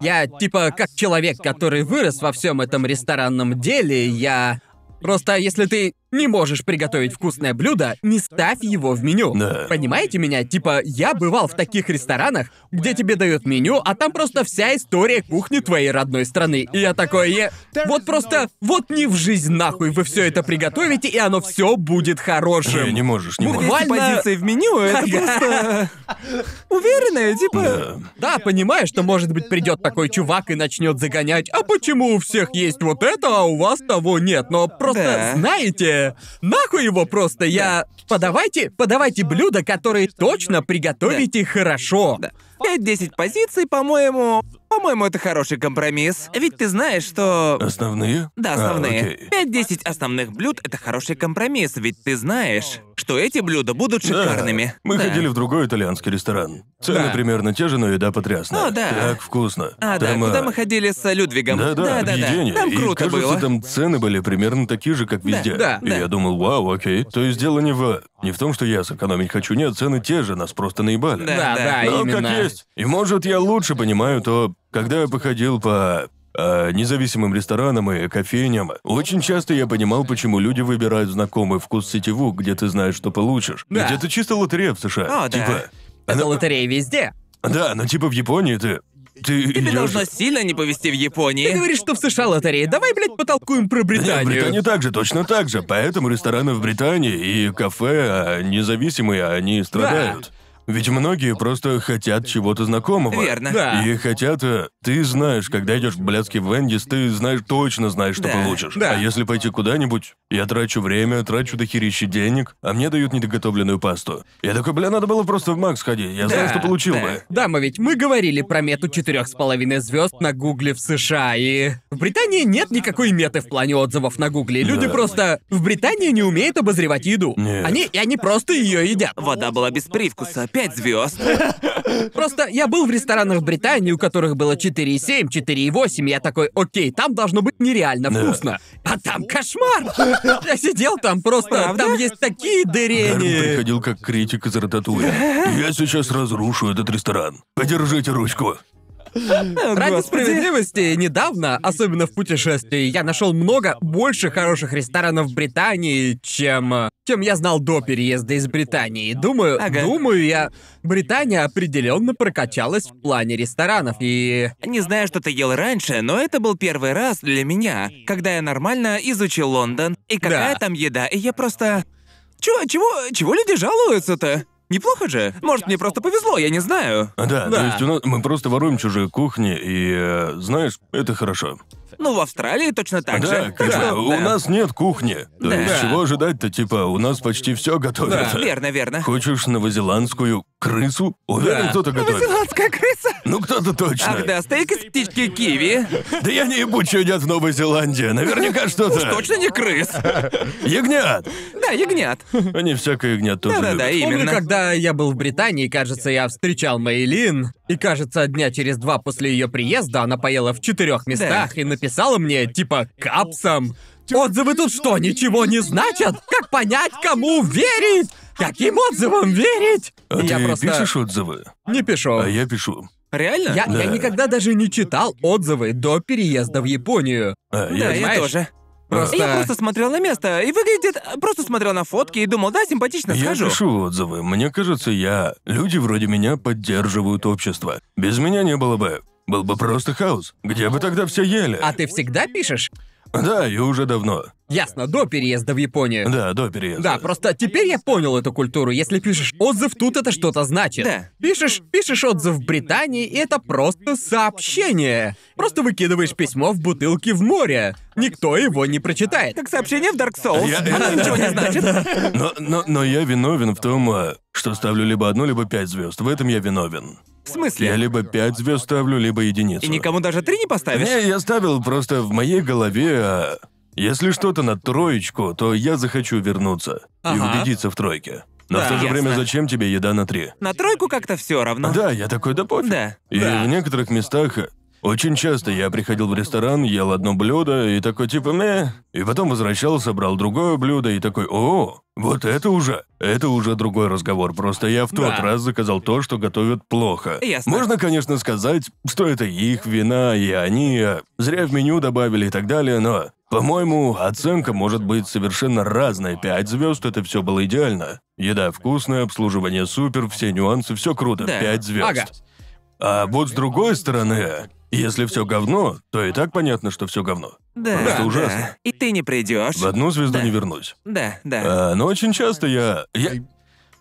[SPEAKER 3] Я, типа, как человек, который вырос во всем этом ресторанном деле, я... Просто если ты не можешь приготовить вкусное блюдо, не ставь его в меню.
[SPEAKER 1] Да.
[SPEAKER 3] Понимаете меня? Типа, я бывал в таких ресторанах, где тебе дают меню, а там просто вся история кухни твоей родной страны. И я такой, я... вот просто, вот не в жизнь нахуй вы все это приготовите, и оно все будет хорошим.
[SPEAKER 1] Не, не можешь, не
[SPEAKER 3] Ну,
[SPEAKER 1] можешь.
[SPEAKER 2] Эти
[SPEAKER 3] буквально-
[SPEAKER 2] позиции в меню, это просто... Уверенная, типа...
[SPEAKER 1] Да.
[SPEAKER 3] Да, понимаю, что, может быть, придет такой чувак и начнет загонять, а почему у всех есть вот это, а у вас того нет? Но просто,
[SPEAKER 2] Да.
[SPEAKER 3] знаете, нахуй его просто, я... Подавайте, подавайте блюда, которые точно приготовите хорошо.
[SPEAKER 2] 5-10 позиций, по-моему... По-моему, это хороший компромисс. Ведь ты знаешь, что...
[SPEAKER 1] Основные? А,
[SPEAKER 2] Да, основные.
[SPEAKER 1] окей.
[SPEAKER 2] 5-10 основных блюд — это хороший компромисс, ведь ты знаешь, что эти блюда будут
[SPEAKER 1] Да.
[SPEAKER 2] шикарными.
[SPEAKER 1] Мы
[SPEAKER 2] Да.
[SPEAKER 1] ходили в другой итальянский ресторан. Цены
[SPEAKER 3] Да.
[SPEAKER 1] примерно те же, но еда потрясная.
[SPEAKER 2] О, да.
[SPEAKER 1] Так вкусно.
[SPEAKER 2] А, да,
[SPEAKER 1] Там,
[SPEAKER 2] куда
[SPEAKER 1] а,
[SPEAKER 2] мы ходили
[SPEAKER 3] э,
[SPEAKER 2] с Людвигом.
[SPEAKER 1] Да, да,
[SPEAKER 2] да,
[SPEAKER 1] объедение.
[SPEAKER 2] Там
[SPEAKER 1] И,
[SPEAKER 2] круто
[SPEAKER 1] кажется,
[SPEAKER 2] было.
[SPEAKER 1] там цены были примерно такие же, как везде.
[SPEAKER 3] да,
[SPEAKER 1] И
[SPEAKER 2] да.
[SPEAKER 1] я думал, вау, окей. То есть дело не в... Не в том, что я сэкономить хочу, нет, цены те же, нас просто наебали.
[SPEAKER 2] Да,
[SPEAKER 3] Да, да,
[SPEAKER 2] да.
[SPEAKER 1] Но
[SPEAKER 3] А, именно.
[SPEAKER 1] Ну, как есть. И может, я лучше понимаю, то когда я походил по э, независимым ресторанам и кофейням, очень часто я понимал, почему люди выбирают знакомый вкус сетеву, где ты знаешь, что получишь.
[SPEAKER 3] Да.
[SPEAKER 1] Ведь это чисто лотерея в США.
[SPEAKER 2] А, да.
[SPEAKER 1] типа,
[SPEAKER 3] Это лотерея везде.
[SPEAKER 1] да, но типа в Японии ты... Ты
[SPEAKER 2] Тебе
[SPEAKER 1] идёшь-
[SPEAKER 2] должно сильно не повезти в Японии.
[SPEAKER 3] Ты
[SPEAKER 1] Э.
[SPEAKER 3] говоришь, что в США лотерея. Давай, блядь, потолкуем про
[SPEAKER 1] Да, в
[SPEAKER 3] Британию.
[SPEAKER 1] Британии также, точно так же. Поэтому рестораны в Британии и кафе а, независимые, они страдают. Ведь многие просто хотят чего-то знакомого.
[SPEAKER 2] Верно.
[SPEAKER 3] Да.
[SPEAKER 1] И хотят... э, Ты знаешь, когда идешь в блядский Вендис, ты знаешь, точно знаешь, что
[SPEAKER 2] Да,
[SPEAKER 1] получишь.
[SPEAKER 3] да.
[SPEAKER 1] А если пойти куда-нибудь, я трачу время, трачу дохерища денег, а мне дают недоготовленную пасту. Я такой, бля, надо было просто в Макс ходить, я знаю,
[SPEAKER 2] Да,
[SPEAKER 1] что получил
[SPEAKER 2] да.
[SPEAKER 1] бы.
[SPEAKER 3] Да, мы ведь мы говорили про мету четырех с половиной звезд на Гугле в США, и в Британии нет никакой меты в плане отзывов на Гугле. Люди
[SPEAKER 1] Да.
[SPEAKER 3] просто в Британии не умеют обозревать еду.
[SPEAKER 1] Нет.
[SPEAKER 3] Они и они просто ее едят.
[SPEAKER 2] Вода была без привкуса, пять звезд.
[SPEAKER 3] Просто я был в ресторанах в Британии, у которых было 4,7, 4,8, и я такой, окей, там должно быть нереально вкусно. А там кошмар! Я сидел там просто, там есть такие
[SPEAKER 1] Гарн
[SPEAKER 3] дырени.
[SPEAKER 1] приходил как критик из Рататуя. Я сейчас разрушу этот ресторан. Подержите ручку.
[SPEAKER 3] Ради
[SPEAKER 2] Господи.
[SPEAKER 3] справедливости, недавно, особенно в путешествии, я нашел много больше хороших ресторанов в Британии, чем э, чем я знал до переезда из Британии. Думаю,
[SPEAKER 2] Ага.
[SPEAKER 3] думаю, я Британия определенно прокачалась в плане ресторанов и
[SPEAKER 2] Не знаю, что ты ел раньше, но это был первый раз для меня, когда я нормально изучил Лондон. И какая
[SPEAKER 3] Да.
[SPEAKER 2] там еда, и я просто... Чего, чего, чего люди жалуются-то? Неплохо же. Может, мне просто повезло, я не знаю.
[SPEAKER 1] А, Да,
[SPEAKER 3] Да.
[SPEAKER 1] то есть у нас мы просто воруем чужие кухни, и э, знаешь, это хорошо.
[SPEAKER 2] Ну, в Австралии точно так
[SPEAKER 1] да,
[SPEAKER 2] же.
[SPEAKER 1] как
[SPEAKER 2] Да,
[SPEAKER 1] бы, у
[SPEAKER 2] да.
[SPEAKER 1] нас нет кухни. То
[SPEAKER 2] Да.
[SPEAKER 1] есть
[SPEAKER 3] Да.
[SPEAKER 1] чего ожидать-то, типа, у нас почти все готовят.
[SPEAKER 2] Верно, верно.
[SPEAKER 1] Хочешь новозеландскую крысу? Уверен,
[SPEAKER 3] Да.
[SPEAKER 1] кто-то готовит.
[SPEAKER 2] Новозеландская крыса.
[SPEAKER 1] Ну кто-то точно.
[SPEAKER 2] Ах да, стейк из птички киви.
[SPEAKER 1] Да я не ебу, что едят в Новой Зеландии. Наверняка что-то.
[SPEAKER 2] Точно не крыс.
[SPEAKER 1] Ягнят.
[SPEAKER 2] Да, ягнят.
[SPEAKER 1] Они всякое ягнят тоже
[SPEAKER 2] Да-да-да,
[SPEAKER 1] любят.
[SPEAKER 2] именно.
[SPEAKER 3] Помню, когда я был в Британии, кажется, я встречал Мэйлин, и кажется, дня через два после ее приезда она поела в четырех местах и написала мне типа капсом. Отзывы тут что, ничего не значат? Как понять, кому верить? Каким отзывам верить?
[SPEAKER 1] А ты
[SPEAKER 3] И я просто
[SPEAKER 1] пишешь отзывы?
[SPEAKER 3] не пишу.
[SPEAKER 1] А я пишу.
[SPEAKER 2] Реально?
[SPEAKER 3] Я,
[SPEAKER 1] Да.
[SPEAKER 3] я никогда даже не читал отзывы до переезда в Японию.
[SPEAKER 1] А,
[SPEAKER 2] Ну Да,
[SPEAKER 1] я...
[SPEAKER 2] я
[SPEAKER 3] Понимаешь?
[SPEAKER 2] тоже.
[SPEAKER 3] Просто-
[SPEAKER 2] Я просто смотрел на место и выглядит... Просто смотрел на фотки и думал, да, симпатично,
[SPEAKER 1] Я
[SPEAKER 2] схожу.
[SPEAKER 1] пишу отзывы. Мне кажется, я... Люди вроде меня поддерживают общество. Без меня не было бы. Был бы просто хаос. Где бы тогда все ели?
[SPEAKER 3] А ты всегда пишешь?
[SPEAKER 1] Да, и уже давно.
[SPEAKER 3] Ясно, до переезда в Японию.
[SPEAKER 1] Да, до переезда.
[SPEAKER 3] Да, просто теперь я понял эту культуру. Если пишешь отзыв, тут это что-то значит.
[SPEAKER 2] Да.
[SPEAKER 3] Пишешь, пишешь отзыв в Британии, и это просто сообщение. Просто выкидываешь письмо в бутылке в море. Никто его не прочитает.
[SPEAKER 2] Как сообщение в Dark Souls.
[SPEAKER 1] Я-
[SPEAKER 2] Оно ничего не значит.
[SPEAKER 1] Но, но, но я виновен в том, а, что ставлю либо одну, либо пять звезд. В этом я виновен.
[SPEAKER 2] В
[SPEAKER 1] Я
[SPEAKER 2] смысле?
[SPEAKER 1] либо пять звезд ставлю, либо единицу.
[SPEAKER 2] И никому даже три не поставишь?
[SPEAKER 1] Не, я ставил просто в моей голове. а, Если что-то на троечку, то я захочу вернуться и
[SPEAKER 3] Ага.
[SPEAKER 1] убедиться в тройке. Но
[SPEAKER 3] Да,
[SPEAKER 1] в то же
[SPEAKER 2] ясно.
[SPEAKER 1] время зачем тебе еда на три?
[SPEAKER 2] На тройку как-то все равно.
[SPEAKER 1] Да, я такой, да пофиг.
[SPEAKER 2] Да.
[SPEAKER 1] И
[SPEAKER 3] Да.
[SPEAKER 1] в некоторых местах э, очень часто я приходил в ресторан, ел одно блюдо и такой типа мeh, и потом возвращался, брал другое блюдо и такой, о, вот это уже, это уже другой разговор. Просто я в тот
[SPEAKER 3] Да.
[SPEAKER 1] раз заказал то, что готовят плохо.
[SPEAKER 2] Ясно.
[SPEAKER 1] Можно, конечно, сказать, что это их вина и они э, зря в меню добавили и так далее, но по-моему, оценка может быть совершенно разной. Пять звезд это все было идеально. Еда вкусная, обслуживание супер, все нюансы, все круто.
[SPEAKER 2] Да.
[SPEAKER 1] Пять звезд.
[SPEAKER 3] Ага.
[SPEAKER 1] А вот с другой стороны, если все говно, то и так понятно, что все говно.
[SPEAKER 2] Да.
[SPEAKER 1] Просто
[SPEAKER 2] да.
[SPEAKER 1] ужасно.
[SPEAKER 2] И ты не придешь.
[SPEAKER 1] В одну звезду
[SPEAKER 2] Да.
[SPEAKER 1] не вернусь.
[SPEAKER 2] Да, да.
[SPEAKER 1] А, но очень часто я, я.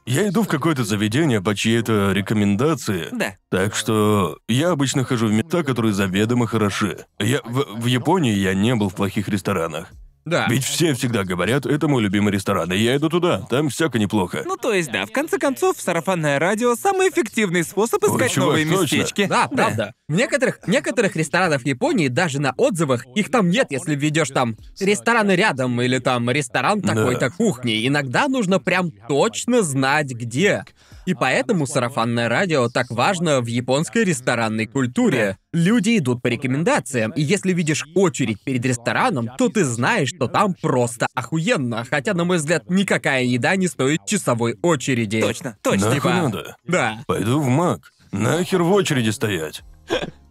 [SPEAKER 1] Я иду в какое-то заведение по чьей-то рекомендации,
[SPEAKER 2] Да.
[SPEAKER 1] так что я обычно хожу в места, которые заведомо хороши. Я в, в Японии я не был в плохих ресторанах.
[SPEAKER 3] Да.
[SPEAKER 1] Ведь все всегда говорят, это мой любимый ресторан, и я иду туда, там всяко неплохо.
[SPEAKER 2] Ну, то есть, да, в конце концов, сарафанное радио — самый эффективный способ искать
[SPEAKER 1] чувак,
[SPEAKER 2] новые
[SPEAKER 1] точно.
[SPEAKER 2] местечки.
[SPEAKER 3] Да, правда. В некоторых, в некоторых ресторанах Японии даже на отзывах их там нет, если введешь там рестораны рядом или там ресторан
[SPEAKER 1] Да.
[SPEAKER 3] такой-то кухни. Иногда нужно прям точно знать, где. И поэтому сарафанное радио так важно в японской ресторанной культуре. Люди идут по рекомендациям, и если видишь очередь перед рестораном, то ты знаешь, что там просто охуенно. Хотя, на мой взгляд, никакая еда не стоит часовой очереди.
[SPEAKER 2] Точно, точно.
[SPEAKER 1] Нахуй
[SPEAKER 3] типа-
[SPEAKER 1] надо.
[SPEAKER 3] Да.
[SPEAKER 1] Пойду в Мак. Нахер в очереди стоять.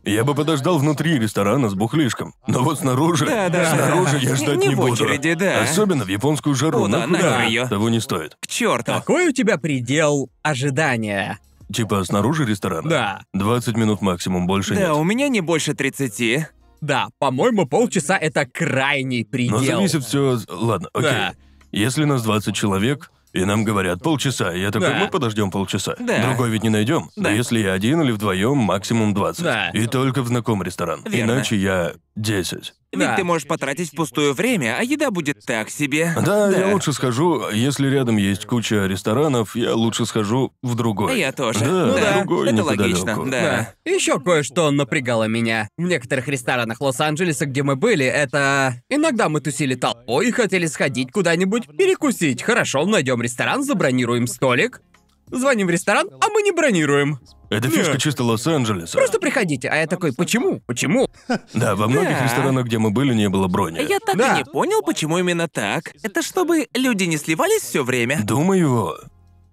[SPEAKER 1] Я бы подождал внутри ресторана с бухлишком. Но вот снаружи...
[SPEAKER 2] Да, да.
[SPEAKER 1] Снаружи я
[SPEAKER 2] Не-
[SPEAKER 1] ждать не,
[SPEAKER 2] не в
[SPEAKER 1] буду. А
[SPEAKER 2] очереди, да.
[SPEAKER 1] Особенно в японскую жару.
[SPEAKER 2] О, да,
[SPEAKER 1] нахуй
[SPEAKER 2] нахер
[SPEAKER 1] надо.
[SPEAKER 2] её.
[SPEAKER 1] Того не стоит.
[SPEAKER 2] К черту.
[SPEAKER 3] Какой у тебя предел ожидания?
[SPEAKER 1] Типа снаружи ресторана?
[SPEAKER 3] Да.
[SPEAKER 1] 20 минут максимум, больше
[SPEAKER 2] Да,
[SPEAKER 1] нет.
[SPEAKER 2] у меня не больше 30.
[SPEAKER 3] Да, по-моему, полчаса это крайний предел.
[SPEAKER 1] Но зависит все... Ладно, окей.
[SPEAKER 3] Да.
[SPEAKER 1] Если нас 20 человек, и нам говорят полчаса, я такой,
[SPEAKER 3] Да.
[SPEAKER 1] мы подождем полчаса.
[SPEAKER 2] Да.
[SPEAKER 1] Другой ведь не найдем.
[SPEAKER 2] Да.
[SPEAKER 1] Если я один или вдвоем, максимум 20.
[SPEAKER 3] Да.
[SPEAKER 1] И только в знакомый ресторан.
[SPEAKER 2] Верно.
[SPEAKER 1] Иначе я 10.
[SPEAKER 2] Ведь
[SPEAKER 3] Да.
[SPEAKER 2] ты можешь потратить впустую время, а еда будет так себе.
[SPEAKER 1] Да, я лучше схожу, если рядом есть куча ресторанов, я лучше схожу в другой.
[SPEAKER 2] А Я тоже.
[SPEAKER 1] Да,
[SPEAKER 2] Ну да,
[SPEAKER 1] другой
[SPEAKER 2] это
[SPEAKER 1] неподалеку.
[SPEAKER 2] логично,
[SPEAKER 3] Да. Еще кое-что напрягало меня. В некоторых ресторанах Лос-Анджелеса, где мы были, это... Иногда мы тусили толпой и хотели сходить куда-нибудь перекусить. Хорошо, найдем ресторан, забронируем столик. Звоним в ресторан, а мы не бронируем.
[SPEAKER 1] Это фишка чисто Лос-Анджелеса.
[SPEAKER 3] Просто приходите. А я такой, почему? Почему?
[SPEAKER 1] Да, во многих
[SPEAKER 2] Да.
[SPEAKER 1] ресторанах, где мы были, не было брони.
[SPEAKER 2] А Я так
[SPEAKER 3] Да.
[SPEAKER 2] и не понял, почему именно так. Это чтобы люди не сливались все время.
[SPEAKER 1] Думаю,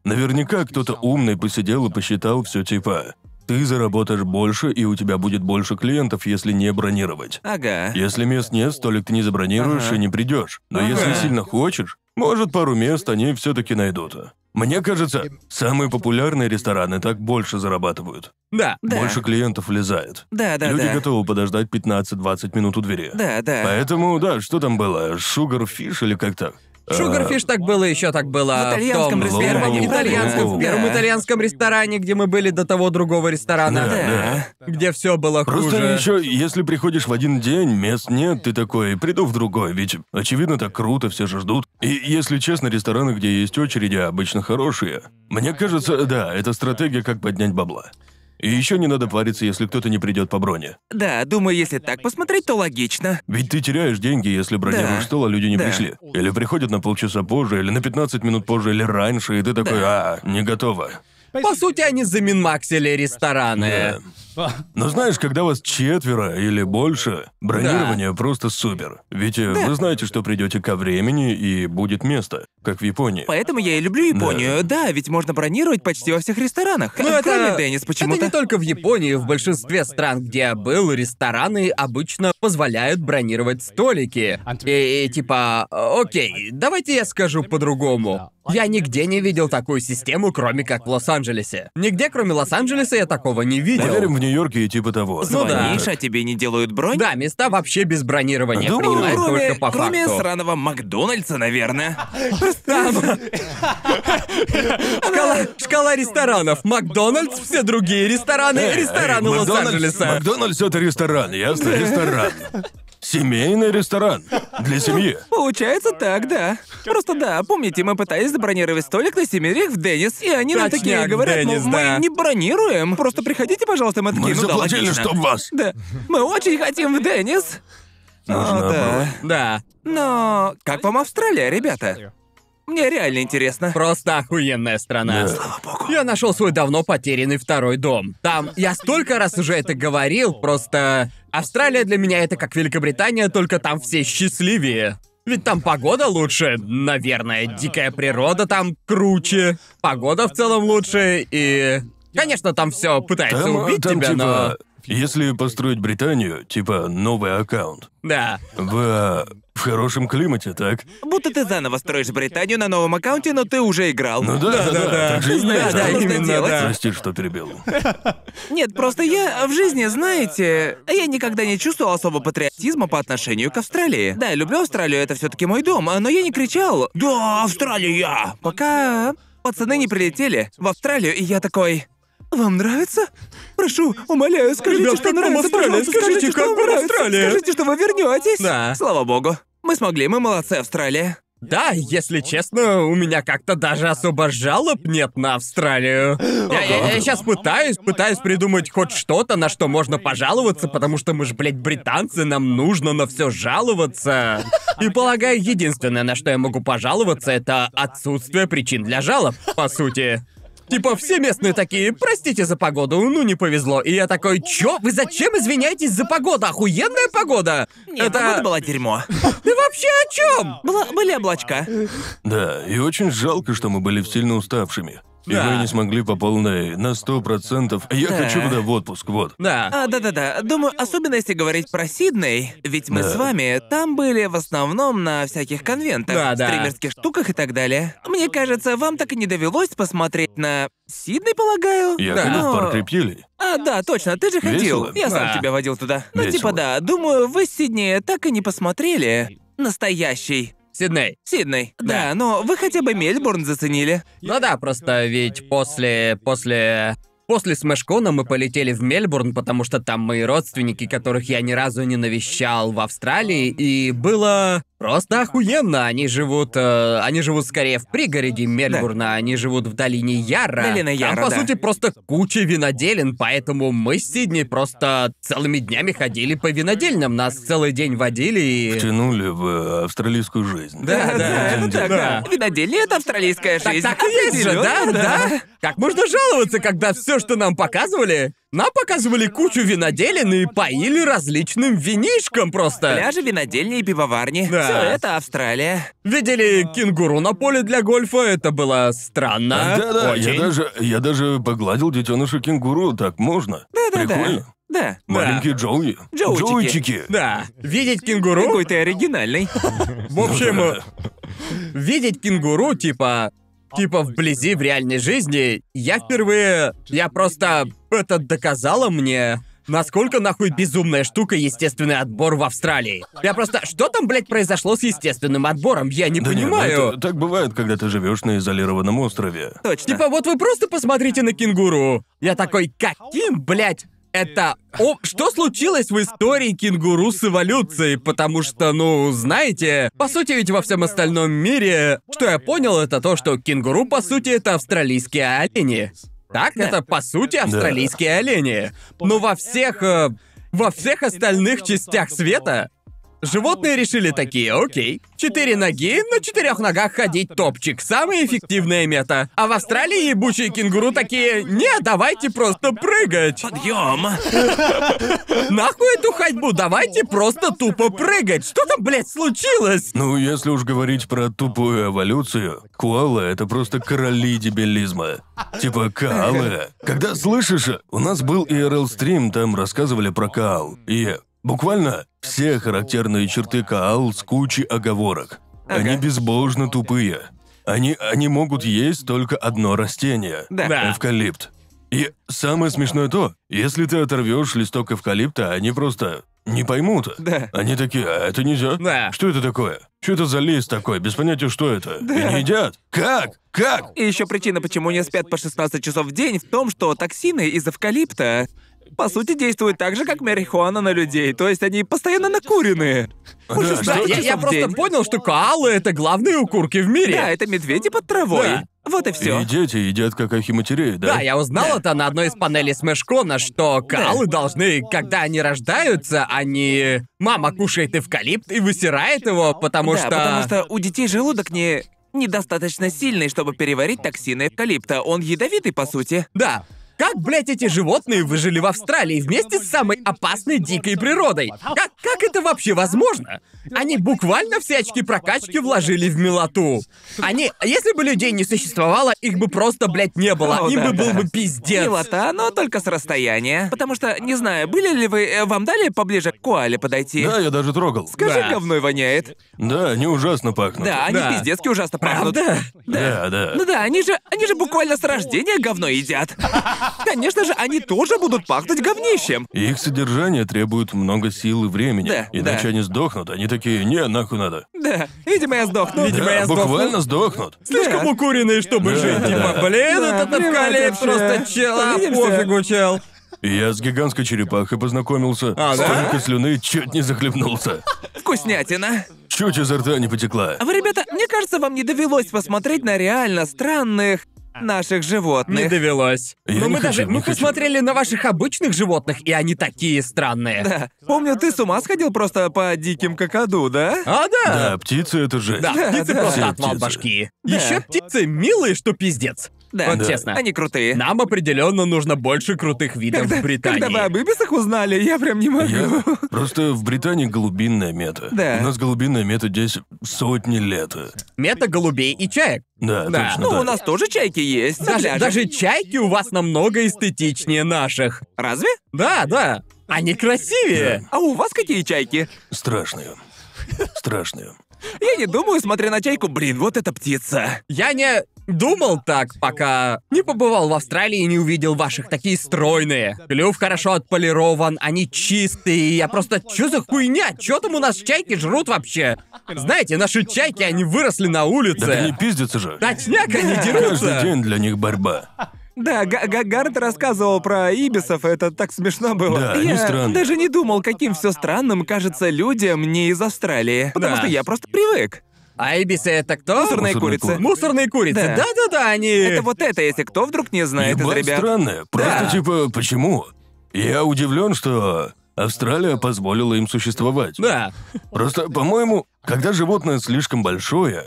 [SPEAKER 1] наверняка кто-то умный посидел и посчитал все типа. Ты заработаешь больше, и у тебя будет больше клиентов, если не бронировать.
[SPEAKER 2] Ага.
[SPEAKER 1] Если мест нет, столик ты не забронируешь
[SPEAKER 2] Ага.
[SPEAKER 1] и не придешь. Но
[SPEAKER 2] Ага.
[SPEAKER 1] если сильно хочешь, может, пару мест они все-таки найдут. Мне кажется, самые популярные рестораны так больше зарабатывают.
[SPEAKER 3] Да.
[SPEAKER 2] Да.
[SPEAKER 1] Больше клиентов влезает.
[SPEAKER 2] Да, да,
[SPEAKER 1] Люди
[SPEAKER 2] да.
[SPEAKER 1] готовы подождать 15-20 минут у двери.
[SPEAKER 2] Да, да.
[SPEAKER 1] Поэтому, да, что там было? Шугарфиш или как-то? А,
[SPEAKER 3] Шугарфиш так было, еще так
[SPEAKER 2] В
[SPEAKER 3] было.
[SPEAKER 2] итальянском
[SPEAKER 3] том
[SPEAKER 1] ресторане,
[SPEAKER 3] первом
[SPEAKER 1] правильно?
[SPEAKER 3] итальянском, в первом
[SPEAKER 2] Да.
[SPEAKER 3] итальянском ресторане, где мы были до того другого ресторана,
[SPEAKER 1] Да,
[SPEAKER 2] Да.
[SPEAKER 3] где все было
[SPEAKER 1] Просто
[SPEAKER 3] хуже.
[SPEAKER 1] еще, если приходишь в один день, мест нет, ты такой, приду в другой, ведь очевидно так круто, все же ждут. И если честно, рестораны, где есть очереди, обычно хорошие. Мне кажется, да, это стратегия, как поднять бабла. И еще не надо париться, если кто-то не придет по броне.
[SPEAKER 2] Да, думаю, если так посмотреть, то логично.
[SPEAKER 1] Ведь ты теряешь деньги, если бронируешь
[SPEAKER 2] Да.
[SPEAKER 1] стол, а люди не
[SPEAKER 2] Да.
[SPEAKER 1] пришли. Или приходят на полчаса позже, или на 15 минут позже, или раньше, и ты такой, а, не готово.
[SPEAKER 3] По сути, они заминмаксили рестораны.
[SPEAKER 2] Э,
[SPEAKER 1] Да. Э, Но знаешь, когда вас четверо или больше, бронирование просто супер. Ведь э, вы знаете, что придете ко времени и будет место, как в Японии.
[SPEAKER 2] Поэтому я и люблю Японию. Да, ведь можно бронировать почти во всех ресторанах.
[SPEAKER 3] Ну, это-
[SPEAKER 2] Кроме Деннис почему-то.
[SPEAKER 3] Это не только в Японии, в большинстве стран, где я был, рестораны обычно позволяют бронировать столики. И, и типа, окей, давайте я скажу по-другому. Я нигде не видел такую систему, кроме как в Лос-Анджелесе. Нигде, кроме Лос-Анджелеса, я такого не видел.
[SPEAKER 1] Наверное, в Нью-Йорке и типа того.
[SPEAKER 3] ну да.
[SPEAKER 2] Звонишь, а тебе не делают бронь?
[SPEAKER 3] Да, места вообще без бронирования
[SPEAKER 1] Думаю,
[SPEAKER 3] принимают
[SPEAKER 2] кроме,
[SPEAKER 3] только по
[SPEAKER 2] кроме
[SPEAKER 3] факту.
[SPEAKER 2] сраного Макдональдса, наверное.
[SPEAKER 3] Шкала, А шкала ресторанов. Макдональдс, все другие рестораны,
[SPEAKER 1] Э,
[SPEAKER 3] рестораны
[SPEAKER 1] эй, Макдональдс-
[SPEAKER 3] Лос-Анджелеса.
[SPEAKER 1] Макдональдс это ресторан, ясно? Ресторан. Семейный ресторан. Для семьи.
[SPEAKER 2] Получается так, да. Просто да, помните, мы пытались забронировать столик на Семерих в Деннис, и они нам
[SPEAKER 3] Точняк,
[SPEAKER 2] такие
[SPEAKER 3] в
[SPEAKER 2] говорят, мол,
[SPEAKER 3] Деннис,
[SPEAKER 2] мы
[SPEAKER 3] да.
[SPEAKER 2] не бронируем, просто приходите, пожалуйста, мы
[SPEAKER 1] Мы
[SPEAKER 2] такие, ну да,
[SPEAKER 1] заплатили,
[SPEAKER 2] логично».
[SPEAKER 1] чтоб вас.
[SPEAKER 2] Да, мы очень хотим в Деннис.
[SPEAKER 1] Нужно
[SPEAKER 2] О, да.
[SPEAKER 1] было.
[SPEAKER 3] Да,
[SPEAKER 2] Но как вам Австралия, ребята? Мне реально интересно.
[SPEAKER 3] Просто охуенная страна. Я нашел свой давно потерянный второй дом. Там я столько раз уже это говорил, просто Австралия для меня это как Великобритания, только там все счастливее. Ведь там погода лучше, наверное, дикая природа там круче, погода в целом лучше и, конечно, там все пытается
[SPEAKER 1] Там,
[SPEAKER 3] убить
[SPEAKER 1] там,
[SPEAKER 3] тебя,
[SPEAKER 1] типа,
[SPEAKER 3] но
[SPEAKER 1] если построить Британию, типа новый аккаунт,
[SPEAKER 3] да.
[SPEAKER 1] в, в хорошем климате, так?
[SPEAKER 2] Будто ты заново строишь Британию на новом аккаунте, но ты уже играл.
[SPEAKER 1] Ну да, да, да,
[SPEAKER 3] да.
[SPEAKER 1] так же и
[SPEAKER 2] Знаешь,
[SPEAKER 1] есть.
[SPEAKER 2] что нужно
[SPEAKER 3] именно,
[SPEAKER 2] делать?
[SPEAKER 3] да.
[SPEAKER 1] Прости, что перебил.
[SPEAKER 2] Нет, просто я в жизни, знаете, я никогда не чувствовал особо патриотизма по отношению к Австралии. Да, люблю Австралию, это все-таки мой дом, а, но я не кричал «Да, Австралия!» Пока пацаны не прилетели в Австралию, и я такой «Вам нравится? Прошу, умоляю, скажите,
[SPEAKER 3] Ребят,
[SPEAKER 2] что
[SPEAKER 3] как вам
[SPEAKER 2] нравится,
[SPEAKER 3] Австралия?
[SPEAKER 2] пожалуйста,
[SPEAKER 3] Скажите,
[SPEAKER 2] что
[SPEAKER 3] как
[SPEAKER 2] вам
[SPEAKER 3] вам
[SPEAKER 2] нравится,
[SPEAKER 3] Австралия?»
[SPEAKER 2] Скажите, что вы вернетесь!»
[SPEAKER 3] Да.
[SPEAKER 2] Слава богу. Мы смогли, мы молодцы, Австралия.
[SPEAKER 3] Да, если честно, у меня как-то даже особо жалоб нет на Австралию. Я, сейчас пытаюсь, пытаюсь придумать хоть что-то, на что можно пожаловаться, потому что мы же, блядь, британцы, нам нужно на все жаловаться. И полагаю, единственное, на что я могу пожаловаться, это отсутствие причин для жалоб, по сути. Типа все местные такие, простите за погоду, ну не повезло. И я такой, чё? Вы зачем извиняетесь за погоду? Охуенная погода!
[SPEAKER 2] Нет, погода
[SPEAKER 3] это...
[SPEAKER 2] была дерьмо.
[SPEAKER 3] Ты вообще о чем?
[SPEAKER 2] Была- были облачка.
[SPEAKER 1] Да, и очень жалко, что мы были сильно уставшими. И
[SPEAKER 3] Да.
[SPEAKER 1] вы не смогли по полной, на сто процентов. Я
[SPEAKER 2] Да.
[SPEAKER 1] хочу туда в отпуск, вот.
[SPEAKER 3] Да.
[SPEAKER 2] А, да-да-да. Думаю, особенно если говорить про Сидней, ведь мы
[SPEAKER 1] Да.
[SPEAKER 2] с вами там были в основном на всяких конвентах,
[SPEAKER 3] Да-да.
[SPEAKER 2] стримерских штуках и так далее. Мне кажется, вам так и не довелось посмотреть на Сидней, полагаю.
[SPEAKER 1] Я
[SPEAKER 3] Да. Ну.
[SPEAKER 1] ходил в
[SPEAKER 2] Но-
[SPEAKER 1] парк репьелей.
[SPEAKER 2] А, да, точно, ты же ходил.
[SPEAKER 1] Весело?
[SPEAKER 2] Я сам
[SPEAKER 3] Да.
[SPEAKER 2] тебя водил туда. Ну,
[SPEAKER 1] Весело.
[SPEAKER 2] типа, да, думаю, вы с Сиднея так и не посмотрели. Настоящий.
[SPEAKER 3] Сидней.
[SPEAKER 2] Сидней.
[SPEAKER 3] Да.
[SPEAKER 2] Да. но вы хотя бы Мельбурн заценили.
[SPEAKER 3] Ну да, просто ведь после... после... После Смешкона мы полетели в Мельбурн, потому что там мои родственники, которых я ни разу не навещал в Австралии, и было просто охуенно. Они живут, э, они живут скорее в пригороде Мельбурна, они живут в долине Яра.
[SPEAKER 2] Долина
[SPEAKER 3] там,
[SPEAKER 2] Яра,
[SPEAKER 3] по
[SPEAKER 2] да.
[SPEAKER 3] сути, просто куча виноделин, поэтому мы с Сидней просто целыми днями ходили по винодельням, нас целый день водили и...
[SPEAKER 1] Тянули в э, австралийскую жизнь.
[SPEAKER 3] Да, Ну да,
[SPEAKER 2] это так, да. Виноделие — это австралийская
[SPEAKER 3] Так,
[SPEAKER 2] жизнь.
[SPEAKER 3] так и есть же, да,
[SPEAKER 2] Определённо,
[SPEAKER 3] да. Как можно жаловаться, когда все, что нам показывали, нам показывали кучу виноделин и поили различным винишком просто.
[SPEAKER 2] Пляжи, винодельни и пивоварни.
[SPEAKER 3] Да.
[SPEAKER 2] Все это Австралия.
[SPEAKER 3] Видели кенгуру на поле для гольфа, это было странно.
[SPEAKER 1] Да-да,
[SPEAKER 3] Очень.
[SPEAKER 1] я даже, я даже погладил детеныша кенгуру, так можно.
[SPEAKER 2] Да-да-да.
[SPEAKER 1] Прикольно.
[SPEAKER 2] Да.
[SPEAKER 1] Маленькие Джоуи.
[SPEAKER 2] Джоутики.
[SPEAKER 1] Джоутики.
[SPEAKER 3] Да, видеть кенгуру,
[SPEAKER 2] Какой ты оригинальный.
[SPEAKER 3] в общем, э, видеть кенгуру, типа, типа вблизи в реальной жизни, я впервые, я просто, это доказало мне, насколько нахуй безумная штука естественный отбор в Австралии. Я просто, что там, блядь, произошло с естественным отбором, я не
[SPEAKER 1] Да не, ну
[SPEAKER 3] понимаю.
[SPEAKER 1] это- так бывает, когда ты живешь на изолированном острове.
[SPEAKER 2] Точно.
[SPEAKER 3] Типа, вот вы просто посмотрите на кенгуру. Я такой, каким, блядь, это... О, что случилось в истории кенгуру с эволюцией? Потому что, ну, знаете, по сути ведь во всем остальном мире, что я понял, это то, что кенгуру, по сути, это австралийские олени. Так, это, по сути, австралийские олени. Но во всех... э, во всех остальных частях света Животные решили такие, окей. Четыре ноги, на четырех ногах ходить топчик. Самая эффективная мета. А в Австралии ебучие кенгуру такие, не, давайте просто прыгать.
[SPEAKER 2] Подъем.
[SPEAKER 3] Нахуй эту ходьбу, давайте просто тупо прыгать. Что там, блядь, случилось?
[SPEAKER 1] Ну, если уж говорить про тупую эволюцию, куалы — это просто короли дебилизма. Типа каалы. Когда слышишь, у нас был ИРЛ-стрим, там рассказывали про каал. И буквально все характерные черты каал с кучей оговорок. Они безбожно тупые. Они, они могут есть только одно растение.
[SPEAKER 2] Да.
[SPEAKER 3] Да.
[SPEAKER 1] Эвкалипт. И самое смешное то, если ты оторвешь листок эвкалипта, они просто не поймут.
[SPEAKER 2] Да.
[SPEAKER 1] Они такие, а это нельзя?
[SPEAKER 3] Да.
[SPEAKER 1] Что это такое? Что это за лист такой? Без понятия, что это. И не едят. Как? Как?
[SPEAKER 2] И еще причина, почему не спят по 16 часов в день, в том, что токсины из эвкалипта, по сути, действуют так же, как марихуана на людей. То есть они постоянно накуренные.
[SPEAKER 3] А,
[SPEAKER 2] По
[SPEAKER 1] Да,
[SPEAKER 2] 16
[SPEAKER 3] Да, я,
[SPEAKER 2] часов
[SPEAKER 3] я
[SPEAKER 2] в
[SPEAKER 3] просто
[SPEAKER 2] день.
[SPEAKER 3] понял, что коалы — это главные укурки в мире.
[SPEAKER 2] Да, это медведи под травой.
[SPEAKER 3] Да.
[SPEAKER 2] Вот и все.
[SPEAKER 1] И дети едят как ахиматерей, да?
[SPEAKER 3] Да, я узнал это на одной из панелей Смешкона, что коалы должны, когда они рождаются, они... Мама кушает эвкалипт и высирает его, потому
[SPEAKER 2] Да,
[SPEAKER 3] что...
[SPEAKER 2] потому что у детей желудок не недостаточно сильный, чтобы переварить токсины эвкалипта. Он ядовитый, по сути.
[SPEAKER 3] Да. Как, блядь, эти животные выжили в Австралии вместе с самой опасной дикой природой? Как, как это вообще возможно? Они буквально все очки прокачки вложили в милоту. Они... Если бы людей не существовало, их бы просто, блядь, не было.
[SPEAKER 2] О,
[SPEAKER 3] Им
[SPEAKER 2] да,
[SPEAKER 3] бы был
[SPEAKER 2] да.
[SPEAKER 3] бы пиздец.
[SPEAKER 2] Милота, но только с расстояния. Потому что, не знаю, были ли вы... э, Вам дали поближе к куале подойти?
[SPEAKER 1] Да, я даже трогал.
[SPEAKER 2] Скажи,
[SPEAKER 3] Да.
[SPEAKER 2] говной воняет.
[SPEAKER 1] Да, они ужасно пахнут.
[SPEAKER 2] Да, они
[SPEAKER 3] Да.
[SPEAKER 2] пиздецки ужасно пахнут.
[SPEAKER 3] Правда?
[SPEAKER 1] Да, да.
[SPEAKER 2] Ну да, они же, они же буквально с рождения говно едят. Конечно же, они тоже будут пахнуть говнищем.
[SPEAKER 1] Их содержание требует много сил и времени.
[SPEAKER 2] Да,
[SPEAKER 1] Иначе
[SPEAKER 2] да.
[SPEAKER 1] они сдохнут. Они такие, не, нахуй надо.
[SPEAKER 2] Да, видимо, Типа, я сдохну.
[SPEAKER 3] Видимо,
[SPEAKER 1] Да,
[SPEAKER 3] я сдохну.
[SPEAKER 1] буквально сдохнут.
[SPEAKER 3] Слишком
[SPEAKER 2] Да.
[SPEAKER 3] укуренные, чтобы
[SPEAKER 1] Да,
[SPEAKER 3] жить.
[SPEAKER 1] да,
[SPEAKER 3] Типа,
[SPEAKER 1] да.
[SPEAKER 3] блин,
[SPEAKER 2] Да,
[SPEAKER 3] этот
[SPEAKER 2] блин,
[SPEAKER 3] эвкалипт
[SPEAKER 2] это вообще.
[SPEAKER 3] просто чела,
[SPEAKER 2] Увидимся.
[SPEAKER 3] пофигу, чел.
[SPEAKER 1] И Я с гигантской черепахой познакомился.
[SPEAKER 3] А, да?
[SPEAKER 1] Столько слюны чуть не захлебнулся.
[SPEAKER 2] Вкуснятина.
[SPEAKER 1] Чуть изо рта не потекла.
[SPEAKER 2] А Вы, ребята, мне кажется, вам не довелось посмотреть на реально странных наших животных.
[SPEAKER 3] Не довелось.
[SPEAKER 1] Я
[SPEAKER 3] Но
[SPEAKER 1] не
[SPEAKER 3] мы
[SPEAKER 1] хочу,
[SPEAKER 3] даже
[SPEAKER 1] не
[SPEAKER 3] мы
[SPEAKER 1] хочу.
[SPEAKER 3] посмотрели на ваших обычных животных, и они такие странные.
[SPEAKER 2] Да. Помню, ты с ума сходил просто по диким какаду, да?
[SPEAKER 3] А да.
[SPEAKER 1] Да, птицы это жесть.
[SPEAKER 3] Да, птицы
[SPEAKER 2] да.
[SPEAKER 3] просто
[SPEAKER 1] Все
[SPEAKER 3] отвал
[SPEAKER 1] птицы.
[SPEAKER 3] башки.
[SPEAKER 2] Да.
[SPEAKER 3] Еще птицы милые, что пиздец.
[SPEAKER 2] Да.
[SPEAKER 3] Вот честно.
[SPEAKER 2] Они крутые.
[SPEAKER 3] Нам определенно нужно больше крутых видов в Британии.
[SPEAKER 2] Когда вы об ибисах узнали, я прям не могу.
[SPEAKER 1] Я- Ну Просто в Британии голубинная мета.
[SPEAKER 2] Да.
[SPEAKER 1] У нас голубинная мета здесь сотни лет.
[SPEAKER 3] Мета голубей и чаек.
[SPEAKER 1] Да,
[SPEAKER 3] Да.
[SPEAKER 1] точно
[SPEAKER 2] Ну,
[SPEAKER 1] так.
[SPEAKER 2] у нас тоже чайки есть. на
[SPEAKER 3] Даже,
[SPEAKER 2] пляже.
[SPEAKER 3] даже чайки у вас намного эстетичнее наших.
[SPEAKER 2] Разве?
[SPEAKER 3] Да, да. Они красивее.
[SPEAKER 2] А у вас какие чайки?
[SPEAKER 1] Страшные. Страшные.
[SPEAKER 2] Я не думаю, смотря на чайку, блин, вот эта птица.
[SPEAKER 3] Я не думал так, пока не побывал в Австралии и не увидел ваших. Такие стройные. Клюв хорошо отполирован, они чистые. Я просто, чё за хуйня? Чё там у нас чайки жрут вообще? Знаете, наши чайки, они выросли на
[SPEAKER 1] Так они
[SPEAKER 3] улице.
[SPEAKER 1] пиздятся же.
[SPEAKER 3] Точняк, они
[SPEAKER 1] Каждый
[SPEAKER 3] дерутся.
[SPEAKER 1] день для них борьба.
[SPEAKER 2] Да, Га- Га- Гаррет рассказывал про ибисов, это так смешно было.
[SPEAKER 1] Да,
[SPEAKER 2] я
[SPEAKER 1] они странные.
[SPEAKER 2] даже не думал, каким все странным кажется людям не из Австралии. Потому
[SPEAKER 3] Да.
[SPEAKER 2] что я просто привык.
[SPEAKER 3] Айбисы А это
[SPEAKER 1] А,
[SPEAKER 3] кто?
[SPEAKER 2] Мусорные
[SPEAKER 1] Мусорные
[SPEAKER 2] курицы.
[SPEAKER 1] курицы.
[SPEAKER 3] Мусорные курицы.
[SPEAKER 2] Да.
[SPEAKER 3] Да-да-да, они...
[SPEAKER 2] Это вот это, если кто вдруг не знает из
[SPEAKER 1] Ебать
[SPEAKER 2] ребят.
[SPEAKER 1] странное. Просто
[SPEAKER 3] Да.
[SPEAKER 1] типа, почему? Я удивлен, что Австралия позволила им существовать.
[SPEAKER 3] Да.
[SPEAKER 1] Просто, по-моему, когда животное слишком большое,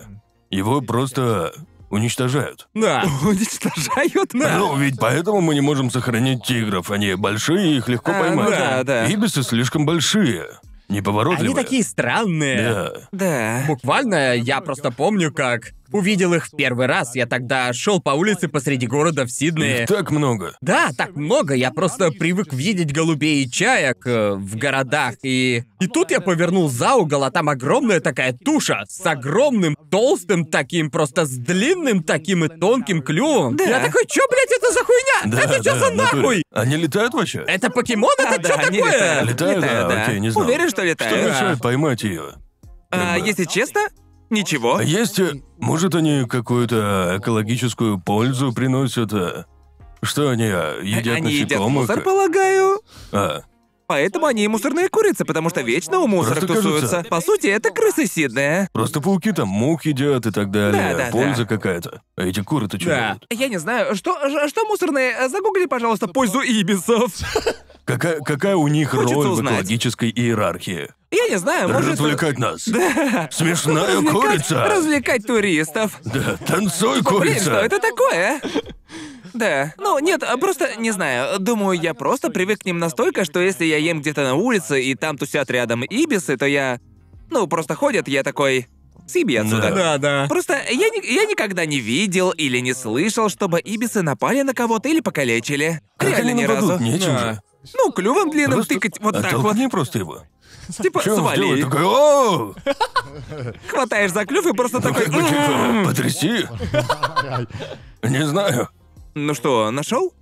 [SPEAKER 1] его просто уничтожают.
[SPEAKER 3] Да.
[SPEAKER 2] Уничтожают
[SPEAKER 1] Ну, ведь поэтому мы не можем сохранить тигров. Они большие, их легко
[SPEAKER 2] А,
[SPEAKER 1] поймать.
[SPEAKER 2] да, да.
[SPEAKER 1] Ибисы слишком большие, неповоротливые.
[SPEAKER 3] Они такие странные.
[SPEAKER 1] Да.
[SPEAKER 2] Да.
[SPEAKER 3] Буквально я просто помню, как увидел их в первый раз. Я тогда шел по улице посреди города в Сиднее.
[SPEAKER 1] Их так много.
[SPEAKER 3] Да, так много. Я просто привык видеть голубей и чаек э, в городах. И... и тут я повернул за угол, а там огромная такая туша с огромным, толстым таким, просто с длинным таким и тонким клювом.
[SPEAKER 2] Да.
[SPEAKER 3] Я такой, чё, блядь, это за хуйня?
[SPEAKER 1] Да,
[SPEAKER 3] это А чё
[SPEAKER 1] да,
[SPEAKER 3] за
[SPEAKER 1] в натуре.
[SPEAKER 3] нахуй? Э,
[SPEAKER 1] Они летают вообще?
[SPEAKER 3] Это покемон? Это
[SPEAKER 2] Да,
[SPEAKER 3] чё
[SPEAKER 2] они
[SPEAKER 3] такое?
[SPEAKER 2] летают,
[SPEAKER 1] Летают,
[SPEAKER 2] летают,
[SPEAKER 1] а,
[SPEAKER 2] да.
[SPEAKER 1] окей, не знал.
[SPEAKER 2] Уверен, что
[SPEAKER 1] Что
[SPEAKER 2] летают.
[SPEAKER 1] мешает поймать ее?
[SPEAKER 2] э, А, если честно, ничего.
[SPEAKER 1] А есть, э, может, они какую-то экологическую пользу приносят? э? Что они э, едят
[SPEAKER 2] Они едят
[SPEAKER 1] насекомых?
[SPEAKER 2] мусор, полагаю.
[SPEAKER 1] А,
[SPEAKER 2] Поэтому они и мусорные курицы, потому что вечно у мусора
[SPEAKER 1] Просто кажется-
[SPEAKER 2] тусуются. По сути, это крысы Сиднея.
[SPEAKER 1] просто пауки там мух едят и так далее.
[SPEAKER 2] Да, да,
[SPEAKER 1] Польза какая-то. А эти куры-то что
[SPEAKER 3] Да.
[SPEAKER 1] делают?
[SPEAKER 2] Я не знаю, что, ж- что мусорные... э, Загугли, пожалуйста, пользу ибисов.
[SPEAKER 1] Какая, какая у них
[SPEAKER 2] Хочется
[SPEAKER 1] роль
[SPEAKER 2] узнать.
[SPEAKER 1] в экологической иерархии?
[SPEAKER 2] Я не знаю, может...
[SPEAKER 1] Развлекать нас. Смешная курица.
[SPEAKER 2] Развлекать туристов.
[SPEAKER 1] Да, танцуй,
[SPEAKER 2] Блин, что
[SPEAKER 1] курица.
[SPEAKER 2] это такое? а? Да. Ну, нет, а просто, не знаю, думаю, я просто привык к ним настолько, что если я ем где-то на улице, и там тусят рядом ибисы, то я... Ну, просто ходят, я такой... Съеби отсюда.
[SPEAKER 3] Да, да.
[SPEAKER 2] Просто я, ни- я никогда не видел или не слышал, чтобы ибисы напали на кого-то или покалечили.
[SPEAKER 1] Как
[SPEAKER 2] Реально
[SPEAKER 1] они
[SPEAKER 2] ни разу.
[SPEAKER 1] нападут? Нечем
[SPEAKER 3] Да.
[SPEAKER 1] же.
[SPEAKER 2] Ну, клювом длинным
[SPEAKER 1] Просто
[SPEAKER 2] тыкать вот так вот.
[SPEAKER 1] оттолкни просто его.
[SPEAKER 2] Типа,
[SPEAKER 1] Чё он
[SPEAKER 2] свали.
[SPEAKER 1] сделает? Такой, «О,
[SPEAKER 2] Хватаешь за клюв и просто
[SPEAKER 1] Ну,
[SPEAKER 2] такой...
[SPEAKER 1] как бы,
[SPEAKER 2] М-м-м.
[SPEAKER 1] типа, потряси. Не знаю.
[SPEAKER 2] Ну что, нашел?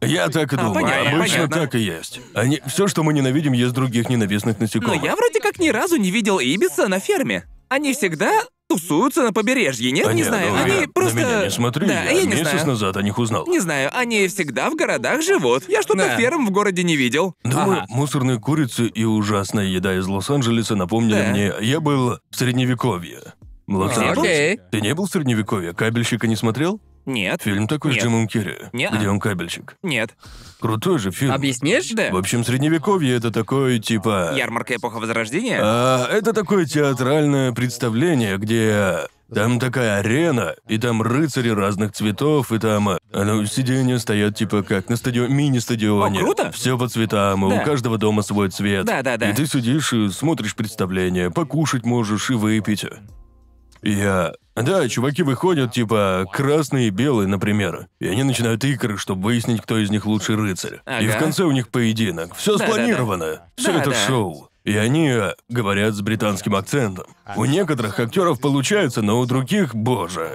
[SPEAKER 1] Я так и
[SPEAKER 2] А,
[SPEAKER 1] думаю.
[SPEAKER 2] понятно,
[SPEAKER 1] Обычно
[SPEAKER 2] понятно.
[SPEAKER 1] так и есть. Они все, что мы ненавидим, есть других ненавистных
[SPEAKER 2] Но
[SPEAKER 1] насекомых.
[SPEAKER 2] Ну, я вроде как ни разу не видел ибиса на ферме. Они всегда тусуются на побережье, нет?
[SPEAKER 1] А
[SPEAKER 2] не
[SPEAKER 1] не,
[SPEAKER 2] знаю,
[SPEAKER 1] ну,
[SPEAKER 2] они
[SPEAKER 1] я-
[SPEAKER 2] просто...
[SPEAKER 1] На меня не смотри,
[SPEAKER 2] да,
[SPEAKER 1] я,
[SPEAKER 2] я не
[SPEAKER 1] месяц
[SPEAKER 2] знаю.
[SPEAKER 1] назад о них узнал.
[SPEAKER 2] Не знаю, они всегда в городах живут. Я что-то
[SPEAKER 3] Да.
[SPEAKER 2] ферм в городе не видел.
[SPEAKER 1] Думаю,
[SPEAKER 3] Ага.
[SPEAKER 1] мусорные курицы и ужасная еда из Лос-Анджелеса напомнили
[SPEAKER 2] Да. А,
[SPEAKER 1] мне... Я был в Средневековье. Лос-Анджелес.
[SPEAKER 3] Окей.
[SPEAKER 1] Ты не был в Средневековье? Кабельщика не смотрел?
[SPEAKER 2] Нет,
[SPEAKER 1] Фильм такой
[SPEAKER 2] Нет.
[SPEAKER 1] с Джимом Керри,
[SPEAKER 2] Не-а.
[SPEAKER 1] где он кабельщик.
[SPEAKER 2] нет.
[SPEAKER 1] Крутой же фильм.
[SPEAKER 3] Объяснишь?
[SPEAKER 2] Да.
[SPEAKER 1] В общем, Средневековье — это такое, типа...
[SPEAKER 2] Ярмарка эпоха Возрождения?
[SPEAKER 1] А, это такое театральное представление, где там такая арена, и там рыцари разных цветов, и там а, ну, сиденья стоят типа как на стадион, мини-стадионе.
[SPEAKER 2] О, круто!
[SPEAKER 1] Все по цветам, и
[SPEAKER 2] Да.
[SPEAKER 1] у каждого дома свой цвет.
[SPEAKER 2] Да-да-да.
[SPEAKER 1] И ты сидишь и смотришь представление, покушать можешь и выпить. Я... Да, чуваки выходят, типа, красный и белый, например. И они начинают игры, чтобы выяснить, кто из них лучший рыцарь. И
[SPEAKER 2] Ага.
[SPEAKER 1] в конце у них поединок. Все
[SPEAKER 2] Да-да-да.
[SPEAKER 1] спланировано. Все
[SPEAKER 2] Да,
[SPEAKER 1] это
[SPEAKER 2] да.
[SPEAKER 1] шоу. И они э, говорят с британским акцентом. У некоторых актеров получается, но у других, боже.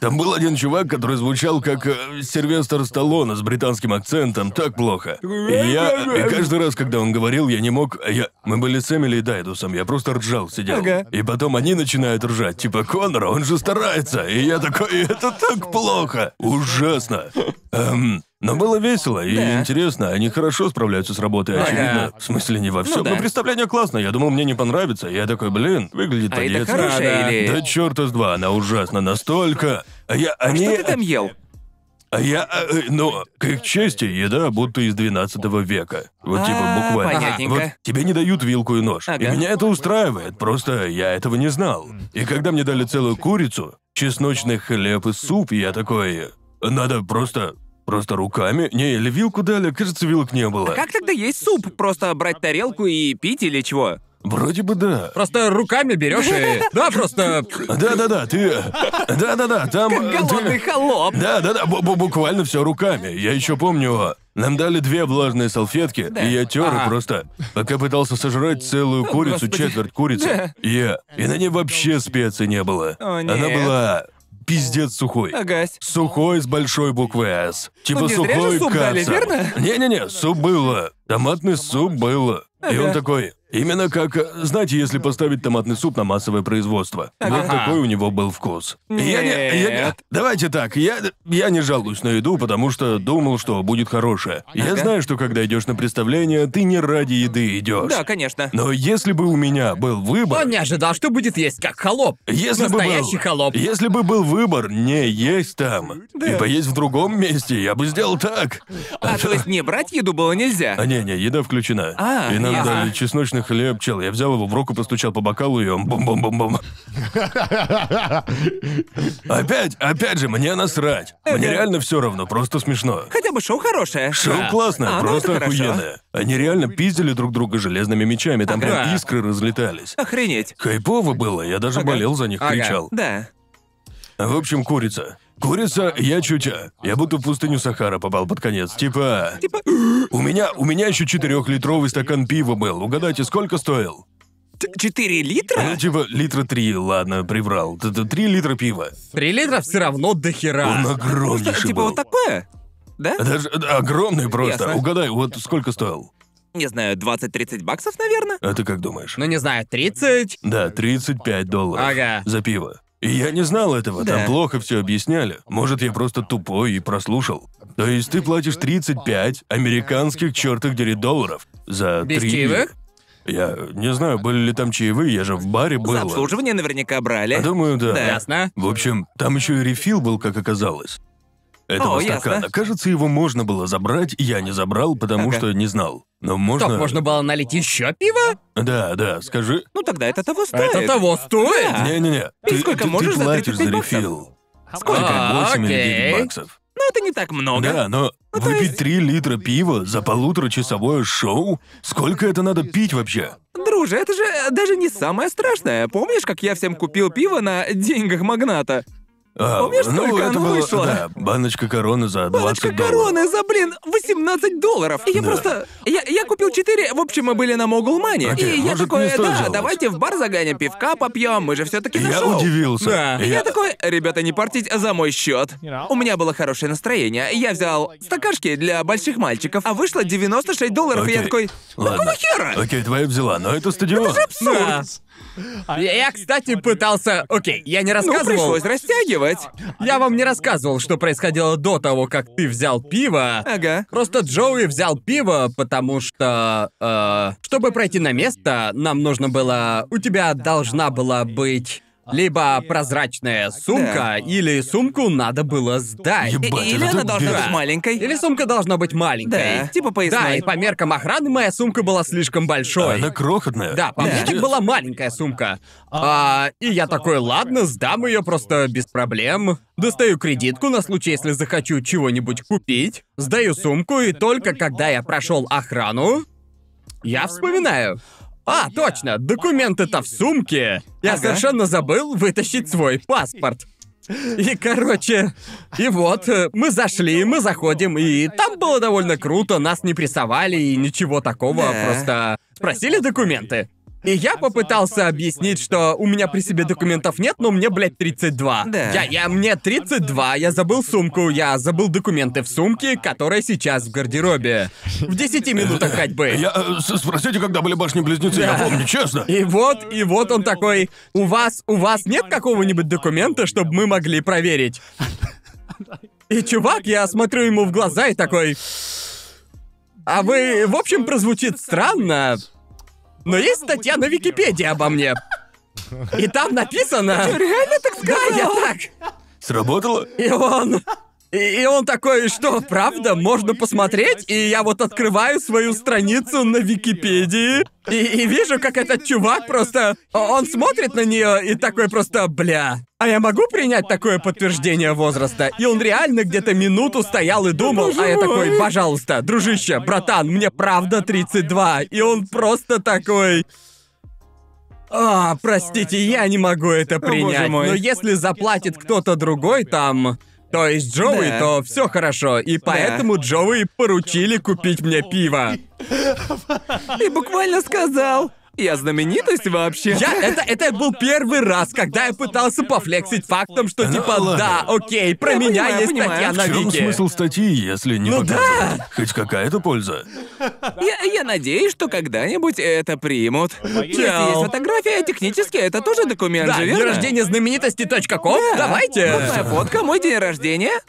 [SPEAKER 1] Там был один чувак, который звучал как э, Сильвестр Сталлоне с британским акцентом, так плохо. И я и каждый раз, когда он говорил, я не мог. Я, мы были с Эмили и Дайдусом, я просто ржал, сидел.
[SPEAKER 2] Ага.
[SPEAKER 1] И потом они начинают ржать, типа Конор, он же старается. И я такой, это так плохо, ужасно. Эм, но было весело и
[SPEAKER 2] Да.
[SPEAKER 1] интересно, они хорошо справляются с работой,
[SPEAKER 3] Ага.
[SPEAKER 1] очевидно. В смысле, не во всем.
[SPEAKER 2] Ну да.
[SPEAKER 1] Но представление классное. Я думал, мне не понравится. Я такой, блин, выглядит
[SPEAKER 2] а это
[SPEAKER 1] детски.
[SPEAKER 2] хорошая
[SPEAKER 3] Да, да.
[SPEAKER 2] или...
[SPEAKER 1] Да черта с два, она ужасна настолько. А я, они,
[SPEAKER 2] Что ты там ел?
[SPEAKER 1] А я, э, э, ну, к их чести, еда будто из 12 века. Вот
[SPEAKER 2] А,
[SPEAKER 1] типа буквально.
[SPEAKER 2] понятненько.
[SPEAKER 1] Вот тебе не дают вилку и нож.
[SPEAKER 2] Ага.
[SPEAKER 1] И меня это устраивает, просто я этого не знал. И когда мне дали целую курицу, чесночный хлеб и суп, я такой... Надо просто... Просто руками? Не, или вилку дали? Кажется, вилок не было.
[SPEAKER 2] А Как тогда есть суп? Просто брать тарелку и пить или чего?
[SPEAKER 1] Вроде бы да.
[SPEAKER 3] Просто руками берешь и. Да, просто.
[SPEAKER 1] Да-да-да, ты... Да-да-да, там... э, ты-
[SPEAKER 2] Голодный холоп.
[SPEAKER 1] Да, да, да, бу- бу- буквально все руками. Я еще помню, нам дали две влажные салфетки, и я тер
[SPEAKER 3] Ага.
[SPEAKER 1] просто, пока пытался сожрать целую курицу,
[SPEAKER 2] господи.
[SPEAKER 1] четверть курицы, и, и на ней вообще специй не было.
[SPEAKER 2] О, нет. А
[SPEAKER 1] Она была пиздец сухой.
[SPEAKER 2] Агась.
[SPEAKER 1] Сухой с большой буквы «С». Типа
[SPEAKER 2] Ну, не зря же
[SPEAKER 1] сухой
[SPEAKER 2] суп дали,
[SPEAKER 1] каца.
[SPEAKER 2] верно?
[SPEAKER 1] Не-не-не, суп было. Томатный суп было. И он такой, именно как, э, знаете, если поставить томатный суп на массовое производство. Вот
[SPEAKER 3] Ага.
[SPEAKER 1] такой у него был вкус. И Я не, я не-
[SPEAKER 2] Нет.
[SPEAKER 1] Давайте так, я, я не жалуюсь на еду, потому что думал, что будет хорошее. Я
[SPEAKER 2] Ага.
[SPEAKER 1] знаю, что когда идешь на представление, ты не ради еды идешь.
[SPEAKER 2] Да, конечно.
[SPEAKER 1] Но если бы у меня был выбор...
[SPEAKER 3] Он не ожидал, что будет есть как холоп.
[SPEAKER 1] Если
[SPEAKER 3] Настоящий
[SPEAKER 1] бы был,
[SPEAKER 3] холоп.
[SPEAKER 1] Если бы был выбор не есть там и поесть в другом месте, я бы сделал так.
[SPEAKER 2] А то есть не брать еду было нельзя?
[SPEAKER 1] А не-не, еда включена.
[SPEAKER 2] А,
[SPEAKER 1] и нам
[SPEAKER 2] ясно.
[SPEAKER 1] дали чесночный хлеб, чел. Я взял его в руку, постучал по бокалу, и он бум-бум-бум-бум. опять, опять же, мне насрать.
[SPEAKER 2] Э,
[SPEAKER 1] Мне реально все равно, просто смешно.
[SPEAKER 2] Хотя бы шоу хорошее.
[SPEAKER 1] Шоу классное,
[SPEAKER 2] А, ну
[SPEAKER 1] просто
[SPEAKER 2] это хорошо.
[SPEAKER 1] охуенное. Они реально пиздили друг друга железными мечами, там прям
[SPEAKER 3] Ага.
[SPEAKER 1] искры разлетались.
[SPEAKER 2] Охренеть.
[SPEAKER 1] Хайпово было, я даже
[SPEAKER 2] Ага.
[SPEAKER 1] болел за них,
[SPEAKER 3] Ага.
[SPEAKER 1] кричал.
[SPEAKER 2] Да.
[SPEAKER 1] В общем, курица. Курица, я чуть... а, Я будто в пустыню Сахара попал под конец. Типа...
[SPEAKER 2] Типа,
[SPEAKER 1] У меня, у меня еще четырехлитровый стакан пива был. Угадайте, сколько стоил?
[SPEAKER 2] 4
[SPEAKER 1] Ну,
[SPEAKER 2] литра?
[SPEAKER 1] типа, литра три, ладно, приврал. Т- т- Три литра пива.
[SPEAKER 3] Три литра все равно до
[SPEAKER 1] Он
[SPEAKER 3] хера.
[SPEAKER 1] огромнейший
[SPEAKER 2] А, Типа
[SPEAKER 1] был.
[SPEAKER 2] вот такое? Да?
[SPEAKER 1] Даже да, огромный просто.
[SPEAKER 2] Ясно.
[SPEAKER 1] Угадай, вот сколько стоил?
[SPEAKER 2] Не знаю, 20-30 баксов, наверное?
[SPEAKER 1] А ты как думаешь?
[SPEAKER 3] Ну не знаю, 30.
[SPEAKER 1] Да, 35 долларов
[SPEAKER 3] Ага.
[SPEAKER 1] за пиво. И я не знал этого,
[SPEAKER 2] Да.
[SPEAKER 1] там плохо все объясняли. Может, я просто тупой и прослушал. То есть ты платишь 35 американских чертых дери долларов за
[SPEAKER 3] Без
[SPEAKER 1] три...
[SPEAKER 3] чаевых?
[SPEAKER 1] Я не знаю, были ли там чаевые, я же в баре был.
[SPEAKER 2] За обслуживание наверняка брали.
[SPEAKER 1] Думаю, да.
[SPEAKER 2] Да.
[SPEAKER 3] Ясно.
[SPEAKER 1] В общем, там еще и рефил был, как оказалось. Этого
[SPEAKER 2] О, ясно.
[SPEAKER 1] стакана. Кажется, его можно было забрать, я не забрал, потому
[SPEAKER 2] Ага.
[SPEAKER 1] что не знал. Но
[SPEAKER 3] Что,
[SPEAKER 1] можно...
[SPEAKER 3] можно было налить еще пива?
[SPEAKER 1] Да, да, скажи...
[SPEAKER 2] Ну тогда это
[SPEAKER 1] А
[SPEAKER 2] того стоит.
[SPEAKER 3] Это того стоит.
[SPEAKER 2] Да.
[SPEAKER 1] Не-не-не,
[SPEAKER 2] А. И
[SPEAKER 1] ты,
[SPEAKER 2] сколько
[SPEAKER 1] ты- ты
[SPEAKER 2] можешь за
[SPEAKER 1] платишь за
[SPEAKER 2] 35 баксов?
[SPEAKER 1] рефил.
[SPEAKER 2] Сколько?
[SPEAKER 1] Типа 8 или 9
[SPEAKER 3] Окей.
[SPEAKER 1] баксов.
[SPEAKER 2] Ну это не так много.
[SPEAKER 1] Да, но
[SPEAKER 2] Ну, то
[SPEAKER 1] выпить
[SPEAKER 2] есть-
[SPEAKER 1] 3 литра пива за полуторачасовое шоу? Сколько это надо пить вообще?
[SPEAKER 2] Друже, это же э, даже не самое страшное. Помнишь, как я всем купил пиво на деньгах магната?
[SPEAKER 1] А,
[SPEAKER 2] Помнишь,
[SPEAKER 1] ну,
[SPEAKER 2] сколько
[SPEAKER 1] это
[SPEAKER 2] оно
[SPEAKER 1] было,
[SPEAKER 2] вышло?
[SPEAKER 1] да, баночка короны за 20
[SPEAKER 2] Баночка
[SPEAKER 1] долларов.
[SPEAKER 2] короны за, блин, 18 долларов. И я
[SPEAKER 1] Да.
[SPEAKER 2] просто... Я, я купил 4, в общем, мы были на Могул Мане.
[SPEAKER 1] Окей,
[SPEAKER 2] и я
[SPEAKER 1] может, не
[SPEAKER 2] такой,
[SPEAKER 1] стоит
[SPEAKER 2] да,
[SPEAKER 1] жаловаться».
[SPEAKER 2] давайте в бар загоним пивка, попьем, мы же все таки на
[SPEAKER 1] Я
[SPEAKER 2] шоу».
[SPEAKER 1] удивился.
[SPEAKER 3] Да.
[SPEAKER 2] И
[SPEAKER 1] Я-
[SPEAKER 2] Я такой, ребята, не портить за мой счет. У меня было хорошее настроение. Я взял стакашки для больших мальчиков, а вышло 96 долларов, и я
[SPEAKER 1] Окей.
[SPEAKER 2] такой,
[SPEAKER 1] Ладно.
[SPEAKER 2] хера?
[SPEAKER 1] Окей, твоя взяла, но это стадион.
[SPEAKER 3] Да. Я, я, кстати, пытался... Окей, я не
[SPEAKER 2] ну
[SPEAKER 3] рассказывал.
[SPEAKER 2] пришлось растягивать.
[SPEAKER 3] Я вам не рассказывал, что происходило до того, как ты взял пиво.
[SPEAKER 2] Ага.
[SPEAKER 3] Просто Джоуи взял пиво, потому что... э, чтобы пройти на место, нам нужно было... У тебя должна была быть... Либо прозрачная сумка,
[SPEAKER 2] Да.
[SPEAKER 3] или сумку надо было сдать.
[SPEAKER 1] Ебать,
[SPEAKER 2] И- Или
[SPEAKER 1] это
[SPEAKER 2] она
[SPEAKER 1] тут
[SPEAKER 2] должна
[SPEAKER 1] беда.
[SPEAKER 2] быть маленькой.
[SPEAKER 3] Или сумка должна быть маленькой.
[SPEAKER 2] Да, типа поясной.
[SPEAKER 3] Да, и по меркам охраны моя сумка была слишком большой.
[SPEAKER 1] А, Она крохотная.
[SPEAKER 3] Да, по мне
[SPEAKER 1] Пиздец.
[SPEAKER 3] так была маленькая сумка. А, и я такой, ладно, сдам ее просто без проблем. Достаю кредитку на случай, если захочу чего-нибудь купить. Сдаю сумку, и только когда я прошел охрану, я вспоминаю. А, точно, документы-то в сумке. Я
[SPEAKER 2] Ага.
[SPEAKER 3] совершенно забыл вытащить свой паспорт. И, короче, и вот, э, мы зашли, мы заходим, и там было довольно круто, нас не прессовали и ничего такого,
[SPEAKER 2] Да.
[SPEAKER 3] просто спросили документы. И я попытался объяснить, что у меня при себе документов нет, но мне, блядь, 32.
[SPEAKER 2] Да.
[SPEAKER 3] Я, я, мне 32, я забыл сумку, я забыл документы в сумке, которая сейчас в гардеробе. В 10 минутах ходьбы.
[SPEAKER 1] Я... э, с- Спросите, когда были башни-близнецы, я
[SPEAKER 3] Да.
[SPEAKER 1] помню, честно.
[SPEAKER 3] И вот, и вот он такой, у вас, у вас нет какого-нибудь документа, чтобы мы могли проверить? И чувак, я смотрю ему в глаза и такой... А вы, в общем, прозвучит странно, но есть статья на Википедии обо мне. И там написано...
[SPEAKER 2] Реально так
[SPEAKER 3] Да, я
[SPEAKER 2] сказал?
[SPEAKER 3] так.
[SPEAKER 1] Сработало?
[SPEAKER 3] И он... И, и он такой, что, правда, можно посмотреть? И я вот открываю свою страницу на Википедии и, и вижу, как этот чувак просто... Он смотрит на нее и такой просто, бля. А я могу принять такое подтверждение возраста? И он реально где-то минуту стоял и думал, а я такой, пожалуйста, дружище, братан, мне правда 32. И он просто такой... А, простите, я не могу это принять.
[SPEAKER 2] мой.
[SPEAKER 3] Но если заплатит кто-то другой там, то есть Джоуи,
[SPEAKER 2] Да.
[SPEAKER 3] то все хорошо. И поэтому Джоуи поручили купить мне пиво.
[SPEAKER 2] Ты буквально сказал. Я знаменитость вообще.
[SPEAKER 3] Я, это, это был первый раз, когда я пытался пофлексить фактом, что
[SPEAKER 1] Ну,
[SPEAKER 3] типа,
[SPEAKER 1] ладно.
[SPEAKER 3] да, окей, про
[SPEAKER 2] Я
[SPEAKER 3] меня
[SPEAKER 2] понимаю,
[SPEAKER 3] есть
[SPEAKER 2] понимаю.
[SPEAKER 3] статья
[SPEAKER 2] В
[SPEAKER 3] на
[SPEAKER 1] В чем
[SPEAKER 3] Вики.
[SPEAKER 1] смысл статьи, если не
[SPEAKER 3] Ну
[SPEAKER 1] показывать? Хоть какая-то польза.
[SPEAKER 2] Я, я надеюсь, что когда-нибудь это примут. Если
[SPEAKER 3] Чел.
[SPEAKER 2] есть фотография, технически это тоже документ
[SPEAKER 3] Да,
[SPEAKER 2] же,
[SPEAKER 3] день
[SPEAKER 2] верно?
[SPEAKER 3] рождения знаменитости
[SPEAKER 2] Да. Ну, Вот
[SPEAKER 3] Давайте.
[SPEAKER 2] моя фотка, мой день рождения.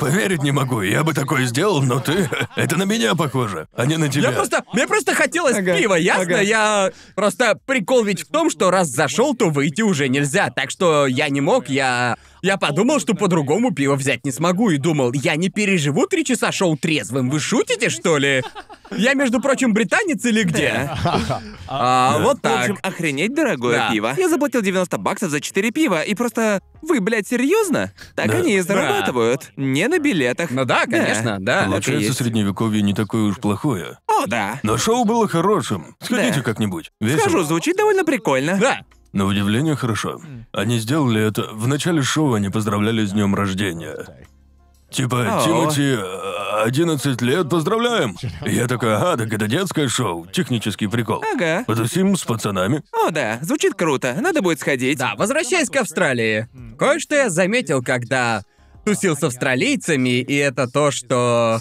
[SPEAKER 1] Поверить не могу, я бы такое сделал, но ты... Это на меня похоже, а не на тебя.
[SPEAKER 3] Я просто, мне просто хотелось
[SPEAKER 2] Ага,
[SPEAKER 3] пива, ясно?
[SPEAKER 2] ага.
[SPEAKER 3] Я просто прикол ведь в том, что раз зашел, то выйти уже нельзя, так что я не мог, я я подумал, что по-другому пиво взять не смогу и думал, я не переживу три часа шоу трезвым. Вы шутите что ли? Я между прочим британец или
[SPEAKER 2] Э,
[SPEAKER 3] где? А, вот
[SPEAKER 2] В
[SPEAKER 3] так.
[SPEAKER 2] общем, охренеть дорогое
[SPEAKER 3] Да.
[SPEAKER 2] пиво. Я заплатил 90 баксов за 4 пива, и просто... Вы, блядь, серьезно? Так
[SPEAKER 1] Да.
[SPEAKER 2] они и зарабатывают. Не на билетах.
[SPEAKER 3] Ну да, конечно, да.
[SPEAKER 2] это и
[SPEAKER 1] Получается,
[SPEAKER 2] есть.
[SPEAKER 1] средневековье не такое уж плохое.
[SPEAKER 2] О, да.
[SPEAKER 1] Но шоу было хорошим. Сходите
[SPEAKER 2] Да.
[SPEAKER 1] как-нибудь. Весело.
[SPEAKER 2] Скажу, звучит довольно прикольно.
[SPEAKER 3] ну, Да.
[SPEAKER 1] На удивление хорошо. Они сделали это. В начале шоу они поздравляли с днем рождения. Типа,
[SPEAKER 2] О.
[SPEAKER 1] Тимати, э, 11 лет, поздравляем! И я такой, ага, так это детское шоу, технический прикол.
[SPEAKER 2] Ага.
[SPEAKER 1] Потусим с пацанами.
[SPEAKER 2] О, да, звучит круто. Надо будет сходить.
[SPEAKER 3] Да, возвращаясь к Австралии. Кое-что я заметил, когда тусил с австралийцами, и это то, что...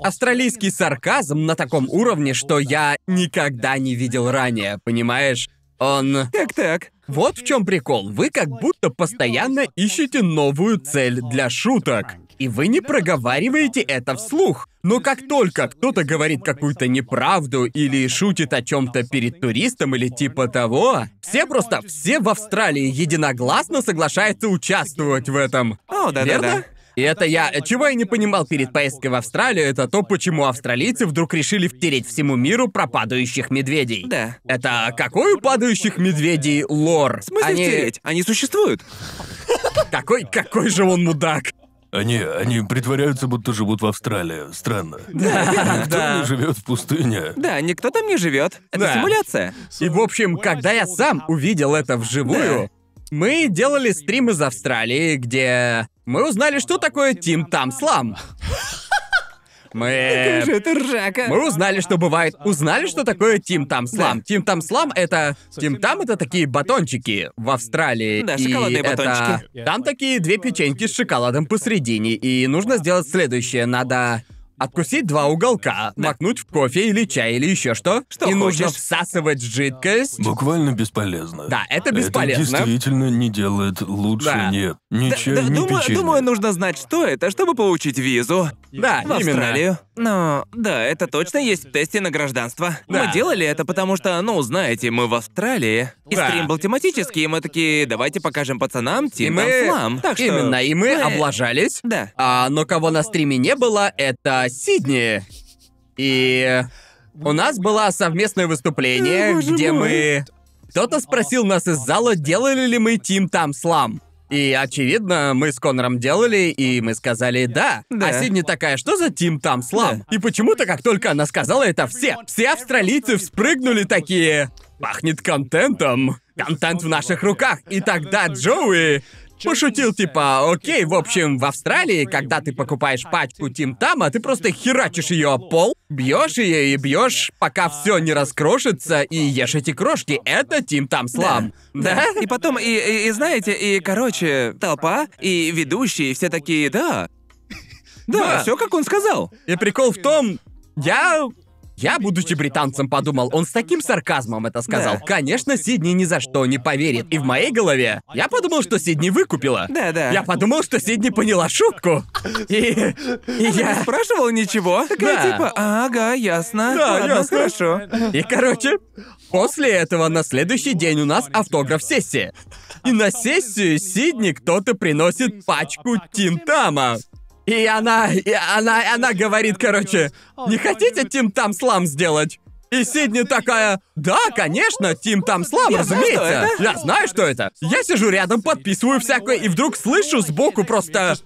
[SPEAKER 3] Австралийский сарказм на таком уровне, что я никогда не видел ранее, понимаешь? Он...
[SPEAKER 2] Как так?
[SPEAKER 3] Вот в чем прикол. Вы как будто постоянно ищете новую цель для шуток. И вы не проговариваете это вслух. Но как только кто-то говорит какую-то неправду или шутит о чем-то перед туристом или типа того, все просто, все в Австралии единогласно соглашаются участвовать в этом.
[SPEAKER 2] О, да, да,
[SPEAKER 3] Верно?
[SPEAKER 2] да.
[SPEAKER 3] И это я... Чего я не понимал перед поездкой в Австралию, это то, почему австралийцы вдруг решили втереть всему миру про падающих медведей.
[SPEAKER 2] Да.
[SPEAKER 3] Это какой у падающих медведей лор?
[SPEAKER 2] В смысле
[SPEAKER 3] Они-
[SPEAKER 2] стереть? Они существуют.
[SPEAKER 3] Какой, какой же он мудак.
[SPEAKER 1] Они, они притворяются, будто живут в Австралии. Странно. Никто не живет в пустыне.
[SPEAKER 2] Да, никто там не живет. Это
[SPEAKER 3] Да.
[SPEAKER 2] симуляция.
[SPEAKER 3] И в общем, когда я сам увидел это вживую, мы делали стрим из Австралии, где мы узнали, что такое Тим Там Слам. Мы...
[SPEAKER 2] Боже, это ржака.
[SPEAKER 3] Э, Мы узнали, что бывает. Узнали, что такое Тим Там Слам. Тим Там Слам это... Тим Там это такие батончики в Австралии.
[SPEAKER 2] Да,
[SPEAKER 3] и
[SPEAKER 2] шоколадные
[SPEAKER 3] это-
[SPEAKER 2] батончики.
[SPEAKER 3] Там такие две печеньки с шоколадом посредине. И нужно сделать следующее. Надо откусить два уголка, макнуть в кофе или чай или еще что.
[SPEAKER 2] Что
[SPEAKER 3] и нужно
[SPEAKER 2] хочешь.
[SPEAKER 3] всасывать жидкость.
[SPEAKER 1] Буквально бесполезно.
[SPEAKER 3] Да, это бесполезно.
[SPEAKER 1] Это действительно не делает лучше,
[SPEAKER 3] Да.
[SPEAKER 1] нет. Ни
[SPEAKER 2] Да,
[SPEAKER 1] чай,
[SPEAKER 2] да,
[SPEAKER 1] ни
[SPEAKER 2] думаю,
[SPEAKER 1] печенье.
[SPEAKER 2] думаю, нужно знать, что это, чтобы получить визу
[SPEAKER 3] Да,
[SPEAKER 2] в
[SPEAKER 3] именно.
[SPEAKER 2] Австралию. Но да, это точно есть в тесте на гражданство.
[SPEAKER 3] Да.
[SPEAKER 2] Мы делали это, потому что, ну, знаете, мы в Австралии. И
[SPEAKER 3] Да.
[SPEAKER 2] стрим был тематический, и мы такие, давайте покажем пацанам
[SPEAKER 3] И
[SPEAKER 2] Тим
[SPEAKER 3] мы...
[SPEAKER 2] Там Слам». Так что...
[SPEAKER 3] Именно, и мы
[SPEAKER 2] мы-
[SPEAKER 3] облажались.
[SPEAKER 2] Да.
[SPEAKER 3] А, но кого на стриме не было, это Сидни. И у нас было совместное выступление,
[SPEAKER 2] О, боже
[SPEAKER 3] где
[SPEAKER 2] мой.
[SPEAKER 3] мы... Кто-то спросил нас из зала, делали ли мы Тим Там Слам. И, очевидно, мы с Конором делали, и мы сказали «да».
[SPEAKER 2] Да.
[SPEAKER 3] А Сидни такая, что за Тим Там Слам? И почему-то, как только она сказала это, все, все австралийцы вспрыгнули такие «пахнет контентом». Контент в наших руках. И тогда Джоуи Пошутил, типа, окей, в общем, в Австралии, когда ты покупаешь пачку Тим Тама, ты просто херачишь ее о пол, бьешь ее и бьешь, пока все не раскрошится, и ешь эти крошки. Это Тим Там Слам. Да?
[SPEAKER 2] И потом, и, и- и знаете, и, короче, толпа, и ведущие все такие, да. Да,
[SPEAKER 3] Да.
[SPEAKER 2] все как он сказал.
[SPEAKER 3] И прикол в том, я... Я, будучи британцем, подумал, он с таким сарказмом это сказал.
[SPEAKER 2] Да.
[SPEAKER 3] Конечно, Сидни ни за что не поверит. И в моей голове я подумал, что Сидни выкупила.
[SPEAKER 2] Да, да.
[SPEAKER 3] Я подумал, что Сидни поняла шутку. И, и я...
[SPEAKER 2] Не спрашивал ничего. Такая
[SPEAKER 3] Да.
[SPEAKER 2] типа, «А, ага, ясно.
[SPEAKER 3] Да,
[SPEAKER 2] Ладно,
[SPEAKER 3] ясно.
[SPEAKER 2] хорошо.
[SPEAKER 3] И, короче, после этого на следующий день у нас автограф-сессия. И на сессию Сидни кто-то приносит пачку Тинтама. И она, и она, и она говорит, короче, не хотите Тим Там Слам сделать? И Сидни такая, да, конечно, Тим Там Слам,
[SPEAKER 2] Я знаю, что
[SPEAKER 3] разумеется.
[SPEAKER 2] это».
[SPEAKER 3] Я знаю, что это. Я сижу рядом, подписываю всякое, и вдруг слышу сбоку просто...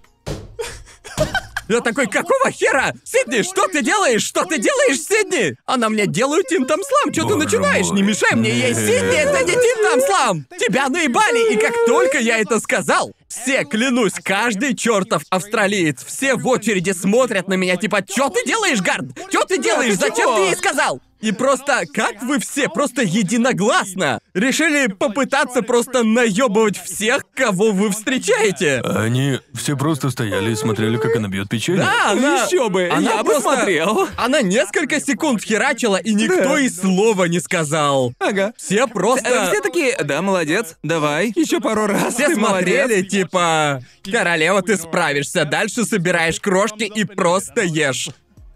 [SPEAKER 3] Я такой, какого хера? Сидни, что ты делаешь? Что ты делаешь, Сидни? Она мне делают Тим Там Слам. Что ты
[SPEAKER 1] Боже
[SPEAKER 3] начинаешь?
[SPEAKER 1] мой.
[SPEAKER 3] Не
[SPEAKER 1] Э.
[SPEAKER 3] мешай мне есть, Сидни, это не Тим Там Слам. Тебя наебали, и как только я это сказал, все, клянусь, каждый чертов австралиец, все в очереди смотрят на меня, типа, что ты делаешь, Гард? Что ты делаешь?
[SPEAKER 2] Да ты
[SPEAKER 3] Зачем ты
[SPEAKER 2] чего?»
[SPEAKER 3] ей сказал? И просто, как вы все просто единогласно решили попытаться просто наебывать всех, кого вы встречаете?
[SPEAKER 1] Они все просто стояли и смотрели, как она бьет печенье.
[SPEAKER 3] Да, она...
[SPEAKER 2] Еще ну бы,
[SPEAKER 3] она
[SPEAKER 2] я бы
[SPEAKER 3] просто-
[SPEAKER 2] смотрел.
[SPEAKER 3] Она несколько секунд херачила, и никто
[SPEAKER 2] Да.
[SPEAKER 3] и слова не сказал.
[SPEAKER 2] Ага.
[SPEAKER 3] Все просто...
[SPEAKER 2] Э, Все такие, да, молодец, давай, еще пару раз,
[SPEAKER 3] Все
[SPEAKER 2] ты
[SPEAKER 3] смотрели,
[SPEAKER 2] молодец.
[SPEAKER 3] типа, королева, ты справишься, дальше собираешь крошки и просто ешь.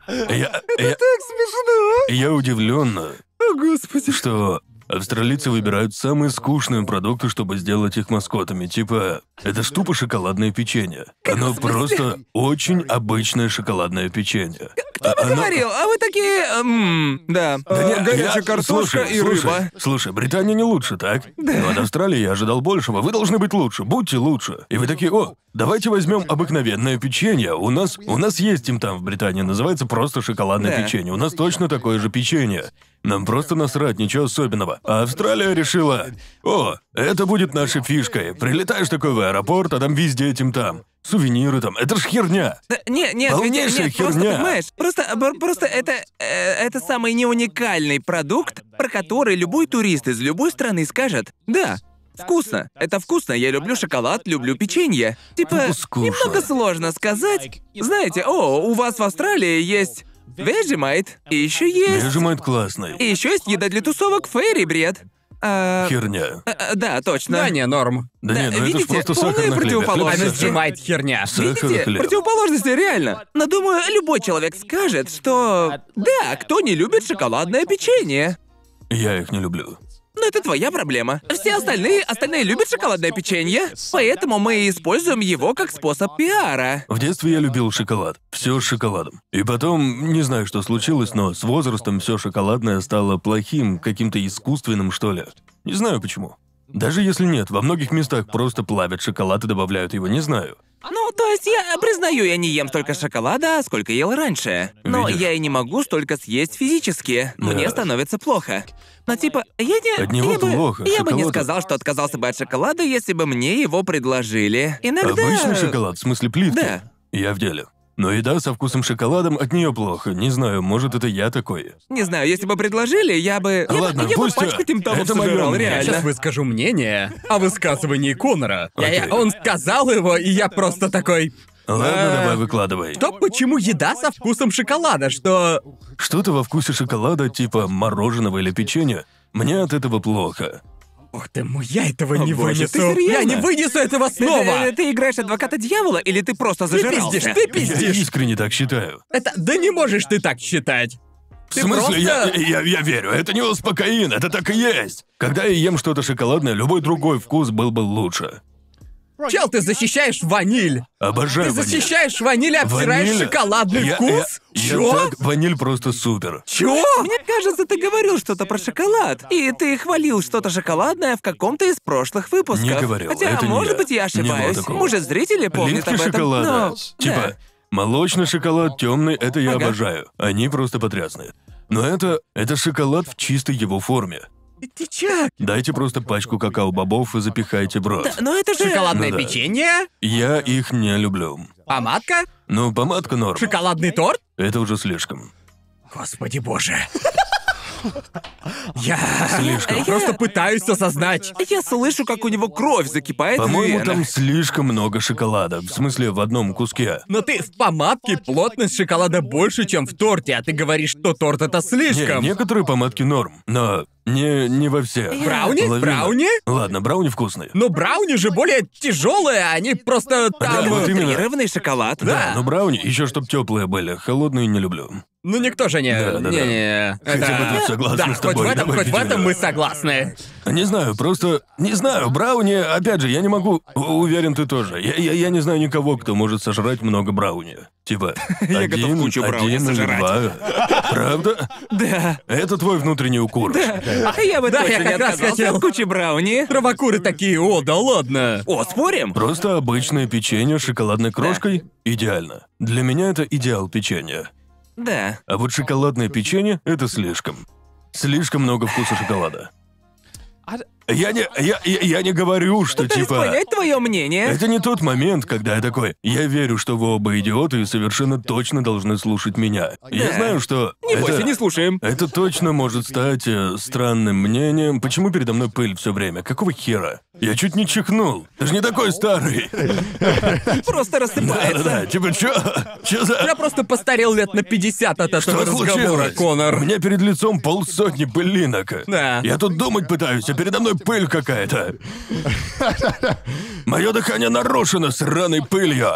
[SPEAKER 1] А Я, я,
[SPEAKER 2] Так смешно.
[SPEAKER 1] я удивлен,
[SPEAKER 2] О, господи.
[SPEAKER 1] что австралийцы выбирают самые скучные продукты, чтобы сделать их маскотами. Типа, это ж тупо шоколадное печенье. Оно просто очень обычное шоколадное печенье. А-
[SPEAKER 2] Ты
[SPEAKER 1] оно-
[SPEAKER 2] говорил, а вы такие, эм, да,
[SPEAKER 1] Да не,
[SPEAKER 2] Э, горячая
[SPEAKER 1] я-
[SPEAKER 2] картошка
[SPEAKER 1] слушай,
[SPEAKER 2] и
[SPEAKER 1] слушай,
[SPEAKER 2] рыба.
[SPEAKER 1] Слушай, Британия не лучше, так? Но от Австралии я ожидал большего. Вы должны быть лучше, будьте лучше. И вы такие, о, давайте возьмем обыкновенное печенье. У нас, у нас есть им там в Британии, называется просто шоколадное
[SPEAKER 2] Да.
[SPEAKER 1] печенье. У нас точно такое же печенье. Нам просто насрать, ничего особенного. А Австралия решила, о, это будет нашей фишкой. Прилетаешь такой в аэропорт, а там везде этим там. Сувениры там, это ж херня.
[SPEAKER 2] Да, Э, Не, не, нет,
[SPEAKER 1] Полнейшая
[SPEAKER 2] нет, просто
[SPEAKER 1] херня.
[SPEAKER 2] понимаешь, просто, бр- просто это, э, это самый не уникальный продукт, про который любой турист из любой страны скажет, да, вкусно, это вкусно, я люблю шоколад, люблю печенье. Типа,
[SPEAKER 1] Ну, скучно.
[SPEAKER 2] немного сложно сказать, знаете, о, у вас в Австралии есть Vegemite, и еще есть,
[SPEAKER 1] Нежимает классный.
[SPEAKER 2] и еще есть еда для тусовок Фейри Бред. А,
[SPEAKER 1] Херня.
[SPEAKER 2] э, э, да, точно.
[SPEAKER 3] Да не, норм.
[SPEAKER 1] Да,
[SPEAKER 2] да,
[SPEAKER 1] нет, ну это ж
[SPEAKER 2] видите,
[SPEAKER 1] просто
[SPEAKER 2] полная
[SPEAKER 1] сахар на хлебе.
[SPEAKER 2] противоположность.
[SPEAKER 1] Это
[SPEAKER 3] Она
[SPEAKER 1] ж сахар.
[SPEAKER 3] сжимает херня.
[SPEAKER 1] Сахар и
[SPEAKER 2] Видите,
[SPEAKER 1] хлеб.
[SPEAKER 2] противоположности реально. Но думаю, любой человек скажет, что да, кто не любит шоколадное печенье.
[SPEAKER 1] Я их не люблю.
[SPEAKER 2] Но это твоя проблема. Все остальные, остальные любят шоколадное печенье, поэтому мы используем его как способ пиара.
[SPEAKER 1] В детстве я любил шоколад. Все с шоколадом. И потом, не знаю, что случилось, но с возрастом все шоколадное стало плохим, каким-то искусственным, что ли. Не знаю почему. Даже если нет, во многих местах просто плавят шоколад и добавляют его, не знаю.
[SPEAKER 2] Ну, то есть я признаю, я не ем столько шоколада, сколько ел раньше. Но
[SPEAKER 1] Видишь?
[SPEAKER 2] я и не могу столько съесть физически. Мне
[SPEAKER 1] Да.
[SPEAKER 2] становится плохо. Но типа, я не.
[SPEAKER 1] От него
[SPEAKER 2] я бы,
[SPEAKER 1] плохо,
[SPEAKER 2] Я бы не
[SPEAKER 1] шоколада.
[SPEAKER 2] сказал, что отказался бы от шоколада, если бы мне его предложили. Иногда.
[SPEAKER 1] Обычный шоколад, в смысле плитки.
[SPEAKER 2] Да.
[SPEAKER 1] Я в деле. Но еда со вкусом шоколадом от нее плохо. Не знаю, может, это я такой.
[SPEAKER 2] Не знаю, если бы предложили, я бы. я бы-
[SPEAKER 1] Ладно,
[SPEAKER 2] я бы,
[SPEAKER 1] пусть,
[SPEAKER 2] пачку
[SPEAKER 1] э,
[SPEAKER 2] Тим Тамов
[SPEAKER 1] это моё
[SPEAKER 2] сожрал,
[SPEAKER 1] мнение.
[SPEAKER 2] реально.
[SPEAKER 3] Я сейчас выскажу мнение о высказывании Конора. Я- я-
[SPEAKER 1] Окей.
[SPEAKER 3] он сказал его, и я просто такой...
[SPEAKER 1] Ладно,
[SPEAKER 3] Э,
[SPEAKER 1] давай выкладывай.
[SPEAKER 3] То почему еда со вкусом шоколада, что...
[SPEAKER 1] Что-то во вкусе шоколада, типа мороженого или печенья, мне от этого плохо.
[SPEAKER 3] Ох ты мой, я этого
[SPEAKER 2] О,
[SPEAKER 3] не
[SPEAKER 2] боже, ты
[SPEAKER 3] вынесу.
[SPEAKER 2] серьёзно?
[SPEAKER 3] Я не вынесу этого
[SPEAKER 2] Ты-
[SPEAKER 3] снова.
[SPEAKER 2] Ты, ты играешь адвоката дьявола или ты просто
[SPEAKER 3] Ты
[SPEAKER 2] зажирался?
[SPEAKER 3] пиздишь, ты
[SPEAKER 1] Я
[SPEAKER 3] пиздишь.
[SPEAKER 1] искренне так считаю.
[SPEAKER 3] Это... Да не можешь ты так считать.
[SPEAKER 1] В смысле?
[SPEAKER 3] просто-
[SPEAKER 1] Я, я- я верю, это не успокоин, это так и есть. Когда я ем что-то шоколадное, любой другой вкус был бы лучше.
[SPEAKER 3] Чел, ты защищаешь ваниль.
[SPEAKER 1] Обожаю
[SPEAKER 3] Ты
[SPEAKER 1] ваниль.
[SPEAKER 3] защищаешь ваниль, и обсираешь
[SPEAKER 1] Ваниль-
[SPEAKER 3] шоколадный
[SPEAKER 1] Я-
[SPEAKER 3] вкус?
[SPEAKER 1] я- я
[SPEAKER 3] Чё?
[SPEAKER 1] так- ваниль просто супер.
[SPEAKER 3] Чё?
[SPEAKER 2] Мне кажется, ты говорил что-то про шоколад, и ты хвалил что-то шоколадное в каком-то из прошлых выпусков.
[SPEAKER 1] Не говорил,
[SPEAKER 2] Хотя,
[SPEAKER 1] это не
[SPEAKER 2] может
[SPEAKER 1] я.
[SPEAKER 2] быть, я
[SPEAKER 1] Не было
[SPEAKER 2] ошибаюсь.
[SPEAKER 1] такого.
[SPEAKER 2] Может, зрители помнят
[SPEAKER 1] Плитки
[SPEAKER 2] об этом. Ну,
[SPEAKER 1] шоколада.
[SPEAKER 2] но-
[SPEAKER 1] Типа,
[SPEAKER 2] да.
[SPEAKER 1] молочный шоколад, темный, это я
[SPEAKER 2] Ага.
[SPEAKER 1] обожаю. Они просто потрясные. Но это, это шоколад в чистой его форме.
[SPEAKER 3] Ты чё?
[SPEAKER 1] Дайте просто пачку какао-бобов и запихайте в рот.
[SPEAKER 2] Но это же.
[SPEAKER 3] Шоколадное
[SPEAKER 1] Ну да.
[SPEAKER 3] печенье?
[SPEAKER 1] Я их не люблю.
[SPEAKER 3] Помадка?
[SPEAKER 1] Но помадка норм.
[SPEAKER 3] Шоколадный торт?
[SPEAKER 1] Это уже слишком.
[SPEAKER 3] Господи боже. Я
[SPEAKER 1] Слишком.
[SPEAKER 3] просто пытаюсь осознать.
[SPEAKER 2] Я слышу, как у него кровь закипает в
[SPEAKER 1] По-моему,
[SPEAKER 2] венах.
[SPEAKER 1] там слишком много шоколада. В смысле, в одном куске.
[SPEAKER 3] Но ты в помадке плотность шоколада больше, чем в торте, а ты говоришь, что торт это
[SPEAKER 1] Не,
[SPEAKER 3] слишком.
[SPEAKER 1] некоторые помадки норм, но не, не во всех.
[SPEAKER 3] Брауни?
[SPEAKER 1] Половина.
[SPEAKER 3] Брауни? Ну,
[SPEAKER 1] Ладно, брауни вкусный.
[SPEAKER 3] Но брауни же более тяжелые, а они просто там.
[SPEAKER 1] вот именно.
[SPEAKER 2] Концентрированный шоколад.
[SPEAKER 1] Да, но брауни еще чтоб теплые были, холодные не люблю.
[SPEAKER 3] Ну никто же не.
[SPEAKER 1] Да, да, да.
[SPEAKER 3] не, не.
[SPEAKER 1] Хотя бы
[SPEAKER 3] это-
[SPEAKER 1] тут согласны
[SPEAKER 3] Да,
[SPEAKER 1] с тобой,
[SPEAKER 3] хоть в этом,
[SPEAKER 1] давай
[SPEAKER 3] хоть в этом
[SPEAKER 1] печенье.
[SPEAKER 3] мы согласны.
[SPEAKER 1] Не знаю, просто... Не знаю, брауни, опять же, я не могу... У- Уверен, ты тоже. Я, я, я не знаю никого, кто может сожрать много брауни. Типа,
[SPEAKER 2] Я готов
[SPEAKER 1] один,
[SPEAKER 2] кучу брауни
[SPEAKER 1] один или
[SPEAKER 2] сожрать.
[SPEAKER 1] два. Правда?
[SPEAKER 2] Да.
[SPEAKER 1] Это твой внутренний укор.
[SPEAKER 2] А я бы
[SPEAKER 3] Да,
[SPEAKER 2] точно
[SPEAKER 3] я
[SPEAKER 2] не
[SPEAKER 3] как раз
[SPEAKER 2] отказался
[SPEAKER 3] хотел.
[SPEAKER 2] от кучи брауни.
[SPEAKER 3] Травокуры такие, о, да ладно.
[SPEAKER 2] О, спорим?
[SPEAKER 1] Просто обычное печенье с шоколадной крошкой идеально. Для меня это идеал печенья.
[SPEAKER 2] Да.
[SPEAKER 1] А вот шоколадное печенье — это слишком. Слишком много вкуса шоколада.
[SPEAKER 2] А
[SPEAKER 1] Я не... Я, я, я не говорю, что
[SPEAKER 2] Пытаюсь
[SPEAKER 1] типа...
[SPEAKER 2] понять твое мнение.
[SPEAKER 1] Это не тот момент, когда я такой, я верю, что вы оба идиоты и совершенно точно должны слушать меня. Я
[SPEAKER 2] Да.
[SPEAKER 1] знаю, что...
[SPEAKER 2] Не
[SPEAKER 1] это-
[SPEAKER 2] бойся, не слушаем.
[SPEAKER 1] Это точно может стать э, странным мнением. Почему передо мной пыль все время? Какого хера? Я чуть не чихнул. Ты же не такой старый. Да-да-да,
[SPEAKER 2] Просто рассыпается.
[SPEAKER 1] типа чё? Чё за...
[SPEAKER 3] Я просто постарел лет на 50 от этого
[SPEAKER 1] Что
[SPEAKER 3] разговора,
[SPEAKER 1] случилось? У
[SPEAKER 3] Конор.
[SPEAKER 1] меня перед лицом полсотни пылинок.
[SPEAKER 3] Да.
[SPEAKER 1] Я тут думать пытаюсь, а передо мной пыль какая-то. Мое дыхание нарушено сраной пылью.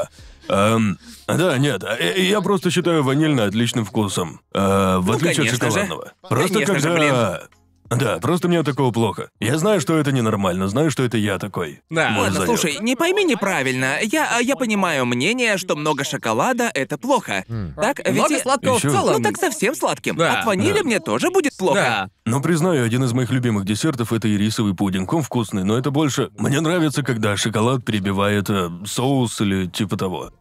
[SPEAKER 1] Эм, да, нет, э, я просто считаю ванильно отличным вкусом. Э, в отличие
[SPEAKER 2] конечно
[SPEAKER 1] от
[SPEAKER 2] же.
[SPEAKER 1] шоколадного. Просто
[SPEAKER 2] Конечно же,
[SPEAKER 1] когда... Да, просто мне от такого плохо. Я знаю, что это ненормально, знаю, что это я такой.
[SPEAKER 3] Да.
[SPEAKER 1] Мой
[SPEAKER 2] Ладно,
[SPEAKER 1] заёб.
[SPEAKER 2] слушай, не пойми неправильно. Я, а, я понимаю мнение, что много шоколада — это плохо. Так, ведь...
[SPEAKER 3] Много
[SPEAKER 2] и-
[SPEAKER 3] сладкого
[SPEAKER 1] Ещё.
[SPEAKER 3] в целом.
[SPEAKER 2] Ну так совсем сладким.
[SPEAKER 3] Да.
[SPEAKER 2] От ванили
[SPEAKER 1] Да.
[SPEAKER 2] мне тоже будет плохо.
[SPEAKER 3] Да.
[SPEAKER 1] Но признаю, один из моих любимых десертов это и рисовый пудинг. Он вкусный, но это больше. Мне нравится, когда шоколад перебивает э, соус или типа того.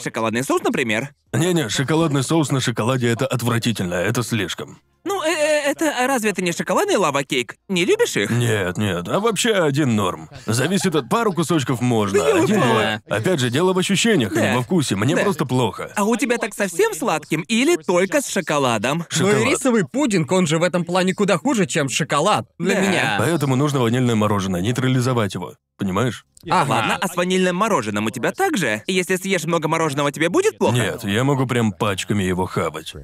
[SPEAKER 2] Шоколадный соус, например.
[SPEAKER 1] Не-не, шоколадный соус на шоколаде это отвратительно, это слишком.
[SPEAKER 2] Ну, э, э, это а разве это не шоколадный лава-кейк? Не любишь их?
[SPEAKER 1] Нет, нет, а вообще один норм. Зависит от пару кусочков можно,
[SPEAKER 2] я
[SPEAKER 1] один
[SPEAKER 2] упала.
[SPEAKER 1] норм. Опять же, дело в ощущениях, а не
[SPEAKER 2] Да.
[SPEAKER 1] во вкусе. Мне
[SPEAKER 2] Да.
[SPEAKER 1] просто плохо.
[SPEAKER 2] А у тебя так совсем сладким или только с шоколадом?
[SPEAKER 3] Ну и
[SPEAKER 1] Шоколад.
[SPEAKER 3] рисовый пудинг, он же в этом плане куда хуже, чем шоколад. Для
[SPEAKER 2] Да.
[SPEAKER 3] меня.
[SPEAKER 1] Поэтому нужно ванильное мороженое, нейтрализовать его. Понимаешь?
[SPEAKER 3] Ага.
[SPEAKER 2] Ладно, а с ванильным мороженым у тебя так же? Если съешь много мороженого, тебе будет плохо?
[SPEAKER 1] Нет, я могу прям пачками его хавать.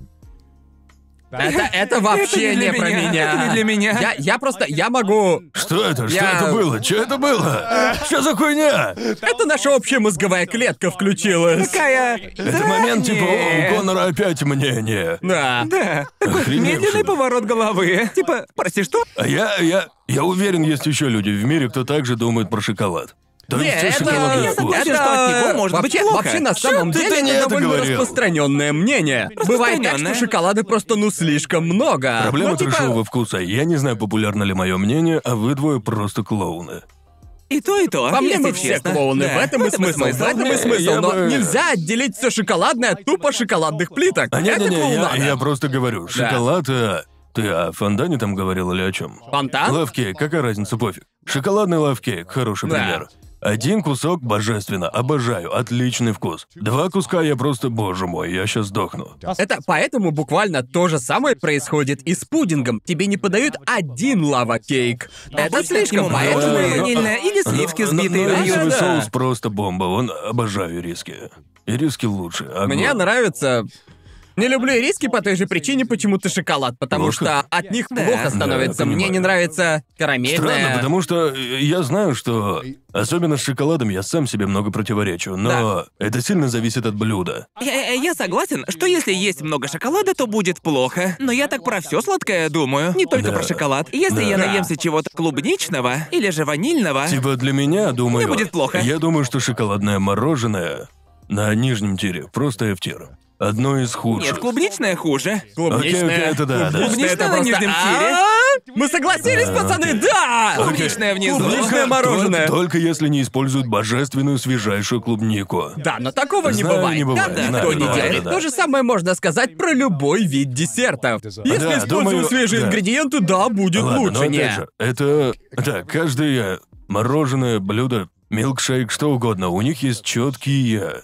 [SPEAKER 3] Это, это вообще
[SPEAKER 2] Это не для
[SPEAKER 3] не про
[SPEAKER 2] меня,
[SPEAKER 3] меня.
[SPEAKER 2] это не для меня.
[SPEAKER 3] Я, я просто, я могу...
[SPEAKER 1] Что это? Что
[SPEAKER 3] Я-
[SPEAKER 1] это было? Что это было? Что за хуйня?
[SPEAKER 3] Это наша общая мозговая клетка включилась.
[SPEAKER 2] Какая...
[SPEAKER 1] Это момент типа, о, у Конора опять мнение.
[SPEAKER 3] Да.
[SPEAKER 2] Да, такой
[SPEAKER 1] Охреневший.
[SPEAKER 2] медленный поворот головы. Типа, прости, что?
[SPEAKER 1] А я, я, я уверен, есть еще люди в мире, кто также думает про шоколад. То
[SPEAKER 3] Не,
[SPEAKER 1] есть
[SPEAKER 3] это...
[SPEAKER 1] шоколадный
[SPEAKER 2] Я
[SPEAKER 1] вкус.
[SPEAKER 2] согласен. что от него может быть
[SPEAKER 3] вообще,
[SPEAKER 2] плохо.
[SPEAKER 3] вообще, на самом
[SPEAKER 1] ты-
[SPEAKER 3] деле,
[SPEAKER 1] ты не это
[SPEAKER 3] это довольно
[SPEAKER 1] говорил?
[SPEAKER 3] распространенное мнение. Бывает так, что
[SPEAKER 2] Распространённое.
[SPEAKER 3] шоколада просто, ну, слишком много.
[SPEAKER 1] Проблема
[SPEAKER 3] Ну, типа,
[SPEAKER 1] трешового вкуса. Я не знаю, популярно ли мое мнение, а вы двое просто клоуны.
[SPEAKER 2] И то, и то.
[SPEAKER 3] По мне
[SPEAKER 2] если
[SPEAKER 3] мы все
[SPEAKER 2] честно.
[SPEAKER 3] клоуны,
[SPEAKER 2] Да,
[SPEAKER 3] в этом и смысл, в этом и
[SPEAKER 1] Не,
[SPEAKER 3] смысл,
[SPEAKER 1] я
[SPEAKER 3] но
[SPEAKER 1] бы-
[SPEAKER 3] нельзя отделить все шоколадное от тупо шоколадных плиток.
[SPEAKER 1] А не,
[SPEAKER 3] это
[SPEAKER 1] не, не, я,
[SPEAKER 3] клоунада.
[SPEAKER 1] я просто говорю, шоколад. э, Ты о фондане там говорил или о чем?
[SPEAKER 3] Фонтан?
[SPEAKER 1] Лавкейк, какая разница, пофиг. Шоколадный лавкейк, хороший
[SPEAKER 3] Да.
[SPEAKER 1] пример. Один кусок божественно, обожаю, отличный вкус. Два куска я просто, боже мой, я сейчас сдохну.
[SPEAKER 3] Это поэтому буквально то же самое происходит и с пудингом. Тебе не подают один лава-кейк. Это
[SPEAKER 2] Обычно к нему
[SPEAKER 3] слишком, поэтому...
[SPEAKER 1] добавляют
[SPEAKER 3] и-
[SPEAKER 2] ванильное или сливки
[SPEAKER 1] Ну, ну,
[SPEAKER 2] сбитые.
[SPEAKER 1] ну,
[SPEAKER 2] Да,
[SPEAKER 1] рисовый
[SPEAKER 3] да.
[SPEAKER 1] соус просто бомба, он обожаю риски. Ириски лучше. а огонь.
[SPEAKER 3] Мне нравится... Не люблю риски по той же причине, почему ты шоколад, потому
[SPEAKER 1] Плохо?
[SPEAKER 3] что от них плохо
[SPEAKER 2] Да,
[SPEAKER 3] становится. Мне
[SPEAKER 1] понимаю.
[SPEAKER 3] не нравится
[SPEAKER 1] Странно,
[SPEAKER 3] карамельная.
[SPEAKER 1] потому что э, я знаю, что особенно с шоколадом я сам себе много противоречу, но это сильно зависит от блюда.
[SPEAKER 2] Я, я- Э, я согласен, что если есть много шоколада, то будет плохо. Но я так про все сладкое думаю, не только
[SPEAKER 1] Да.
[SPEAKER 2] про шоколад. Если я
[SPEAKER 1] Да.
[SPEAKER 2] наемся чего-то клубничного или же ванильного,
[SPEAKER 1] Типа для меня, думаю,
[SPEAKER 2] Мне будет плохо.
[SPEAKER 1] Я думаю, что шоколадное мороженое на нижнем тире просто F тир. Одно из худших.
[SPEAKER 2] нет, клубничное хуже.
[SPEAKER 1] Окей, окей,
[SPEAKER 3] Клубничная.
[SPEAKER 1] это да, да.
[SPEAKER 2] Клубничное
[SPEAKER 3] это
[SPEAKER 2] на
[SPEAKER 3] просто-
[SPEAKER 2] нижнем тире.
[SPEAKER 3] А? Мы согласились, пацаны, да!
[SPEAKER 2] Клубничное внизу.
[SPEAKER 3] Клубничное мороженое.
[SPEAKER 1] Только, только если не используют божественную свежайшую клубнику.
[SPEAKER 3] Да, но такого не
[SPEAKER 1] Знаю,
[SPEAKER 3] бывает.
[SPEAKER 1] не бывает,
[SPEAKER 3] Так
[SPEAKER 1] знаю,
[SPEAKER 3] никто не
[SPEAKER 1] да,
[SPEAKER 3] делает.
[SPEAKER 1] да, да.
[SPEAKER 3] То же самое можно сказать про любой вид десертов. Если
[SPEAKER 1] Да,
[SPEAKER 3] используют
[SPEAKER 1] думаю,
[SPEAKER 3] свежие
[SPEAKER 1] да.
[SPEAKER 3] ингредиенты, да, будет
[SPEAKER 1] Ладно, но
[SPEAKER 3] лучше.
[SPEAKER 1] опять
[SPEAKER 3] Не.
[SPEAKER 1] же, это... Да, каждое мороженое, блюдо, милкшейк, что угодно, у них есть четкие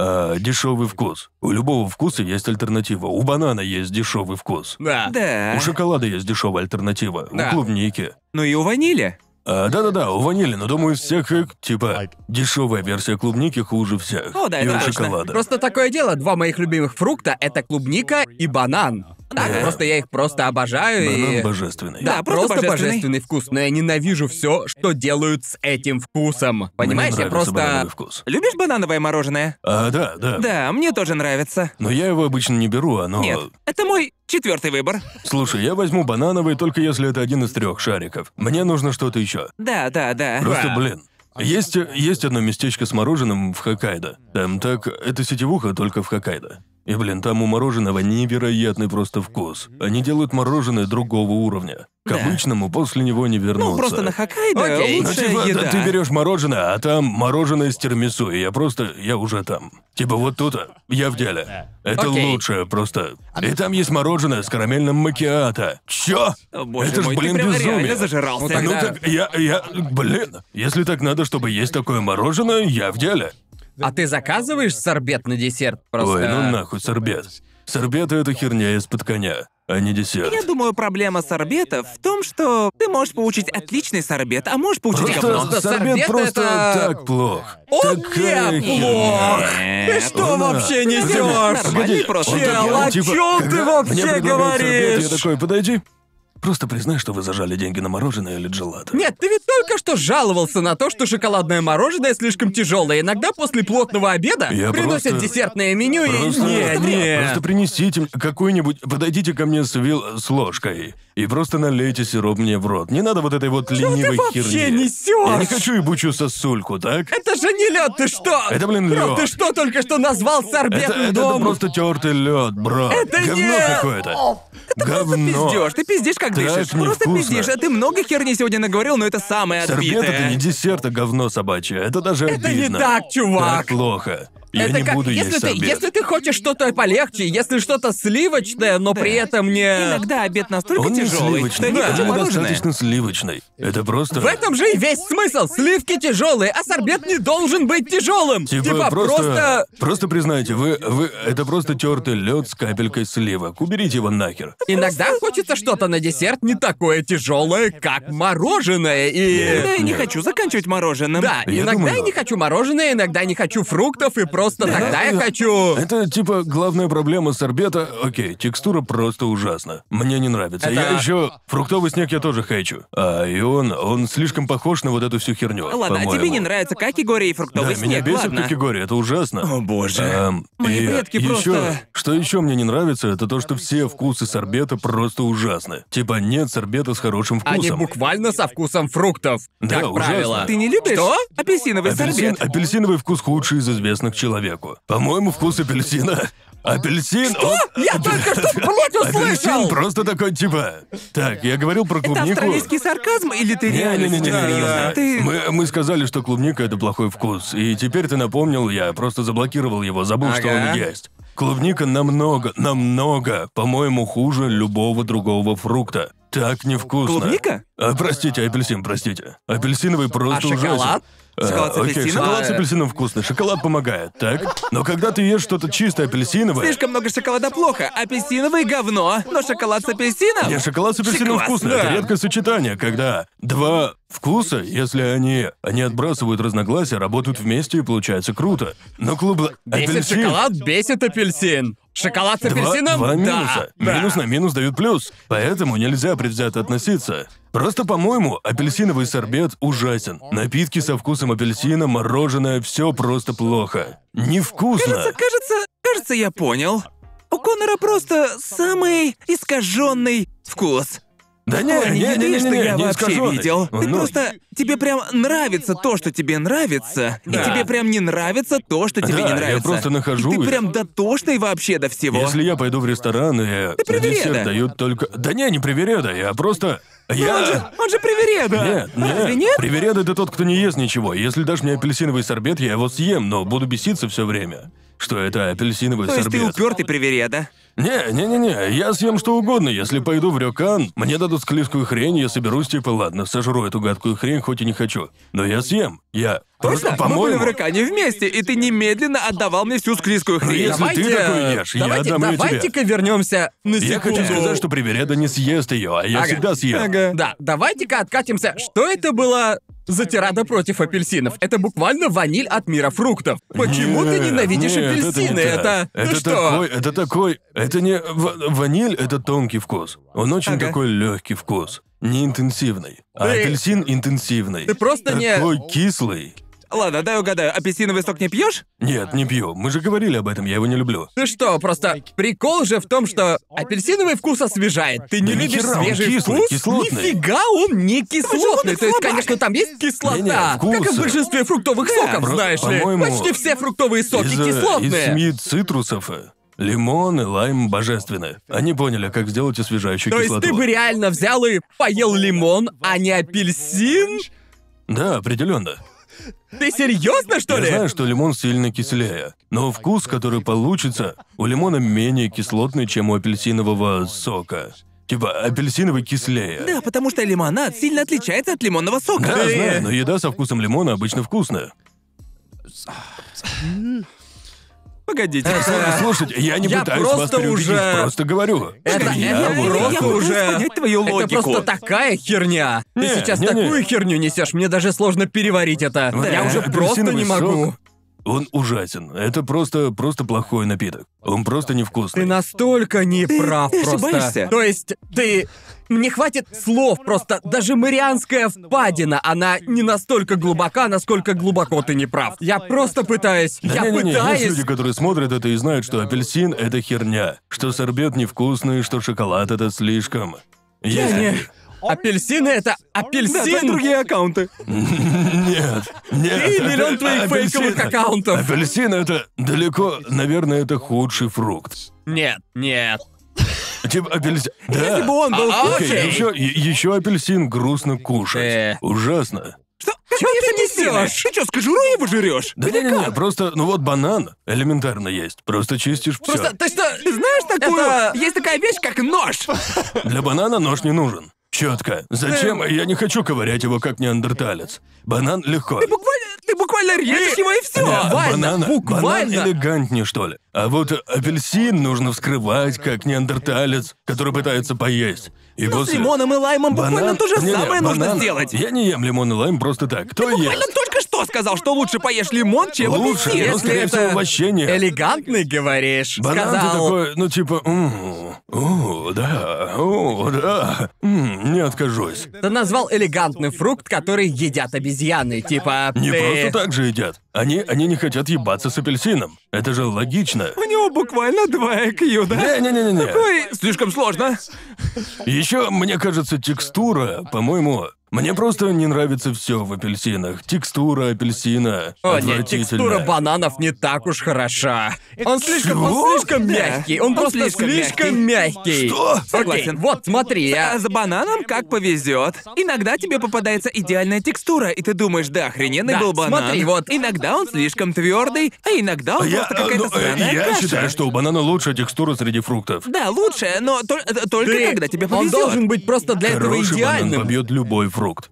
[SPEAKER 1] а, дешевый вкус. У любого вкуса есть альтернатива. У банана есть дешевый вкус.
[SPEAKER 3] Да.
[SPEAKER 2] Да.
[SPEAKER 1] У шоколада есть дешевая альтернатива.
[SPEAKER 3] А? Да.
[SPEAKER 1] У клубники.
[SPEAKER 2] Ну и у ванили.
[SPEAKER 1] А, Да-да-да, у ванили, но думаю, из всех их, типа, дешевая версия клубники хуже всех.
[SPEAKER 2] О, да,
[SPEAKER 1] И
[SPEAKER 2] это
[SPEAKER 1] у
[SPEAKER 2] точно.
[SPEAKER 1] шоколада.
[SPEAKER 3] Просто такое дело, два моих любимых фрукта — это клубника и банан. так,
[SPEAKER 1] Да.
[SPEAKER 3] просто я их просто обожаю и...
[SPEAKER 1] Банан божественный.
[SPEAKER 3] Да,
[SPEAKER 2] Да, просто
[SPEAKER 3] просто, божественный.
[SPEAKER 2] божественный.
[SPEAKER 3] вкус, но я ненавижу все, что делают с этим вкусом.
[SPEAKER 1] Мне
[SPEAKER 3] Понимаешь, я
[SPEAKER 1] нравится банановый
[SPEAKER 3] просто.
[SPEAKER 1] вкус.
[SPEAKER 2] Любишь банановое мороженое?
[SPEAKER 1] А, да, да.
[SPEAKER 2] Да, мне тоже нравится.
[SPEAKER 1] Но я его обычно не беру, оно...
[SPEAKER 2] Нет, это мой четвертый выбор.
[SPEAKER 1] Слушай, я возьму банановый, только если это один из трех шариков. Мне нужно что-то еще.
[SPEAKER 2] Да, да, да.
[SPEAKER 1] Просто,
[SPEAKER 3] Да.
[SPEAKER 1] блин. Есть, есть одно местечко с мороженым в Хоккайдо. Там так... Это сетевуха только в Хоккайдо. И, блин, там у мороженого невероятный просто вкус. Они делают мороженое другого уровня. К
[SPEAKER 2] Да.
[SPEAKER 1] обычному после него не вернуться.
[SPEAKER 2] Ну, просто на Хоккайдо
[SPEAKER 3] Окей.
[SPEAKER 1] Ну,
[SPEAKER 2] лучшая
[SPEAKER 1] типа, да,
[SPEAKER 2] еда.
[SPEAKER 1] ты берешь мороженое, а там мороженое с термису, и я просто, я уже там. Типа вот тут, я в деле. Это
[SPEAKER 3] Окей.
[SPEAKER 1] лучшее просто. И там есть мороженое с карамельным макиато. Чё?
[SPEAKER 2] О, боже
[SPEAKER 1] это ж,
[SPEAKER 2] мой, ты
[SPEAKER 1] блин,
[SPEAKER 2] прямо
[SPEAKER 1] безумие.
[SPEAKER 2] реально зажирался.
[SPEAKER 3] Ну, тогда-
[SPEAKER 1] Ну так, я, я, блин, если так надо, чтобы есть такое мороженое, я в деле.
[SPEAKER 3] А ты заказываешь сорбет на десерт? Просто.
[SPEAKER 1] Ой, ну нахуй сорбет. Сорбеты — это херня из-под коня, а не десерт.
[SPEAKER 2] Я думаю, проблема сорбетов в том, что ты можешь получить отличный сорбет, а можешь получить говно.
[SPEAKER 1] Просто
[SPEAKER 3] Просто
[SPEAKER 1] сорбет
[SPEAKER 3] сорбет
[SPEAKER 1] просто
[SPEAKER 3] это-
[SPEAKER 1] так плох.
[SPEAKER 3] Он
[SPEAKER 1] Такая
[SPEAKER 3] не
[SPEAKER 1] херня.
[SPEAKER 3] плох!
[SPEAKER 2] Э,
[SPEAKER 3] Ты что
[SPEAKER 1] Ну да.
[SPEAKER 3] вообще несешь?
[SPEAKER 2] Нормальный просто.
[SPEAKER 1] Он так,
[SPEAKER 3] Чел,
[SPEAKER 1] он
[SPEAKER 3] о
[SPEAKER 1] типа,
[SPEAKER 3] чем
[SPEAKER 1] когда
[SPEAKER 3] ты вообще
[SPEAKER 1] мне предлагают
[SPEAKER 3] говоришь?
[SPEAKER 1] сорбет, Я такой, подойди. Просто признай, что вы зажали деньги на мороженое или джелато.
[SPEAKER 3] Нет, ты ведь только что жаловался на то, что шоколадное мороженое слишком тяжелое. Иногда после плотного обеда
[SPEAKER 1] Я
[SPEAKER 3] приносят
[SPEAKER 1] просто-
[SPEAKER 3] десертное меню
[SPEAKER 1] Просто,
[SPEAKER 3] и... Не,
[SPEAKER 1] просто
[SPEAKER 3] не.
[SPEAKER 1] принесите мне какой-нибудь, подойдите ко мне с вил с ложкой и просто налейте сироп мне в рот. Не надо вот этой вот ленивой
[SPEAKER 3] вообще
[SPEAKER 1] херни.
[SPEAKER 3] несёшь?
[SPEAKER 1] Я не хочу ебучую сосульку, так?
[SPEAKER 3] Это же не лед, ты что?
[SPEAKER 1] Это, блин,
[SPEAKER 3] Бро,
[SPEAKER 1] лёд.
[SPEAKER 3] ты что только что назвал
[SPEAKER 1] Это,
[SPEAKER 3] сорбетным
[SPEAKER 1] это- это
[SPEAKER 3] домом?
[SPEAKER 1] просто тертый лед, бро.
[SPEAKER 3] Это
[SPEAKER 1] Говно
[SPEAKER 3] не-
[SPEAKER 1] какое-то. Говно.
[SPEAKER 2] Пиздешь, ты пиздишь, как
[SPEAKER 1] Так
[SPEAKER 2] дышишь. Просто
[SPEAKER 1] невкусно.
[SPEAKER 2] пиздишь, а ты много херни сегодня наговорил, но это самое
[SPEAKER 1] Сорбет
[SPEAKER 2] отбитое.
[SPEAKER 1] это не десерт, а говно собачье. Это даже
[SPEAKER 3] Это не
[SPEAKER 1] обидно.
[SPEAKER 3] так, чувак.
[SPEAKER 1] Так плохо. Я
[SPEAKER 3] это
[SPEAKER 1] не
[SPEAKER 3] как,
[SPEAKER 1] буду
[SPEAKER 3] если
[SPEAKER 1] есть
[SPEAKER 3] ты,
[SPEAKER 1] сорбет.
[SPEAKER 3] если ты хочешь что-то полегче, если что-то сливочное, но при этом не...
[SPEAKER 2] Иногда обед настолько
[SPEAKER 1] Он не
[SPEAKER 2] тяжелый,
[SPEAKER 1] сливочный.
[SPEAKER 2] что я не
[SPEAKER 1] Да,
[SPEAKER 2] хочу мороженое.
[SPEAKER 1] достаточно сливочный. Это просто...
[SPEAKER 3] В этом же и весь смысл. Сливки тяжелые, а сорбет не должен быть тяжелым.
[SPEAKER 1] Типа, просто, просто... признайте, вы, вы... Это просто тертый лед с капелькой сливок. Уберите его нахер.
[SPEAKER 3] Иногда хочется что-то на десерт не такое тяжелое, как мороженое,
[SPEAKER 2] Да,
[SPEAKER 3] и...
[SPEAKER 2] я не
[SPEAKER 1] Нет.
[SPEAKER 2] хочу заканчивать мороженым.
[SPEAKER 3] Да,
[SPEAKER 1] Я
[SPEAKER 3] иногда
[SPEAKER 1] думаю-
[SPEAKER 3] я не хочу мороженое, иногда не хочу фруктов, и просто тогда я хочу...
[SPEAKER 1] Это типа главная проблема сорбета. Окей, текстура просто ужасна. Мне не нравится.
[SPEAKER 3] Это-
[SPEAKER 1] Я еще фруктовый снег я тоже хочу. А и он, он слишком похож на вот эту всю херню.
[SPEAKER 2] Ладно, а тебе
[SPEAKER 1] по-моему.
[SPEAKER 2] не нравятся категории и
[SPEAKER 1] Да,
[SPEAKER 2] фруктовый
[SPEAKER 1] меня
[SPEAKER 2] снег,
[SPEAKER 1] бесит
[SPEAKER 2] ладно.
[SPEAKER 1] категория, это ужасно.
[SPEAKER 2] О, боже.
[SPEAKER 1] Эм,
[SPEAKER 2] Мои
[SPEAKER 1] и
[SPEAKER 2] предки
[SPEAKER 1] ещё-
[SPEAKER 2] просто-
[SPEAKER 1] Что еще мне не нравится, это то, что все вкусы сорбета просто ужасны. Типа нет сорбета с хорошим вкусом.
[SPEAKER 3] Они А буквально со вкусом фруктов,
[SPEAKER 1] Да,
[SPEAKER 3] как
[SPEAKER 1] ужасно.
[SPEAKER 3] правило.
[SPEAKER 2] Ты не любишь?
[SPEAKER 3] Что?
[SPEAKER 2] Апельсиновый
[SPEAKER 1] Апельсин,
[SPEAKER 2] сорбет.
[SPEAKER 1] апельсиновый вкус худший из известных человеку. По-моему, вкус апельсина. Апельсин. Что?
[SPEAKER 3] Я только что блядь,
[SPEAKER 1] Апельсин
[SPEAKER 3] услышал!
[SPEAKER 1] просто такой типа. Так, я говорил про
[SPEAKER 2] Это
[SPEAKER 1] клубнику.
[SPEAKER 2] австралийский сарказм или ты реально
[SPEAKER 1] Не-не-не-не-не-не.
[SPEAKER 2] сейчас серьезно? Ты...
[SPEAKER 1] Мы, мы сказали, что клубника это плохой вкус, и теперь ты напомнил, я просто заблокировал его, забыл, что
[SPEAKER 3] Ага.
[SPEAKER 1] он есть. Клубника намного, намного, по-моему, хуже любого другого фрукта. Так невкусно.
[SPEAKER 2] Клубника?
[SPEAKER 1] А, простите, апельсин, простите. Апельсиновый просто
[SPEAKER 3] А шоколад?
[SPEAKER 1] ужасен. Э,
[SPEAKER 2] Шоколад с
[SPEAKER 1] окей,
[SPEAKER 2] апельсином?
[SPEAKER 1] шоколад с
[SPEAKER 3] А, э.
[SPEAKER 1] апельсином вкусный, шоколад помогает, так? Но когда ты ешь что-то чисто апельсиновое...
[SPEAKER 2] Слишком много шоколада плохо, апельсиновый говно, но шоколад с апельсином...
[SPEAKER 1] Не, шоколад с апельсином
[SPEAKER 2] Шоколад,
[SPEAKER 1] вкусно.
[SPEAKER 2] да.
[SPEAKER 1] Это редкое сочетание, когда два вкуса, если они, они отбрасывают разногласия, работают вместе и получается круто. Но клуб...
[SPEAKER 3] Бесит
[SPEAKER 1] апельсин...
[SPEAKER 3] шоколад, бесит апельсин. Шоколад с
[SPEAKER 1] Два,
[SPEAKER 3] апельсином?
[SPEAKER 1] два
[SPEAKER 3] Да,
[SPEAKER 1] минуса.
[SPEAKER 3] да.
[SPEAKER 1] Минус на минус дают плюс. Поэтому нельзя предвзято относиться. Просто, по-моему, апельсиновый сорбет ужасен. Напитки со вкусом апельсина, мороженое, все просто плохо. Невкусно.
[SPEAKER 2] Кажется, кажется, кажется, я понял. У Конора просто самый искаженный вкус.
[SPEAKER 1] Да не,
[SPEAKER 2] Ой,
[SPEAKER 1] не, не,
[SPEAKER 2] не,
[SPEAKER 1] не, не,
[SPEAKER 2] что я
[SPEAKER 1] не
[SPEAKER 2] вообще
[SPEAKER 1] искажённый.
[SPEAKER 2] видел. Ты
[SPEAKER 1] Ну,
[SPEAKER 2] просто тебе прям нравится то, что тебе нравится,
[SPEAKER 3] Да.
[SPEAKER 2] и тебе прям не нравится то, что тебе
[SPEAKER 1] Да,
[SPEAKER 2] не
[SPEAKER 1] я
[SPEAKER 2] нравится.
[SPEAKER 1] просто нахожу
[SPEAKER 2] И ты
[SPEAKER 1] их.
[SPEAKER 2] прям дотошный вообще до всего.
[SPEAKER 1] Если я пойду в ресторан, и на
[SPEAKER 2] привереда.
[SPEAKER 1] десерт дают только... Да не, не привереда, я просто...
[SPEAKER 2] Он же,
[SPEAKER 1] Я...
[SPEAKER 2] он же привереда.
[SPEAKER 1] Нет,
[SPEAKER 2] Ну, Разве
[SPEAKER 1] нет.
[SPEAKER 2] нет?
[SPEAKER 1] Привереда — это тот, кто не ест ничего. Если дашь мне апельсиновый сорбет, я его съем, но буду беситься все время. Что это апельсиновый
[SPEAKER 2] То есть ты
[SPEAKER 1] сорбет?
[SPEAKER 2] упертый привереда.
[SPEAKER 1] Не, не, не, не, я съем что угодно. Если пойду в рёкан, мне дадут склизкую хрень, я соберусь типа, ладно, сожру эту гадкую хрень, хоть и не хочу. Но я съем. Я просто
[SPEAKER 2] Точно? Мы были в
[SPEAKER 1] по-моему.
[SPEAKER 2] Рыкане вместе, и ты немедленно отдавал мне всю склизкую хрень.
[SPEAKER 1] Ну, если
[SPEAKER 3] Давайте,
[SPEAKER 1] ты такой ешь, я
[SPEAKER 3] давайте,
[SPEAKER 1] отдам её тебе.
[SPEAKER 3] давайте-ка вернемся на секунду.
[SPEAKER 1] Я хочу сказать, что привереда не съест ее, а я
[SPEAKER 3] Ага.
[SPEAKER 1] всегда съем.
[SPEAKER 2] Ага.
[SPEAKER 3] Да, давайте-ка откатимся. Что это было? Затирада против апельсинов. Это буквально ваниль от мира фруктов. Почему ты ненавидишь
[SPEAKER 1] Э, Нет, это не
[SPEAKER 3] апельсины?
[SPEAKER 1] так.
[SPEAKER 3] Это...
[SPEAKER 1] Это
[SPEAKER 3] Ты что?
[SPEAKER 1] такой, это такой... Это не... ва- Ваниль — это тонкий вкус. Он очень
[SPEAKER 3] Ага.
[SPEAKER 1] такой легкий вкус. Не интенсивный. А
[SPEAKER 3] Ты-
[SPEAKER 1] апельсин интенсивный.
[SPEAKER 3] Ты просто не-
[SPEAKER 1] Такой кислый.
[SPEAKER 2] Ладно, дай угадаю, апельсиновый сок не пьешь?
[SPEAKER 1] Нет, не пью. Мы же говорили об этом, я его не люблю.
[SPEAKER 3] Ты что, просто прикол же в том, что апельсиновый вкус освежает. Ты не
[SPEAKER 1] Да
[SPEAKER 3] любишь
[SPEAKER 1] нихера, он
[SPEAKER 3] свежий
[SPEAKER 1] кислый,
[SPEAKER 3] вкус?
[SPEAKER 1] кислотный.
[SPEAKER 3] Нифига он не кислотный.
[SPEAKER 2] желудок
[SPEAKER 3] То есть,
[SPEAKER 2] слабак.
[SPEAKER 3] конечно, там есть кислота.
[SPEAKER 1] Не-не, вкусы.
[SPEAKER 3] Как и в большинстве фруктовых соков,
[SPEAKER 1] Про-
[SPEAKER 3] знаешь ли.
[SPEAKER 1] по-моему,
[SPEAKER 3] Почти все фруктовые соки
[SPEAKER 1] Из-за- Из
[SPEAKER 3] кислотные.
[SPEAKER 1] СМИ цитрусов. э, Лимон и лайм божественны. Они поняли, как сделать освежающую
[SPEAKER 3] То есть
[SPEAKER 1] кислоту.
[SPEAKER 3] ты бы реально взял и поел лимон, а не апельсин?
[SPEAKER 1] Да, определенно.
[SPEAKER 3] Ты серьезно, что
[SPEAKER 1] Я
[SPEAKER 3] ли?
[SPEAKER 1] знаю, что лимон сильно кислее, но вкус, который получится, у лимона менее кислотный, чем у апельсинового сока. Типа апельсиновый кислее.
[SPEAKER 2] Да, А потому что лимонад сильно отличается от лимонного сока. Э,
[SPEAKER 1] Да,
[SPEAKER 3] Ты-
[SPEAKER 1] знаю, но еда со вкусом лимона обычно вкусная.
[SPEAKER 2] Погодите.
[SPEAKER 1] Сложно слушать, я не
[SPEAKER 3] я
[SPEAKER 1] пытаюсь вас
[SPEAKER 3] просто
[SPEAKER 1] переубедить,
[SPEAKER 3] уже-
[SPEAKER 1] просто говорю.
[SPEAKER 2] э,
[SPEAKER 3] Это-
[SPEAKER 1] я
[SPEAKER 3] это
[SPEAKER 1] вот-
[SPEAKER 3] просто
[SPEAKER 2] пытаюсь
[SPEAKER 3] уже-
[SPEAKER 2] понять твою логику.
[SPEAKER 3] Это просто такая херня.
[SPEAKER 1] Не,
[SPEAKER 3] Ты сейчас
[SPEAKER 1] не, не.
[SPEAKER 3] такую херню несешь, мне даже сложно переварить это.
[SPEAKER 1] Вот
[SPEAKER 3] Я
[SPEAKER 1] да,
[SPEAKER 3] уже просто
[SPEAKER 1] апельсиновый
[SPEAKER 3] не могу.
[SPEAKER 1] сок. Он ужасен. Это просто, просто плохой напиток. Он просто невкусный.
[SPEAKER 3] Ты настолько не прав
[SPEAKER 2] ты
[SPEAKER 3] просто.
[SPEAKER 2] ошибаешься.
[SPEAKER 3] То есть ты... Мне хватит слов просто. Даже Марианская впадина, она не настолько глубока, насколько глубоко ты не прав. Я просто пытаюсь...
[SPEAKER 1] Да
[SPEAKER 3] я
[SPEAKER 1] не-не-не,
[SPEAKER 3] пытаюсь...
[SPEAKER 1] есть люди, которые смотрят это и знают, что апельсин — это херня, что сорбет невкусный, что шоколад — это слишком. Есть
[SPEAKER 3] Не,
[SPEAKER 1] такие.
[SPEAKER 3] Апельсины — это
[SPEAKER 2] Да, там
[SPEAKER 3] апельсин!
[SPEAKER 2] другие аккаунты.
[SPEAKER 1] Нет, нет.
[SPEAKER 3] Ты и миллион
[SPEAKER 1] апель-
[SPEAKER 3] твоих фейковых
[SPEAKER 1] апельсин-
[SPEAKER 3] аккаунтов.
[SPEAKER 1] Апельсин это далеко, наверное, это худший фрукт.
[SPEAKER 3] Нет, нет.
[SPEAKER 1] Типа апельсин. Да.
[SPEAKER 2] Если бы он был
[SPEAKER 3] А,
[SPEAKER 2] хуже-
[SPEAKER 3] окей.
[SPEAKER 1] еще, еще апельсин грустно кушать.
[SPEAKER 3] Э.
[SPEAKER 1] Ужасно.
[SPEAKER 2] Что? Чего ты несешь? Ты что, с кожурой его жрешь?
[SPEAKER 1] Да не, не, не, просто, ну вот банан элементарно есть. Просто чистишь все.
[SPEAKER 3] Просто ты что,
[SPEAKER 2] Ты знаешь такую?
[SPEAKER 3] Это-
[SPEAKER 2] э, Есть такая вещь, как нож.
[SPEAKER 1] Для банана нож не нужен. Четко. Зачем? Я не хочу ковырять его как неандерталец. Банан легко.
[SPEAKER 2] Ты буквально, ты буквально режешь его и все.
[SPEAKER 1] Да,
[SPEAKER 3] буквально,
[SPEAKER 1] банана-
[SPEAKER 3] буквально.
[SPEAKER 1] Банан элегантнее, что ли. А вот апельсин нужно вскрывать, как неандерталец, который пытается поесть. И
[SPEAKER 2] Ну, С
[SPEAKER 1] после...
[SPEAKER 2] лимоном и лаймом буквально
[SPEAKER 1] Банан...
[SPEAKER 2] то же
[SPEAKER 1] Не-не,
[SPEAKER 2] самое нужно
[SPEAKER 1] банан-
[SPEAKER 2] сделать.
[SPEAKER 1] Я не ем лимон и лайм просто так. Кто
[SPEAKER 2] Буквально
[SPEAKER 1] ест?
[SPEAKER 2] только что сказал, что лучше поешь лимон, чем
[SPEAKER 1] Лучше,
[SPEAKER 2] апельсин.
[SPEAKER 1] но,
[SPEAKER 3] Если
[SPEAKER 1] скорее
[SPEAKER 3] это
[SPEAKER 1] всего, вообще не.
[SPEAKER 3] элегантный говоришь?
[SPEAKER 1] Банан ты
[SPEAKER 3] Сказал...
[SPEAKER 1] такой, ну типа, «М, о, да, о, да, м, не откажусь.
[SPEAKER 3] Ты назвал элегантный фрукт, который едят обезьяны, типа...
[SPEAKER 1] Не
[SPEAKER 3] ты-
[SPEAKER 1] просто так же едят. Они, они не хотят ебаться с апельсином. Это же логично.
[SPEAKER 2] У него буквально два IQ, да?
[SPEAKER 1] Не-не-не-не.
[SPEAKER 2] Ой, слишком сложно.
[SPEAKER 1] Еще, мне кажется, текстура, по-моему, мне просто не нравится все в апельсинах. Текстура апельсина.
[SPEAKER 3] О, нет,
[SPEAKER 1] отвратительная.
[SPEAKER 3] текстура бананов не так уж хороша. Он слишком, он
[SPEAKER 1] Чего?
[SPEAKER 3] слишком
[SPEAKER 2] Да.
[SPEAKER 3] мягкий, он
[SPEAKER 2] Он
[SPEAKER 3] просто
[SPEAKER 2] слишком
[SPEAKER 3] слишком, мягкий.
[SPEAKER 1] Что?
[SPEAKER 3] Окей,
[SPEAKER 2] Согласен.
[SPEAKER 3] вот смотри, я...
[SPEAKER 2] А за бананом как повезет. Иногда тебе попадается идеальная текстура, и ты думаешь, да, охрененный
[SPEAKER 3] Да,
[SPEAKER 2] был банан.
[SPEAKER 3] смотри, вот.
[SPEAKER 2] Иногда он слишком твердый, а иногда он
[SPEAKER 1] Я,
[SPEAKER 2] просто
[SPEAKER 1] э, ну,
[SPEAKER 2] какая-то
[SPEAKER 1] э,
[SPEAKER 2] странная
[SPEAKER 1] я
[SPEAKER 2] каша.
[SPEAKER 1] считаю, что у банана лучшая текстура среди фруктов.
[SPEAKER 2] Да, лучше, но тол- э, только
[SPEAKER 3] ты-
[SPEAKER 2] когда тебе
[SPEAKER 3] Он
[SPEAKER 2] повезет.
[SPEAKER 3] должен быть просто для этого
[SPEAKER 1] Хороший банан
[SPEAKER 3] идеальным.
[SPEAKER 1] побьет любой фрукт.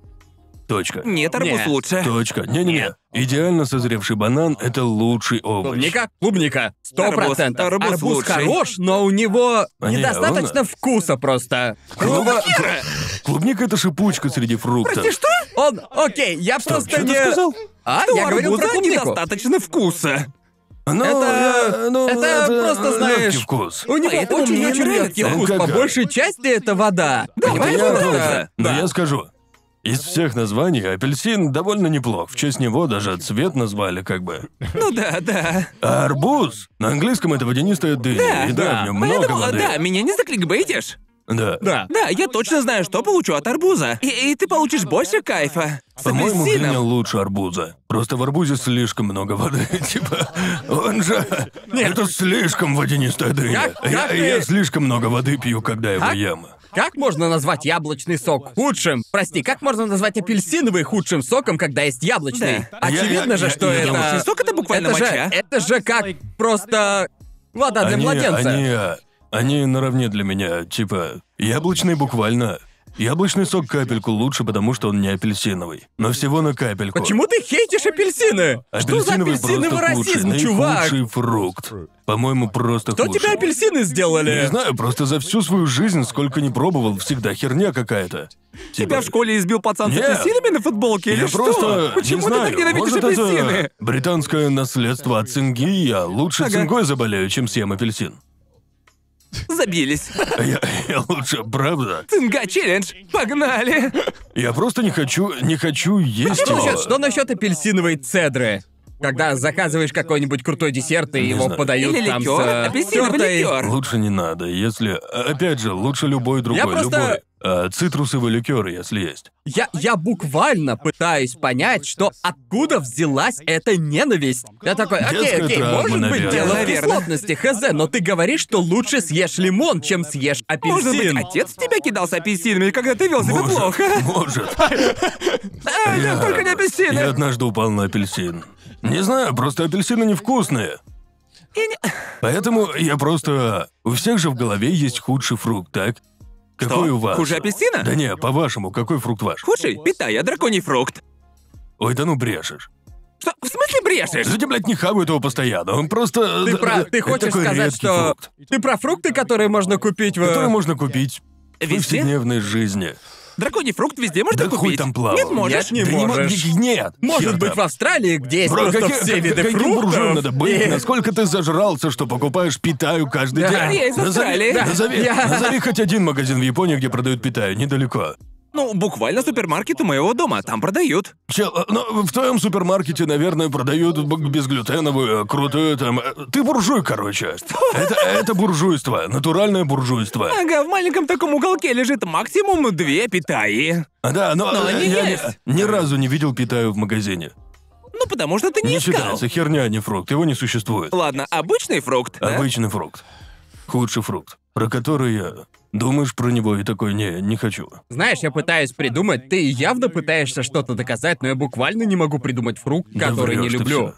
[SPEAKER 1] Точка.
[SPEAKER 2] Нет, арбуз
[SPEAKER 3] Нет.
[SPEAKER 2] лучше.
[SPEAKER 1] Точка. Не-не-не.
[SPEAKER 3] Нет.
[SPEAKER 1] Идеально созревший банан — это лучший овощ.
[SPEAKER 3] Клубника? Клубника. Сто
[SPEAKER 2] Арбуз.
[SPEAKER 3] процентов.
[SPEAKER 2] Арбуз
[SPEAKER 3] Арбуз
[SPEAKER 2] лучший.
[SPEAKER 3] хорош, но у него
[SPEAKER 1] А не,
[SPEAKER 3] недостаточно
[SPEAKER 1] ровно.
[SPEAKER 3] вкуса просто. Ну,
[SPEAKER 1] Клубника? Клубника — это шипучка среди фруктов.
[SPEAKER 2] Ты что?
[SPEAKER 3] Он, окей, я просто
[SPEAKER 1] что
[SPEAKER 3] не...
[SPEAKER 1] ты сказал?
[SPEAKER 3] А,
[SPEAKER 2] У
[SPEAKER 3] я говорил про
[SPEAKER 2] арбуза
[SPEAKER 3] клубнику.
[SPEAKER 2] недостаточно вкуса.
[SPEAKER 1] Ну,
[SPEAKER 3] Это-
[SPEAKER 1] э, ну,
[SPEAKER 3] это просто,
[SPEAKER 1] легкий
[SPEAKER 3] знаешь,
[SPEAKER 1] вкус.
[SPEAKER 3] У него
[SPEAKER 2] Поэтому
[SPEAKER 3] очень
[SPEAKER 2] мне
[SPEAKER 3] очень
[SPEAKER 2] нравится.
[SPEAKER 3] редкий
[SPEAKER 1] Ну,
[SPEAKER 3] вкус. По
[SPEAKER 1] какая?
[SPEAKER 3] большей части это вода. Понимаешь,
[SPEAKER 1] Я
[SPEAKER 3] просто?
[SPEAKER 1] тоже. ну, Но
[SPEAKER 3] Да.
[SPEAKER 1] я скажу. Из всех названий апельсин довольно неплох. В честь него даже цвет назвали как бы.
[SPEAKER 2] Ну да, да.
[SPEAKER 1] А арбуз? На английском это водянистая дыня. и да,
[SPEAKER 3] да.
[SPEAKER 1] в нем много
[SPEAKER 2] Поэтому,
[SPEAKER 1] воды.
[SPEAKER 2] да, меня не закликбейтишь.
[SPEAKER 1] Да.
[SPEAKER 3] Да.
[SPEAKER 2] Да, я точно знаю, что получу от арбуза. И, и ты получишь больше кайфа. С
[SPEAKER 1] По-моему,
[SPEAKER 2] апельсином.
[SPEAKER 1] дыня лучше арбуза. Просто в арбузе слишком много воды. Типа, он же... Это слишком водянистая дыня.
[SPEAKER 3] Как-
[SPEAKER 1] Я
[SPEAKER 3] как ты- А?
[SPEAKER 1] я слишком много воды пью, когда его
[SPEAKER 3] Как?
[SPEAKER 1] ем.
[SPEAKER 3] Как можно назвать яблочный сок худшим? Прости, как можно назвать апельсиновый худшим соком, когда есть яблочный?
[SPEAKER 2] Да.
[SPEAKER 3] Очевидно
[SPEAKER 1] Я- я-
[SPEAKER 3] же,
[SPEAKER 1] я-
[SPEAKER 3] что
[SPEAKER 1] я
[SPEAKER 3] это...
[SPEAKER 1] думал,
[SPEAKER 2] Яблочный сок это буквально
[SPEAKER 3] это же,
[SPEAKER 2] моча.
[SPEAKER 3] это же как просто вода
[SPEAKER 2] А,
[SPEAKER 3] для
[SPEAKER 1] они,
[SPEAKER 3] младенца.
[SPEAKER 1] Они, они наравне для меня, типа, яблочный буквально. Яблочный сок капельку лучше, потому что он не апельсиновый. Но всего на капельку.
[SPEAKER 3] Почему ты хейтишь апельсины? Что за
[SPEAKER 1] Апельсиновый
[SPEAKER 3] апельсиновый
[SPEAKER 1] просто
[SPEAKER 3] расизм,
[SPEAKER 1] худший,
[SPEAKER 3] чувак?
[SPEAKER 1] наихудший фрукт. По-моему, просто
[SPEAKER 3] Кто
[SPEAKER 1] худший.
[SPEAKER 3] тебе апельсины
[SPEAKER 1] Не
[SPEAKER 3] сделали?
[SPEAKER 1] знаю, просто за всю свою жизнь, сколько не пробовал, всегда херня какая-то.
[SPEAKER 2] Тебя
[SPEAKER 1] Типа,
[SPEAKER 2] в школе избил пацан с
[SPEAKER 1] Нет.
[SPEAKER 2] апельсинами на футболке или
[SPEAKER 1] я
[SPEAKER 2] что?
[SPEAKER 1] просто
[SPEAKER 2] Почему
[SPEAKER 1] не
[SPEAKER 2] ты
[SPEAKER 1] знаю,
[SPEAKER 2] так ненавидишь
[SPEAKER 1] может,
[SPEAKER 2] апельсины?
[SPEAKER 1] это британское наследство от цинги, и я лучше
[SPEAKER 2] Ага.
[SPEAKER 1] цингой заболею, чем съем апельсин.
[SPEAKER 2] Забились.
[SPEAKER 1] Я, я лучше, правда?
[SPEAKER 2] Цинга челлендж. Погнали.
[SPEAKER 1] Я просто не хочу, не хочу есть
[SPEAKER 3] Что
[SPEAKER 1] его.
[SPEAKER 3] насчет,
[SPEAKER 2] ну
[SPEAKER 3] что насчет апельсиновой цедры? Когда заказываешь какой-нибудь крутой десерт, и
[SPEAKER 1] Не
[SPEAKER 3] его
[SPEAKER 1] знаю.
[SPEAKER 3] подают
[SPEAKER 2] Или
[SPEAKER 3] там
[SPEAKER 2] ликер.
[SPEAKER 3] с... э,
[SPEAKER 2] Апельсиновый
[SPEAKER 3] тёртой-
[SPEAKER 2] ликер.
[SPEAKER 1] Лучше не надо, если... Опять же, лучше любой другой,
[SPEAKER 3] просто-
[SPEAKER 1] любой. А, цитрусовый ликер, если есть.
[SPEAKER 3] Я, я буквально пытаюсь понять, что откуда взялась эта ненависть. Я такой, окей,
[SPEAKER 1] Детская
[SPEAKER 3] окей,
[SPEAKER 1] травма,
[SPEAKER 3] может быть,
[SPEAKER 1] наверное.
[SPEAKER 3] дело в
[SPEAKER 2] Наверное.
[SPEAKER 3] кислотности, хз, но ты говоришь, что лучше съешь лимон, чем съешь
[SPEAKER 2] Может быть,
[SPEAKER 3] апельсин.
[SPEAKER 2] отец в тебя кидался апельсинами, когда ты вел себя
[SPEAKER 1] может,
[SPEAKER 2] плохо?
[SPEAKER 1] может.
[SPEAKER 2] А, нет, только не
[SPEAKER 1] Я
[SPEAKER 2] апельсины.
[SPEAKER 1] однажды упал на апельсин. Не знаю, просто апельсины невкусные. Поэтому я просто... У всех же в голове есть худший фрукт, так? Какой у вас?
[SPEAKER 2] Хуже апельсина?
[SPEAKER 1] Да не, по-вашему, какой фрукт ваш?
[SPEAKER 2] Худший? Питая, драконий фрукт.
[SPEAKER 1] Ой, да ну брешешь.
[SPEAKER 2] Что? В смысле брешешь?
[SPEAKER 1] Люди, блядь, не хавают его постоянно, он просто...
[SPEAKER 3] Ты,
[SPEAKER 1] да-
[SPEAKER 3] про- ты
[SPEAKER 1] это
[SPEAKER 3] хочешь
[SPEAKER 1] такой
[SPEAKER 3] сказать,
[SPEAKER 1] редкий
[SPEAKER 3] что...
[SPEAKER 1] фрукт,
[SPEAKER 3] Ты про фрукты, которые можно купить в...
[SPEAKER 1] который можно купить в
[SPEAKER 2] Везде?
[SPEAKER 1] повседневной жизни.
[SPEAKER 2] Драконий фрукт везде можно
[SPEAKER 1] да
[SPEAKER 2] купить?
[SPEAKER 1] хуй там плавал.
[SPEAKER 2] Нет, можешь.
[SPEAKER 3] Нет, не
[SPEAKER 1] Да мо-
[SPEAKER 3] можешь.
[SPEAKER 1] не- Нет.
[SPEAKER 3] Может
[SPEAKER 1] хер
[SPEAKER 3] быть,
[SPEAKER 1] там.
[SPEAKER 3] в Австралии, где есть
[SPEAKER 1] Бро,
[SPEAKER 3] просто
[SPEAKER 1] каким-
[SPEAKER 3] все виды
[SPEAKER 1] каким
[SPEAKER 3] фруктов.
[SPEAKER 1] буржуем надо быть?
[SPEAKER 3] И-
[SPEAKER 1] Насколько ты зажрался, что покупаешь питаю каждый
[SPEAKER 3] Да.
[SPEAKER 1] день?
[SPEAKER 2] Я из
[SPEAKER 1] назови,
[SPEAKER 2] Австралии. Да.
[SPEAKER 1] назови,
[SPEAKER 3] Я-
[SPEAKER 1] назови хоть один магазин в Японии, где продают питаю, недалеко.
[SPEAKER 2] Ну, буквально супермаркет у моего дома, там продают.
[SPEAKER 1] Чел, э, ну, в твоем супермаркете, наверное, продают б- безглютеновую, э, крутую там... э, Ты буржуй, короче. Это, это буржуйство, натуральное буржуйство.
[SPEAKER 2] Ага, в маленьком таком уголке лежит максимум две питаи.
[SPEAKER 1] А, Да, но,
[SPEAKER 2] Но
[SPEAKER 1] э,
[SPEAKER 2] они
[SPEAKER 1] я ни-
[SPEAKER 2] есть.
[SPEAKER 1] ни разу не видел питаю в магазине.
[SPEAKER 2] Ну, потому что ты не,
[SPEAKER 1] Не
[SPEAKER 2] искал.
[SPEAKER 1] считается, херня, а не фрукт, его не существует.
[SPEAKER 2] Ладно, обычный фрукт, да?
[SPEAKER 1] Обычный фрукт. Худший фрукт, про который я... Думаешь про него и такой, не, не хочу.
[SPEAKER 3] Знаешь, я пытаюсь придумать, ты явно пытаешься что-то доказать, но я буквально не могу придумать фрукт,
[SPEAKER 1] Да
[SPEAKER 3] который не
[SPEAKER 1] врёшь ты
[SPEAKER 3] люблю.
[SPEAKER 1] всё.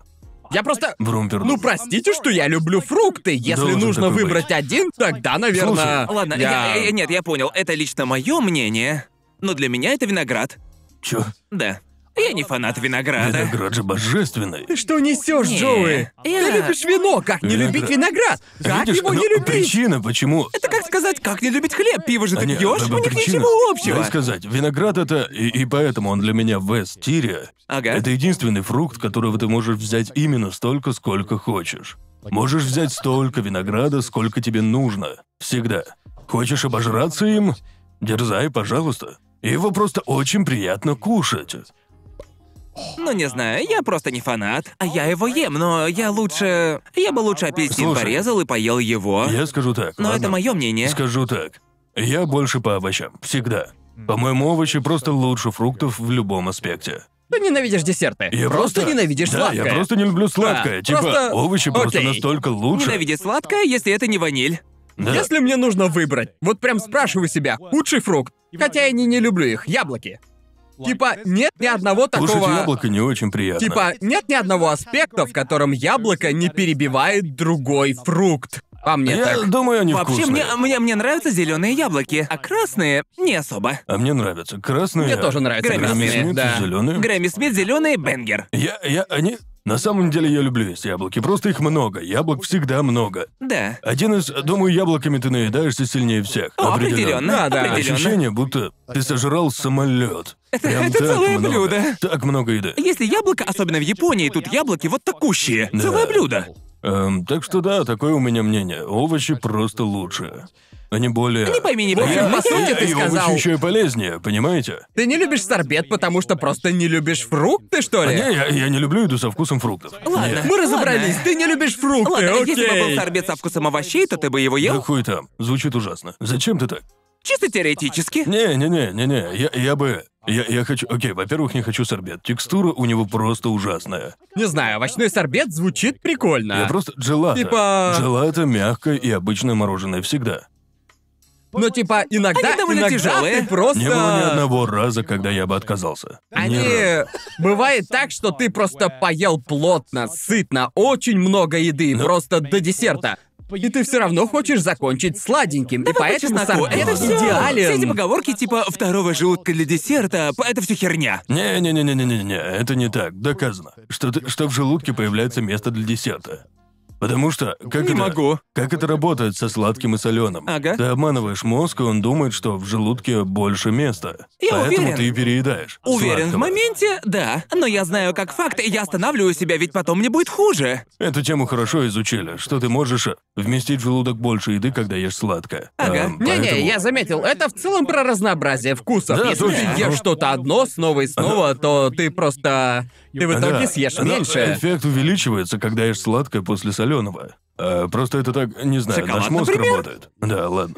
[SPEAKER 3] Я просто...
[SPEAKER 1] Врумпер.
[SPEAKER 3] Ну, простите, что я люблю фрукты. Если
[SPEAKER 1] Должен
[SPEAKER 3] нужно
[SPEAKER 1] такой
[SPEAKER 3] выбрать один, тогда, наверное...
[SPEAKER 1] Слушай,
[SPEAKER 2] Ладно, я... я- нет, я понял, это лично мое мнение, но для меня это виноград.
[SPEAKER 1] Чё?
[SPEAKER 2] Да. Я не фанат винограда.
[SPEAKER 1] Виноград же божественный.
[SPEAKER 3] Ты что несешь,
[SPEAKER 2] Не,
[SPEAKER 3] Джоуи?
[SPEAKER 2] я-
[SPEAKER 3] Ты любишь вино, как не
[SPEAKER 1] Виноград.
[SPEAKER 3] любить виноград? Как
[SPEAKER 1] Видишь,
[SPEAKER 3] его
[SPEAKER 1] ну,
[SPEAKER 3] не любить?
[SPEAKER 1] Причина, почему...
[SPEAKER 2] Это как сказать, как не любить хлеб, пиво же ты
[SPEAKER 1] Они-
[SPEAKER 2] пьешь,
[SPEAKER 1] б- б-
[SPEAKER 2] у них
[SPEAKER 1] ну, причина.
[SPEAKER 2] ничего общего.
[SPEAKER 1] Дай сказать, виноград это... И, и поэтому он для меня в Эст-тире.
[SPEAKER 2] Ага.
[SPEAKER 1] Это единственный фрукт, которого ты можешь взять именно столько, сколько хочешь. Можешь взять столько винограда, сколько тебе нужно. Всегда. Хочешь обожраться им? Дерзай, пожалуйста. Его просто очень приятно кушать.
[SPEAKER 2] Ну не знаю, я просто не фанат. А я его ем, но я лучше. Я бы лучше апельсин
[SPEAKER 1] Слушай,
[SPEAKER 2] порезал и поел его.
[SPEAKER 1] Я скажу так.
[SPEAKER 2] Но
[SPEAKER 1] ладно?
[SPEAKER 2] это мое мнение.
[SPEAKER 1] Скажу так. Я больше по овощам. Всегда. По-моему, овощи просто лучше фруктов в любом аспекте.
[SPEAKER 3] Ты ненавидишь десерты.
[SPEAKER 1] Я
[SPEAKER 3] просто... ненавидишь
[SPEAKER 1] да,
[SPEAKER 3] сладкое.
[SPEAKER 1] Я просто не люблю сладкое.
[SPEAKER 3] Да,
[SPEAKER 1] типа,
[SPEAKER 3] просто-
[SPEAKER 1] овощи просто
[SPEAKER 3] Окей.
[SPEAKER 1] настолько лучше.
[SPEAKER 2] Ненавиди сладкое, если это не ваниль.
[SPEAKER 1] Да.
[SPEAKER 3] Если мне нужно выбрать, вот прям спрашиваю себя, худший фрукт, хотя я не, не люблю их, яблоки. Типа, нет ни одного
[SPEAKER 1] Кушать
[SPEAKER 3] такого...
[SPEAKER 1] яблоко не очень приятно.
[SPEAKER 3] Типа, нет ни одного аспекта, в котором яблоко не перебивает другой фрукт. По мне
[SPEAKER 1] Я
[SPEAKER 3] так.
[SPEAKER 1] думаю, они
[SPEAKER 2] Вообще,
[SPEAKER 1] вкусные.
[SPEAKER 2] мне, мне, мне нравятся зеленые яблоки, а красные не особо.
[SPEAKER 1] А мне нравятся красные.
[SPEAKER 3] Мне тоже нравятся
[SPEAKER 2] Грэмми
[SPEAKER 3] красные,
[SPEAKER 1] Грамми
[SPEAKER 3] да.
[SPEAKER 1] зеленые.
[SPEAKER 2] Грэмми Смит зеленые бенгер.
[SPEAKER 1] Я, я, они... На самом деле я люблю есть яблоки, просто их много. Яблок всегда много.
[SPEAKER 2] Да.
[SPEAKER 1] Один из, думаю, яблоками ты наедаешься сильнее всех.
[SPEAKER 2] О, определенно.
[SPEAKER 3] Да, да.
[SPEAKER 2] определенно.
[SPEAKER 1] Ощущение, будто ты сожрал самолет. Прям
[SPEAKER 2] это
[SPEAKER 1] так
[SPEAKER 2] целое
[SPEAKER 1] много.
[SPEAKER 2] блюдо.
[SPEAKER 1] Так много еды.
[SPEAKER 2] Если яблоко, особенно в Японии, тут яблоки вот такущие.
[SPEAKER 1] Да.
[SPEAKER 2] Целое блюдо.
[SPEAKER 1] Эм, так что да, такое у меня мнение. Овощи просто лучше. Они более.
[SPEAKER 2] Не пойми, не
[SPEAKER 1] Я-
[SPEAKER 2] пойми.
[SPEAKER 3] По сути, ты
[SPEAKER 1] и
[SPEAKER 3] сказал-
[SPEAKER 1] овощи еще и полезнее, понимаете?
[SPEAKER 3] Ты не любишь сорбет, потому что просто не любишь фрукты, что
[SPEAKER 1] А не,
[SPEAKER 3] ли?
[SPEAKER 1] я, я не люблю еду со вкусом фруктов.
[SPEAKER 2] Ладно.
[SPEAKER 1] Не.
[SPEAKER 3] Мы разобрались,
[SPEAKER 2] Ладно.
[SPEAKER 3] ты не любишь фрукты,
[SPEAKER 2] Ладно,
[SPEAKER 3] окей.
[SPEAKER 2] если бы был сорбет со вкусом овощей, то ты бы его
[SPEAKER 1] Да
[SPEAKER 2] ел?
[SPEAKER 1] хуй там. Звучит ужасно. Зачем ты так?
[SPEAKER 2] Чисто теоретически.
[SPEAKER 1] Ну, Не-не-не-не-не, я, я бы... Я, я хочу... Окей, во-первых, не хочу сорбет. Текстура у него просто ужасная.
[SPEAKER 3] Не знаю, овощной сорбет звучит
[SPEAKER 2] А?
[SPEAKER 3] прикольно.
[SPEAKER 1] Я просто... Джелато.
[SPEAKER 3] Типа-
[SPEAKER 1] Джелато мягкое и обычное мороженое всегда.
[SPEAKER 3] Но типа иногда,
[SPEAKER 2] Они довольно
[SPEAKER 3] иногда
[SPEAKER 2] тяжёлые.
[SPEAKER 3] ты просто...
[SPEAKER 1] Не было ни одного раза, когда я бы отказался. Ни разу.
[SPEAKER 3] Они... Бывает так, что
[SPEAKER 1] Ну,
[SPEAKER 3] ты просто поел плотно, сытно, очень много еды, просто до десерта. И ты все равно хочешь закончить сладеньким. и
[SPEAKER 2] По
[SPEAKER 3] поэтому
[SPEAKER 2] чесноку,
[SPEAKER 3] сорбет
[SPEAKER 2] это все. Все эти
[SPEAKER 3] идеален.
[SPEAKER 2] поговорки типа второго желудка для десерта, по- это все херня.
[SPEAKER 1] Не-не-не-не-не-не, это не так. Доказано, что, ты- что в желудке появляется место для десерта. Потому что, как
[SPEAKER 2] Не
[SPEAKER 1] это,
[SPEAKER 2] могу.
[SPEAKER 1] Как это работает со сладким и соленым?
[SPEAKER 2] Ага.
[SPEAKER 1] Ты обманываешь мозг, и он думает, что в желудке больше места.
[SPEAKER 2] Я
[SPEAKER 1] Поэтому
[SPEAKER 2] уверен.
[SPEAKER 1] ты и переедаешь.
[SPEAKER 2] Уверен, в
[SPEAKER 1] сладкого.
[SPEAKER 2] моменте, да. Но я знаю как факт, и я останавливаю себя, ведь потом мне будет хуже.
[SPEAKER 1] Эту тему хорошо изучили, что ты можешь э, вместить в желудок больше еды, когда ешь сладкое.
[SPEAKER 2] Ага.
[SPEAKER 1] Эм, поэтому-
[SPEAKER 3] Не-не, я заметил, это в целом про разнообразие вкусов.
[SPEAKER 1] Да,
[SPEAKER 3] Если
[SPEAKER 1] точно.
[SPEAKER 2] ну,
[SPEAKER 3] ты ешь что-то одно снова и снова, то ты просто... Ты в
[SPEAKER 1] Да.
[SPEAKER 3] итоге съешь
[SPEAKER 2] Ну,
[SPEAKER 1] Да,
[SPEAKER 3] меньше.
[SPEAKER 1] Эффект увеличивается, когда ешь сладкое после соленого. А, просто это так, не знаю,
[SPEAKER 2] Шоколад,
[SPEAKER 1] наш мозг
[SPEAKER 2] например?
[SPEAKER 1] работает. Да, ладно.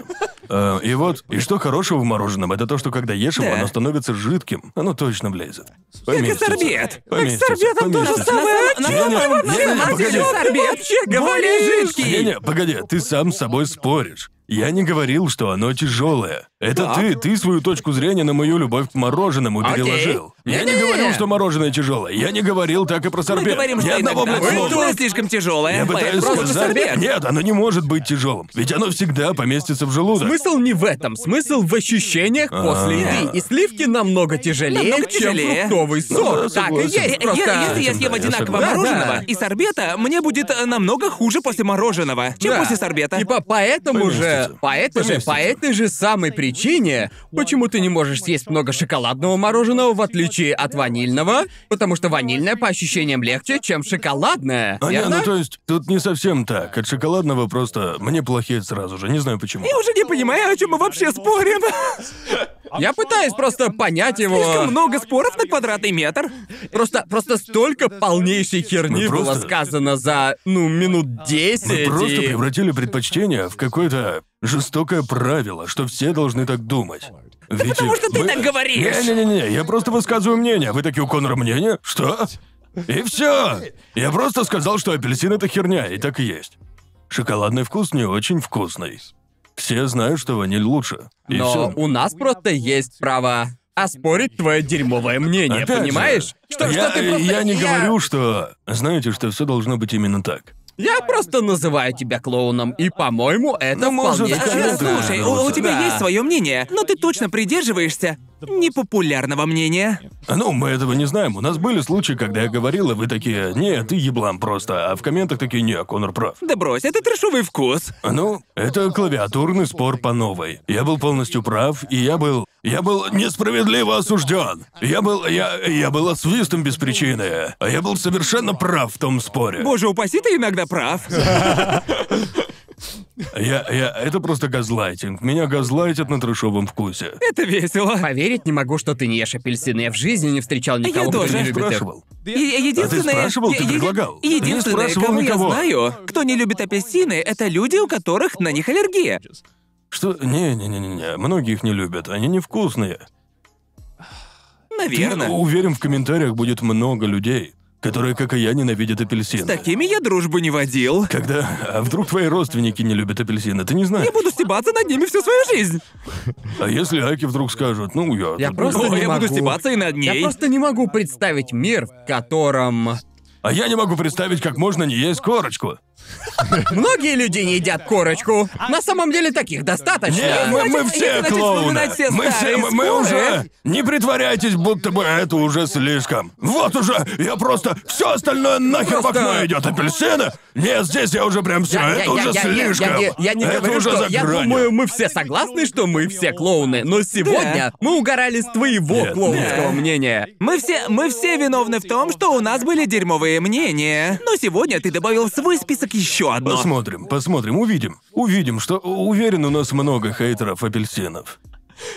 [SPEAKER 1] Э, и вот, и что хорошего в мороженом, это то, что когда ешь его,
[SPEAKER 2] Да.
[SPEAKER 1] оно становится жидким. Оно точно влезет.
[SPEAKER 2] Как и
[SPEAKER 1] Поместится.
[SPEAKER 2] сорбет.
[SPEAKER 1] Поместится, поместится.
[SPEAKER 2] самое. На
[SPEAKER 1] Не-не,
[SPEAKER 2] самом
[SPEAKER 1] не-не,
[SPEAKER 2] деле,
[SPEAKER 1] погоди.
[SPEAKER 2] мазь и сорбет вообще говори жидкий.
[SPEAKER 1] Не-не, погоди, ты сам с собой споришь. Я не говорил, что оно тяжелое. Это
[SPEAKER 2] Так.
[SPEAKER 1] ты, ты свою точку зрения на мою любовь к мороженому
[SPEAKER 3] Окей.
[SPEAKER 1] переложил. Я не
[SPEAKER 3] Не-не-не.
[SPEAKER 1] говорил, что мороженое тяжелое. Я не говорил так и про
[SPEAKER 2] Мы
[SPEAKER 1] сорбет.
[SPEAKER 2] говорим,
[SPEAKER 1] Ни
[SPEAKER 2] что
[SPEAKER 1] одного,
[SPEAKER 2] иногда
[SPEAKER 1] блядь, слова.
[SPEAKER 2] культура слишком тяжелая,
[SPEAKER 1] Я
[SPEAKER 2] поэтому
[SPEAKER 1] пытаюсь
[SPEAKER 2] просто
[SPEAKER 1] сказать...
[SPEAKER 2] сорбет.
[SPEAKER 1] Нет, оно не может быть тяжелым. Ведь оно всегда поместится в желудок.
[SPEAKER 3] Смысл не в этом, смысл в ощущениях после
[SPEAKER 1] А.
[SPEAKER 3] еды. И сливки намного тяжелее,
[SPEAKER 2] Намного
[SPEAKER 3] чем
[SPEAKER 2] тяжелее.
[SPEAKER 3] фруктовый
[SPEAKER 1] Ну,
[SPEAKER 3] сок.
[SPEAKER 1] да,
[SPEAKER 3] так и
[SPEAKER 1] согласен.
[SPEAKER 2] Е-
[SPEAKER 3] есть,
[SPEAKER 2] е-
[SPEAKER 3] просто...
[SPEAKER 2] Если Э, я
[SPEAKER 1] Да,
[SPEAKER 2] съем
[SPEAKER 1] я
[SPEAKER 2] одинаково
[SPEAKER 1] согласен.
[SPEAKER 2] мороженого
[SPEAKER 3] Да, да.
[SPEAKER 2] и сорбета, мне будет э, намного хуже после мороженого, чем
[SPEAKER 3] Да.
[SPEAKER 2] после сорбета.
[SPEAKER 3] Типа поэтому же,
[SPEAKER 1] Поместится.
[SPEAKER 3] по этой же,
[SPEAKER 1] Поместится.
[SPEAKER 3] по этой же самой причине, почему ты не можешь съесть много шоколадного мороженого в отличие от ванильного, потому что ванильное по ощущениям легче, чем шоколадное.
[SPEAKER 1] А не,
[SPEAKER 3] верно?
[SPEAKER 1] ну то есть, тут не совсем так. От шоколадного просто мне плохеет сразу же, не знаю почему.
[SPEAKER 2] Я уже не понимаю, о чем мы вообще спорим.
[SPEAKER 3] Я пытаюсь просто понять его.
[SPEAKER 2] Слишком много споров на квадратный метр.
[SPEAKER 3] Просто, просто столько полнейшей херни
[SPEAKER 1] Мы
[SPEAKER 3] было
[SPEAKER 1] Ну, просто-
[SPEAKER 3] сказано за, ну, минут 10.
[SPEAKER 1] Мы просто
[SPEAKER 3] и-
[SPEAKER 1] превратили предпочтение в какое-то жестокое правило, что все должны так думать. Ведь
[SPEAKER 2] потому что ты
[SPEAKER 1] вы-
[SPEAKER 2] так говоришь.
[SPEAKER 1] Не-не-не, я просто высказываю мнение. Вы такие у Конора мнение? Что? И все! Я просто сказал, что апельсин это херня, и так и есть. Шоколадный вкус не очень вкусный. Все знают, что ваниль лучше. И
[SPEAKER 3] Но
[SPEAKER 1] всё.
[SPEAKER 3] у нас просто есть право оспорить твое дерьмовое мнение,
[SPEAKER 1] Опять же,
[SPEAKER 3] понимаешь? Что,
[SPEAKER 1] я,
[SPEAKER 3] что ты просто...
[SPEAKER 1] я не говорю, что... Знаете, что все должно быть именно так.
[SPEAKER 3] Я просто называю тебя клоуном, и, по-моему, это
[SPEAKER 1] Ну, может,
[SPEAKER 3] вполне
[SPEAKER 1] да,
[SPEAKER 2] Э,
[SPEAKER 3] честно.
[SPEAKER 1] да,
[SPEAKER 2] Слушай, у у тебя
[SPEAKER 3] Да.
[SPEAKER 2] есть свое мнение, но ты точно придерживаешься непопулярного мнения.
[SPEAKER 1] А Ну, мы этого не знаем. У нас были случаи, когда я говорил, и вы такие, не, ты еблан просто, а в комментах такие, не, Конор прав.
[SPEAKER 2] Да брось, это трешовый вкус.
[SPEAKER 1] А Ну, это клавиатурный спор по новой. Я был полностью прав, и я был... Я был несправедливо осужден. Я был... Я... Я был освистом без причины. А я был совершенно прав в том споре.
[SPEAKER 2] Боже упаси, ты иногда прав.
[SPEAKER 1] Я... Я... Это просто газлайтинг. Меня газлайтят на трешовом вкусе.
[SPEAKER 2] Это весело.
[SPEAKER 3] Поверить не могу, что ты не ешь апельсины. Я в жизни не встречал никого, кто
[SPEAKER 2] тоже.
[SPEAKER 3] не
[SPEAKER 1] Я
[SPEAKER 3] любит их.
[SPEAKER 1] спрашивал.
[SPEAKER 2] Е- е- единственное-
[SPEAKER 1] спрашивал? Ты
[SPEAKER 2] е- е-
[SPEAKER 1] предлагал. Ты не
[SPEAKER 2] Единственное,
[SPEAKER 1] спрашивал
[SPEAKER 2] кого
[SPEAKER 1] никого.
[SPEAKER 2] я знаю, кто не любит апельсины, это люди, у которых на них аллергия.
[SPEAKER 1] Что? Не-не-не-не. Многие их не любят. Они невкусные.
[SPEAKER 2] Наверное.
[SPEAKER 1] Я уверен, в комментариях будет много людей, которые, как и я, ненавидят апельсины.
[SPEAKER 2] С такими я дружбу не водил.
[SPEAKER 1] Когда... А вдруг твои родственники не любят апельсины? Ты не знаешь.
[SPEAKER 2] Я буду стебаться над ними всю свою жизнь.
[SPEAKER 1] А если Аки вдруг скажут, ну, я...
[SPEAKER 3] Я
[SPEAKER 1] тут-
[SPEAKER 3] просто
[SPEAKER 2] О,
[SPEAKER 3] не
[SPEAKER 2] я буду
[SPEAKER 3] могу.
[SPEAKER 2] стебаться и над
[SPEAKER 3] Я
[SPEAKER 2] ней.
[SPEAKER 3] просто не могу представить мир, в котором...
[SPEAKER 1] А я не могу представить, как можно не есть корочку.
[SPEAKER 3] Многие люди не едят корочку. На самом деле таких достаточно.
[SPEAKER 1] Не, мы, мы
[SPEAKER 2] хватит,
[SPEAKER 1] все
[SPEAKER 2] если начать
[SPEAKER 1] клоуны.
[SPEAKER 2] вспоминать все
[SPEAKER 1] Мы все,
[SPEAKER 2] старые
[SPEAKER 1] мы, мы
[SPEAKER 2] споры.
[SPEAKER 1] уже... Не притворяйтесь, будто бы это уже слишком. Вот уже, я просто... Все остальное нахер
[SPEAKER 3] Просто-
[SPEAKER 1] в окно идет. Апельсины? Нет, здесь я уже прям все.
[SPEAKER 3] Я- я-
[SPEAKER 1] это уже
[SPEAKER 3] я- я- я-
[SPEAKER 1] слишком.
[SPEAKER 3] Я, не- я не
[SPEAKER 1] это
[SPEAKER 3] говорю,
[SPEAKER 1] уже
[SPEAKER 3] что-
[SPEAKER 1] за
[SPEAKER 3] Я
[SPEAKER 1] гранью.
[SPEAKER 3] думаю, мы все согласны, что мы все клоуны. Но сегодня мы угорали с твоего
[SPEAKER 1] Нет,
[SPEAKER 3] клоунского
[SPEAKER 2] нет.
[SPEAKER 3] мнения.
[SPEAKER 2] Мы все, мы все виновны в том, что у нас были дерьмовые мнения. Но сегодня ты добавил в свой список еще одно.
[SPEAKER 1] Посмотрим, посмотрим, увидим. Увидим, что... Уверен, у нас много хейтеров апельсинов.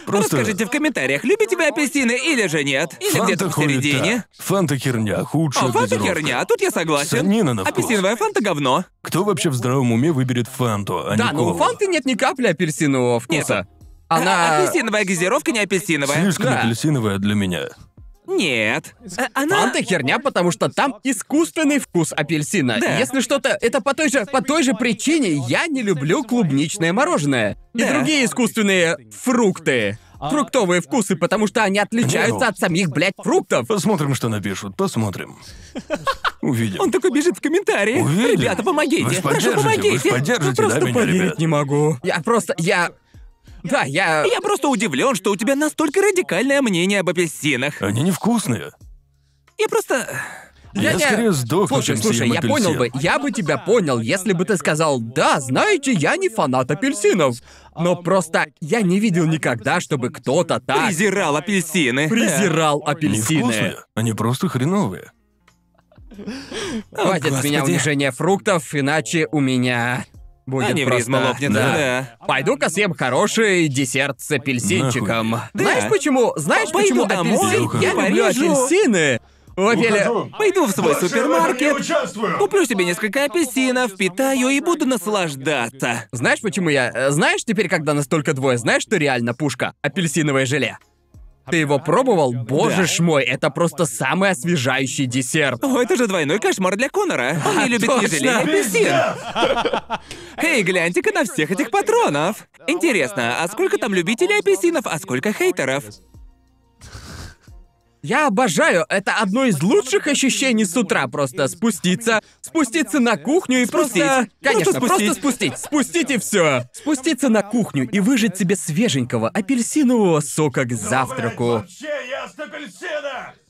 [SPEAKER 1] Просто...
[SPEAKER 2] Расскажите в комментариях, любите вы апельсины или же нет? Или где-то в
[SPEAKER 1] хуета.
[SPEAKER 2] середине.
[SPEAKER 1] Фанта херня, худшая
[SPEAKER 2] О, фанта
[SPEAKER 1] газировка.
[SPEAKER 2] херня, тут я согласен.
[SPEAKER 1] Санина на вкус.
[SPEAKER 2] Апельсиновая фанта говно.
[SPEAKER 1] Кто вообще в здравом уме выберет фанту, а
[SPEAKER 3] Да, ну,
[SPEAKER 1] не
[SPEAKER 3] но
[SPEAKER 1] колу?
[SPEAKER 3] у фанты нет ни капли апельсинового вкуса.
[SPEAKER 2] А-
[SPEAKER 3] Она.
[SPEAKER 2] Апельсиновая газировка не апельсиновая.
[SPEAKER 1] Слишком
[SPEAKER 3] Да.
[SPEAKER 1] апельсиновая для меня.
[SPEAKER 2] Нет. Э, Она...
[SPEAKER 3] Фанта херня, потому что там искусственный вкус апельсина.
[SPEAKER 2] Да.
[SPEAKER 3] И Если что-то, это по той же по той же причине я не люблю клубничное мороженое и
[SPEAKER 2] Да.
[SPEAKER 3] другие искусственные фрукты. фруктовые вкусы, потому что они отличаются от самих, блядь, фруктов.
[SPEAKER 1] Посмотрим, что напишут, посмотрим. Увидим.
[SPEAKER 2] Он такой бежит в комментарии.
[SPEAKER 1] Уверен?
[SPEAKER 2] Ребята, помогите.
[SPEAKER 1] Вы ж
[SPEAKER 2] Прошу,
[SPEAKER 1] поддержите, вы ж
[SPEAKER 2] помогите.
[SPEAKER 1] поддержите, да,
[SPEAKER 3] Просто
[SPEAKER 1] меня,
[SPEAKER 3] поверить
[SPEAKER 1] ребят?
[SPEAKER 3] не могу. Я просто, я... Да, я...
[SPEAKER 2] Я просто удивлен, что у тебя настолько радикальное мнение об апельсинах.
[SPEAKER 1] Они невкусные.
[SPEAKER 2] Я просто...
[SPEAKER 1] Я,
[SPEAKER 3] не-
[SPEAKER 1] скорее сдохну,
[SPEAKER 3] Слушай,
[SPEAKER 1] чем
[SPEAKER 3] слушай,
[SPEAKER 1] съем
[SPEAKER 3] я понял
[SPEAKER 1] апельсин.
[SPEAKER 3] бы, я бы тебя понял, если бы ты сказал, да, знаете, я не фанат апельсинов. Но просто я не видел никогда, чтобы кто-то
[SPEAKER 1] А.
[SPEAKER 3] так
[SPEAKER 2] Презирал апельсины.
[SPEAKER 3] презирал апельсины.
[SPEAKER 1] Невкусные. Они просто хреновые.
[SPEAKER 3] Хватит с меня
[SPEAKER 2] господи.
[SPEAKER 3] унижения фруктов, иначе у меня
[SPEAKER 2] Да.
[SPEAKER 3] будет
[SPEAKER 2] Аневризма
[SPEAKER 3] просто...
[SPEAKER 2] лопнет,
[SPEAKER 3] Да.
[SPEAKER 2] да.
[SPEAKER 3] Пойду-ка съем хороший десерт с апельсинчиком.
[SPEAKER 2] Да.
[SPEAKER 3] Знаешь почему? Знаешь
[SPEAKER 2] Пойду
[SPEAKER 3] почему
[SPEAKER 2] домой,
[SPEAKER 3] апельсин? Я
[SPEAKER 2] порежу.
[SPEAKER 3] люблю апельсины. У апеля-
[SPEAKER 2] Пойду в свой супермаркет,
[SPEAKER 1] участвую!
[SPEAKER 2] куплю себе несколько апельсинов, питаю и буду наслаждаться.
[SPEAKER 3] Знаешь, почему я... э, Знаешь, теперь, когда нас только двое, знаешь, что реально пушка? Апельсиновое желе. Ты его пробовал? Боже
[SPEAKER 2] Да.
[SPEAKER 3] ж мой, это просто самый освежающий десерт. А,
[SPEAKER 2] О, это же двойной кошмар для Конора. Он не любит ни
[SPEAKER 3] точно.
[SPEAKER 2] желе, ни апельсин. Эй, гляньте-ка на всех этих патронов. Интересно, а сколько там любителей апельсинов, а сколько хейтеров?
[SPEAKER 3] Я обожаю, это одно из лучших ощущений с утра просто спуститься, спуститься на кухню и просто...
[SPEAKER 2] Спустить.
[SPEAKER 3] Конечно,
[SPEAKER 2] Просто спустить.
[SPEAKER 3] просто спустить, спустить и все. Спуститься на кухню и выжать себе свеженького апельсинового сока к завтраку.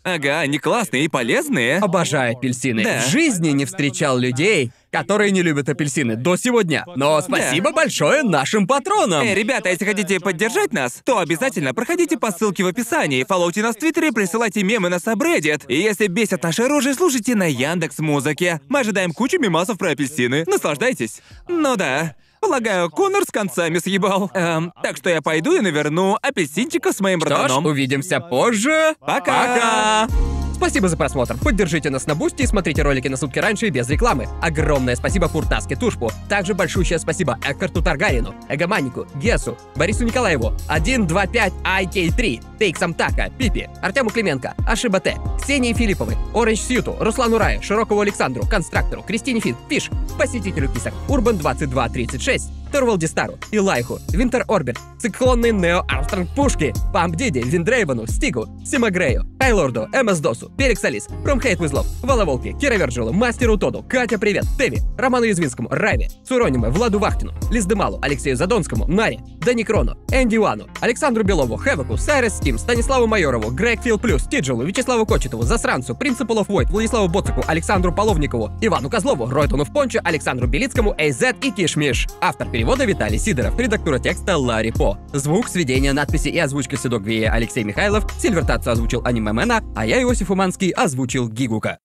[SPEAKER 2] Ага, они классные и полезные.
[SPEAKER 3] Обожаю апельсины.
[SPEAKER 2] Да.
[SPEAKER 3] В жизни не встречал людей, которые не любят апельсины до сегодня. Но спасибо большое нашим патронам.
[SPEAKER 2] Эй, Э, ребята, если хотите поддержать нас, то обязательно проходите по ссылке в описании, фоллоуте нас в Твиттере, присылайте мемы на Сабреддит. И если бесят наши рожи, слушайте на Яндекс Музыке. Мы ожидаем кучу мемасов про апельсины. Наслаждайтесь. Ну да. Полагаю, Конор с концами съебал. Эм, так что я пойду и наверну апельсинчика с моим
[SPEAKER 3] Что ж,
[SPEAKER 2] братаном.
[SPEAKER 3] увидимся позже.
[SPEAKER 2] Пока.
[SPEAKER 3] Пока. Спасибо за просмотр. Поддержите нас на Бусти и смотрите ролики на сутки раньше и без рекламы. Огромное спасибо Пуртаске Тушпу. Также большущее спасибо Экарту Таргарину, Эгоманику, Гесу, Борису Николаеву, 125 IK3, Тейк Самтака, Пипи, Артему Клименко, Ашиба Т, Ксении Филипповой, Оранж Сьюту, Руслану Рая, Широкову Александру, Констрактору, Кристине Фит, Фиш, Посетителю Писок, Урбан 2236, Торвалди Стару, Илайху, Винтер Орбит, Циклонный Нео Армстронг Пушки, Памп Диди, Виндрейвену, Стигу, Сима Грею, Хайлорду, МС Досу, Перекс Алис, From Hate With Love, Вала Волки, Кира Верджилу, Мастеру Тоду, Катя Привет, Теви, Роману Язвинскому, Райве, Сурониме, Владу Вахтину, Лиздемалу, Алексею Задонскому, Наре, Дани Крону, Энди Уану, Александру Белову, Хэвоку, Сайрес Стим, Станиславу Майорову, Грег Фил Плюс, Тиджилу, Вячеславу Кочетову, Засранцу, Принципу Лов Войт, Владиславу Боцику, Александру Половникову, Ивану Козлову, Ройтону в Понче, Александру Белицкому, Эйзет и Кишмиш. Автор перевода Виталий Сидоров, редактура текста Ларри По. Звук, сведение, надписи и озвучка Седок Вея Алексей Михайлов, Сильвертацию озвучил Аниме Мэна, а я, Иосиф Уманский, озвучил Гигука.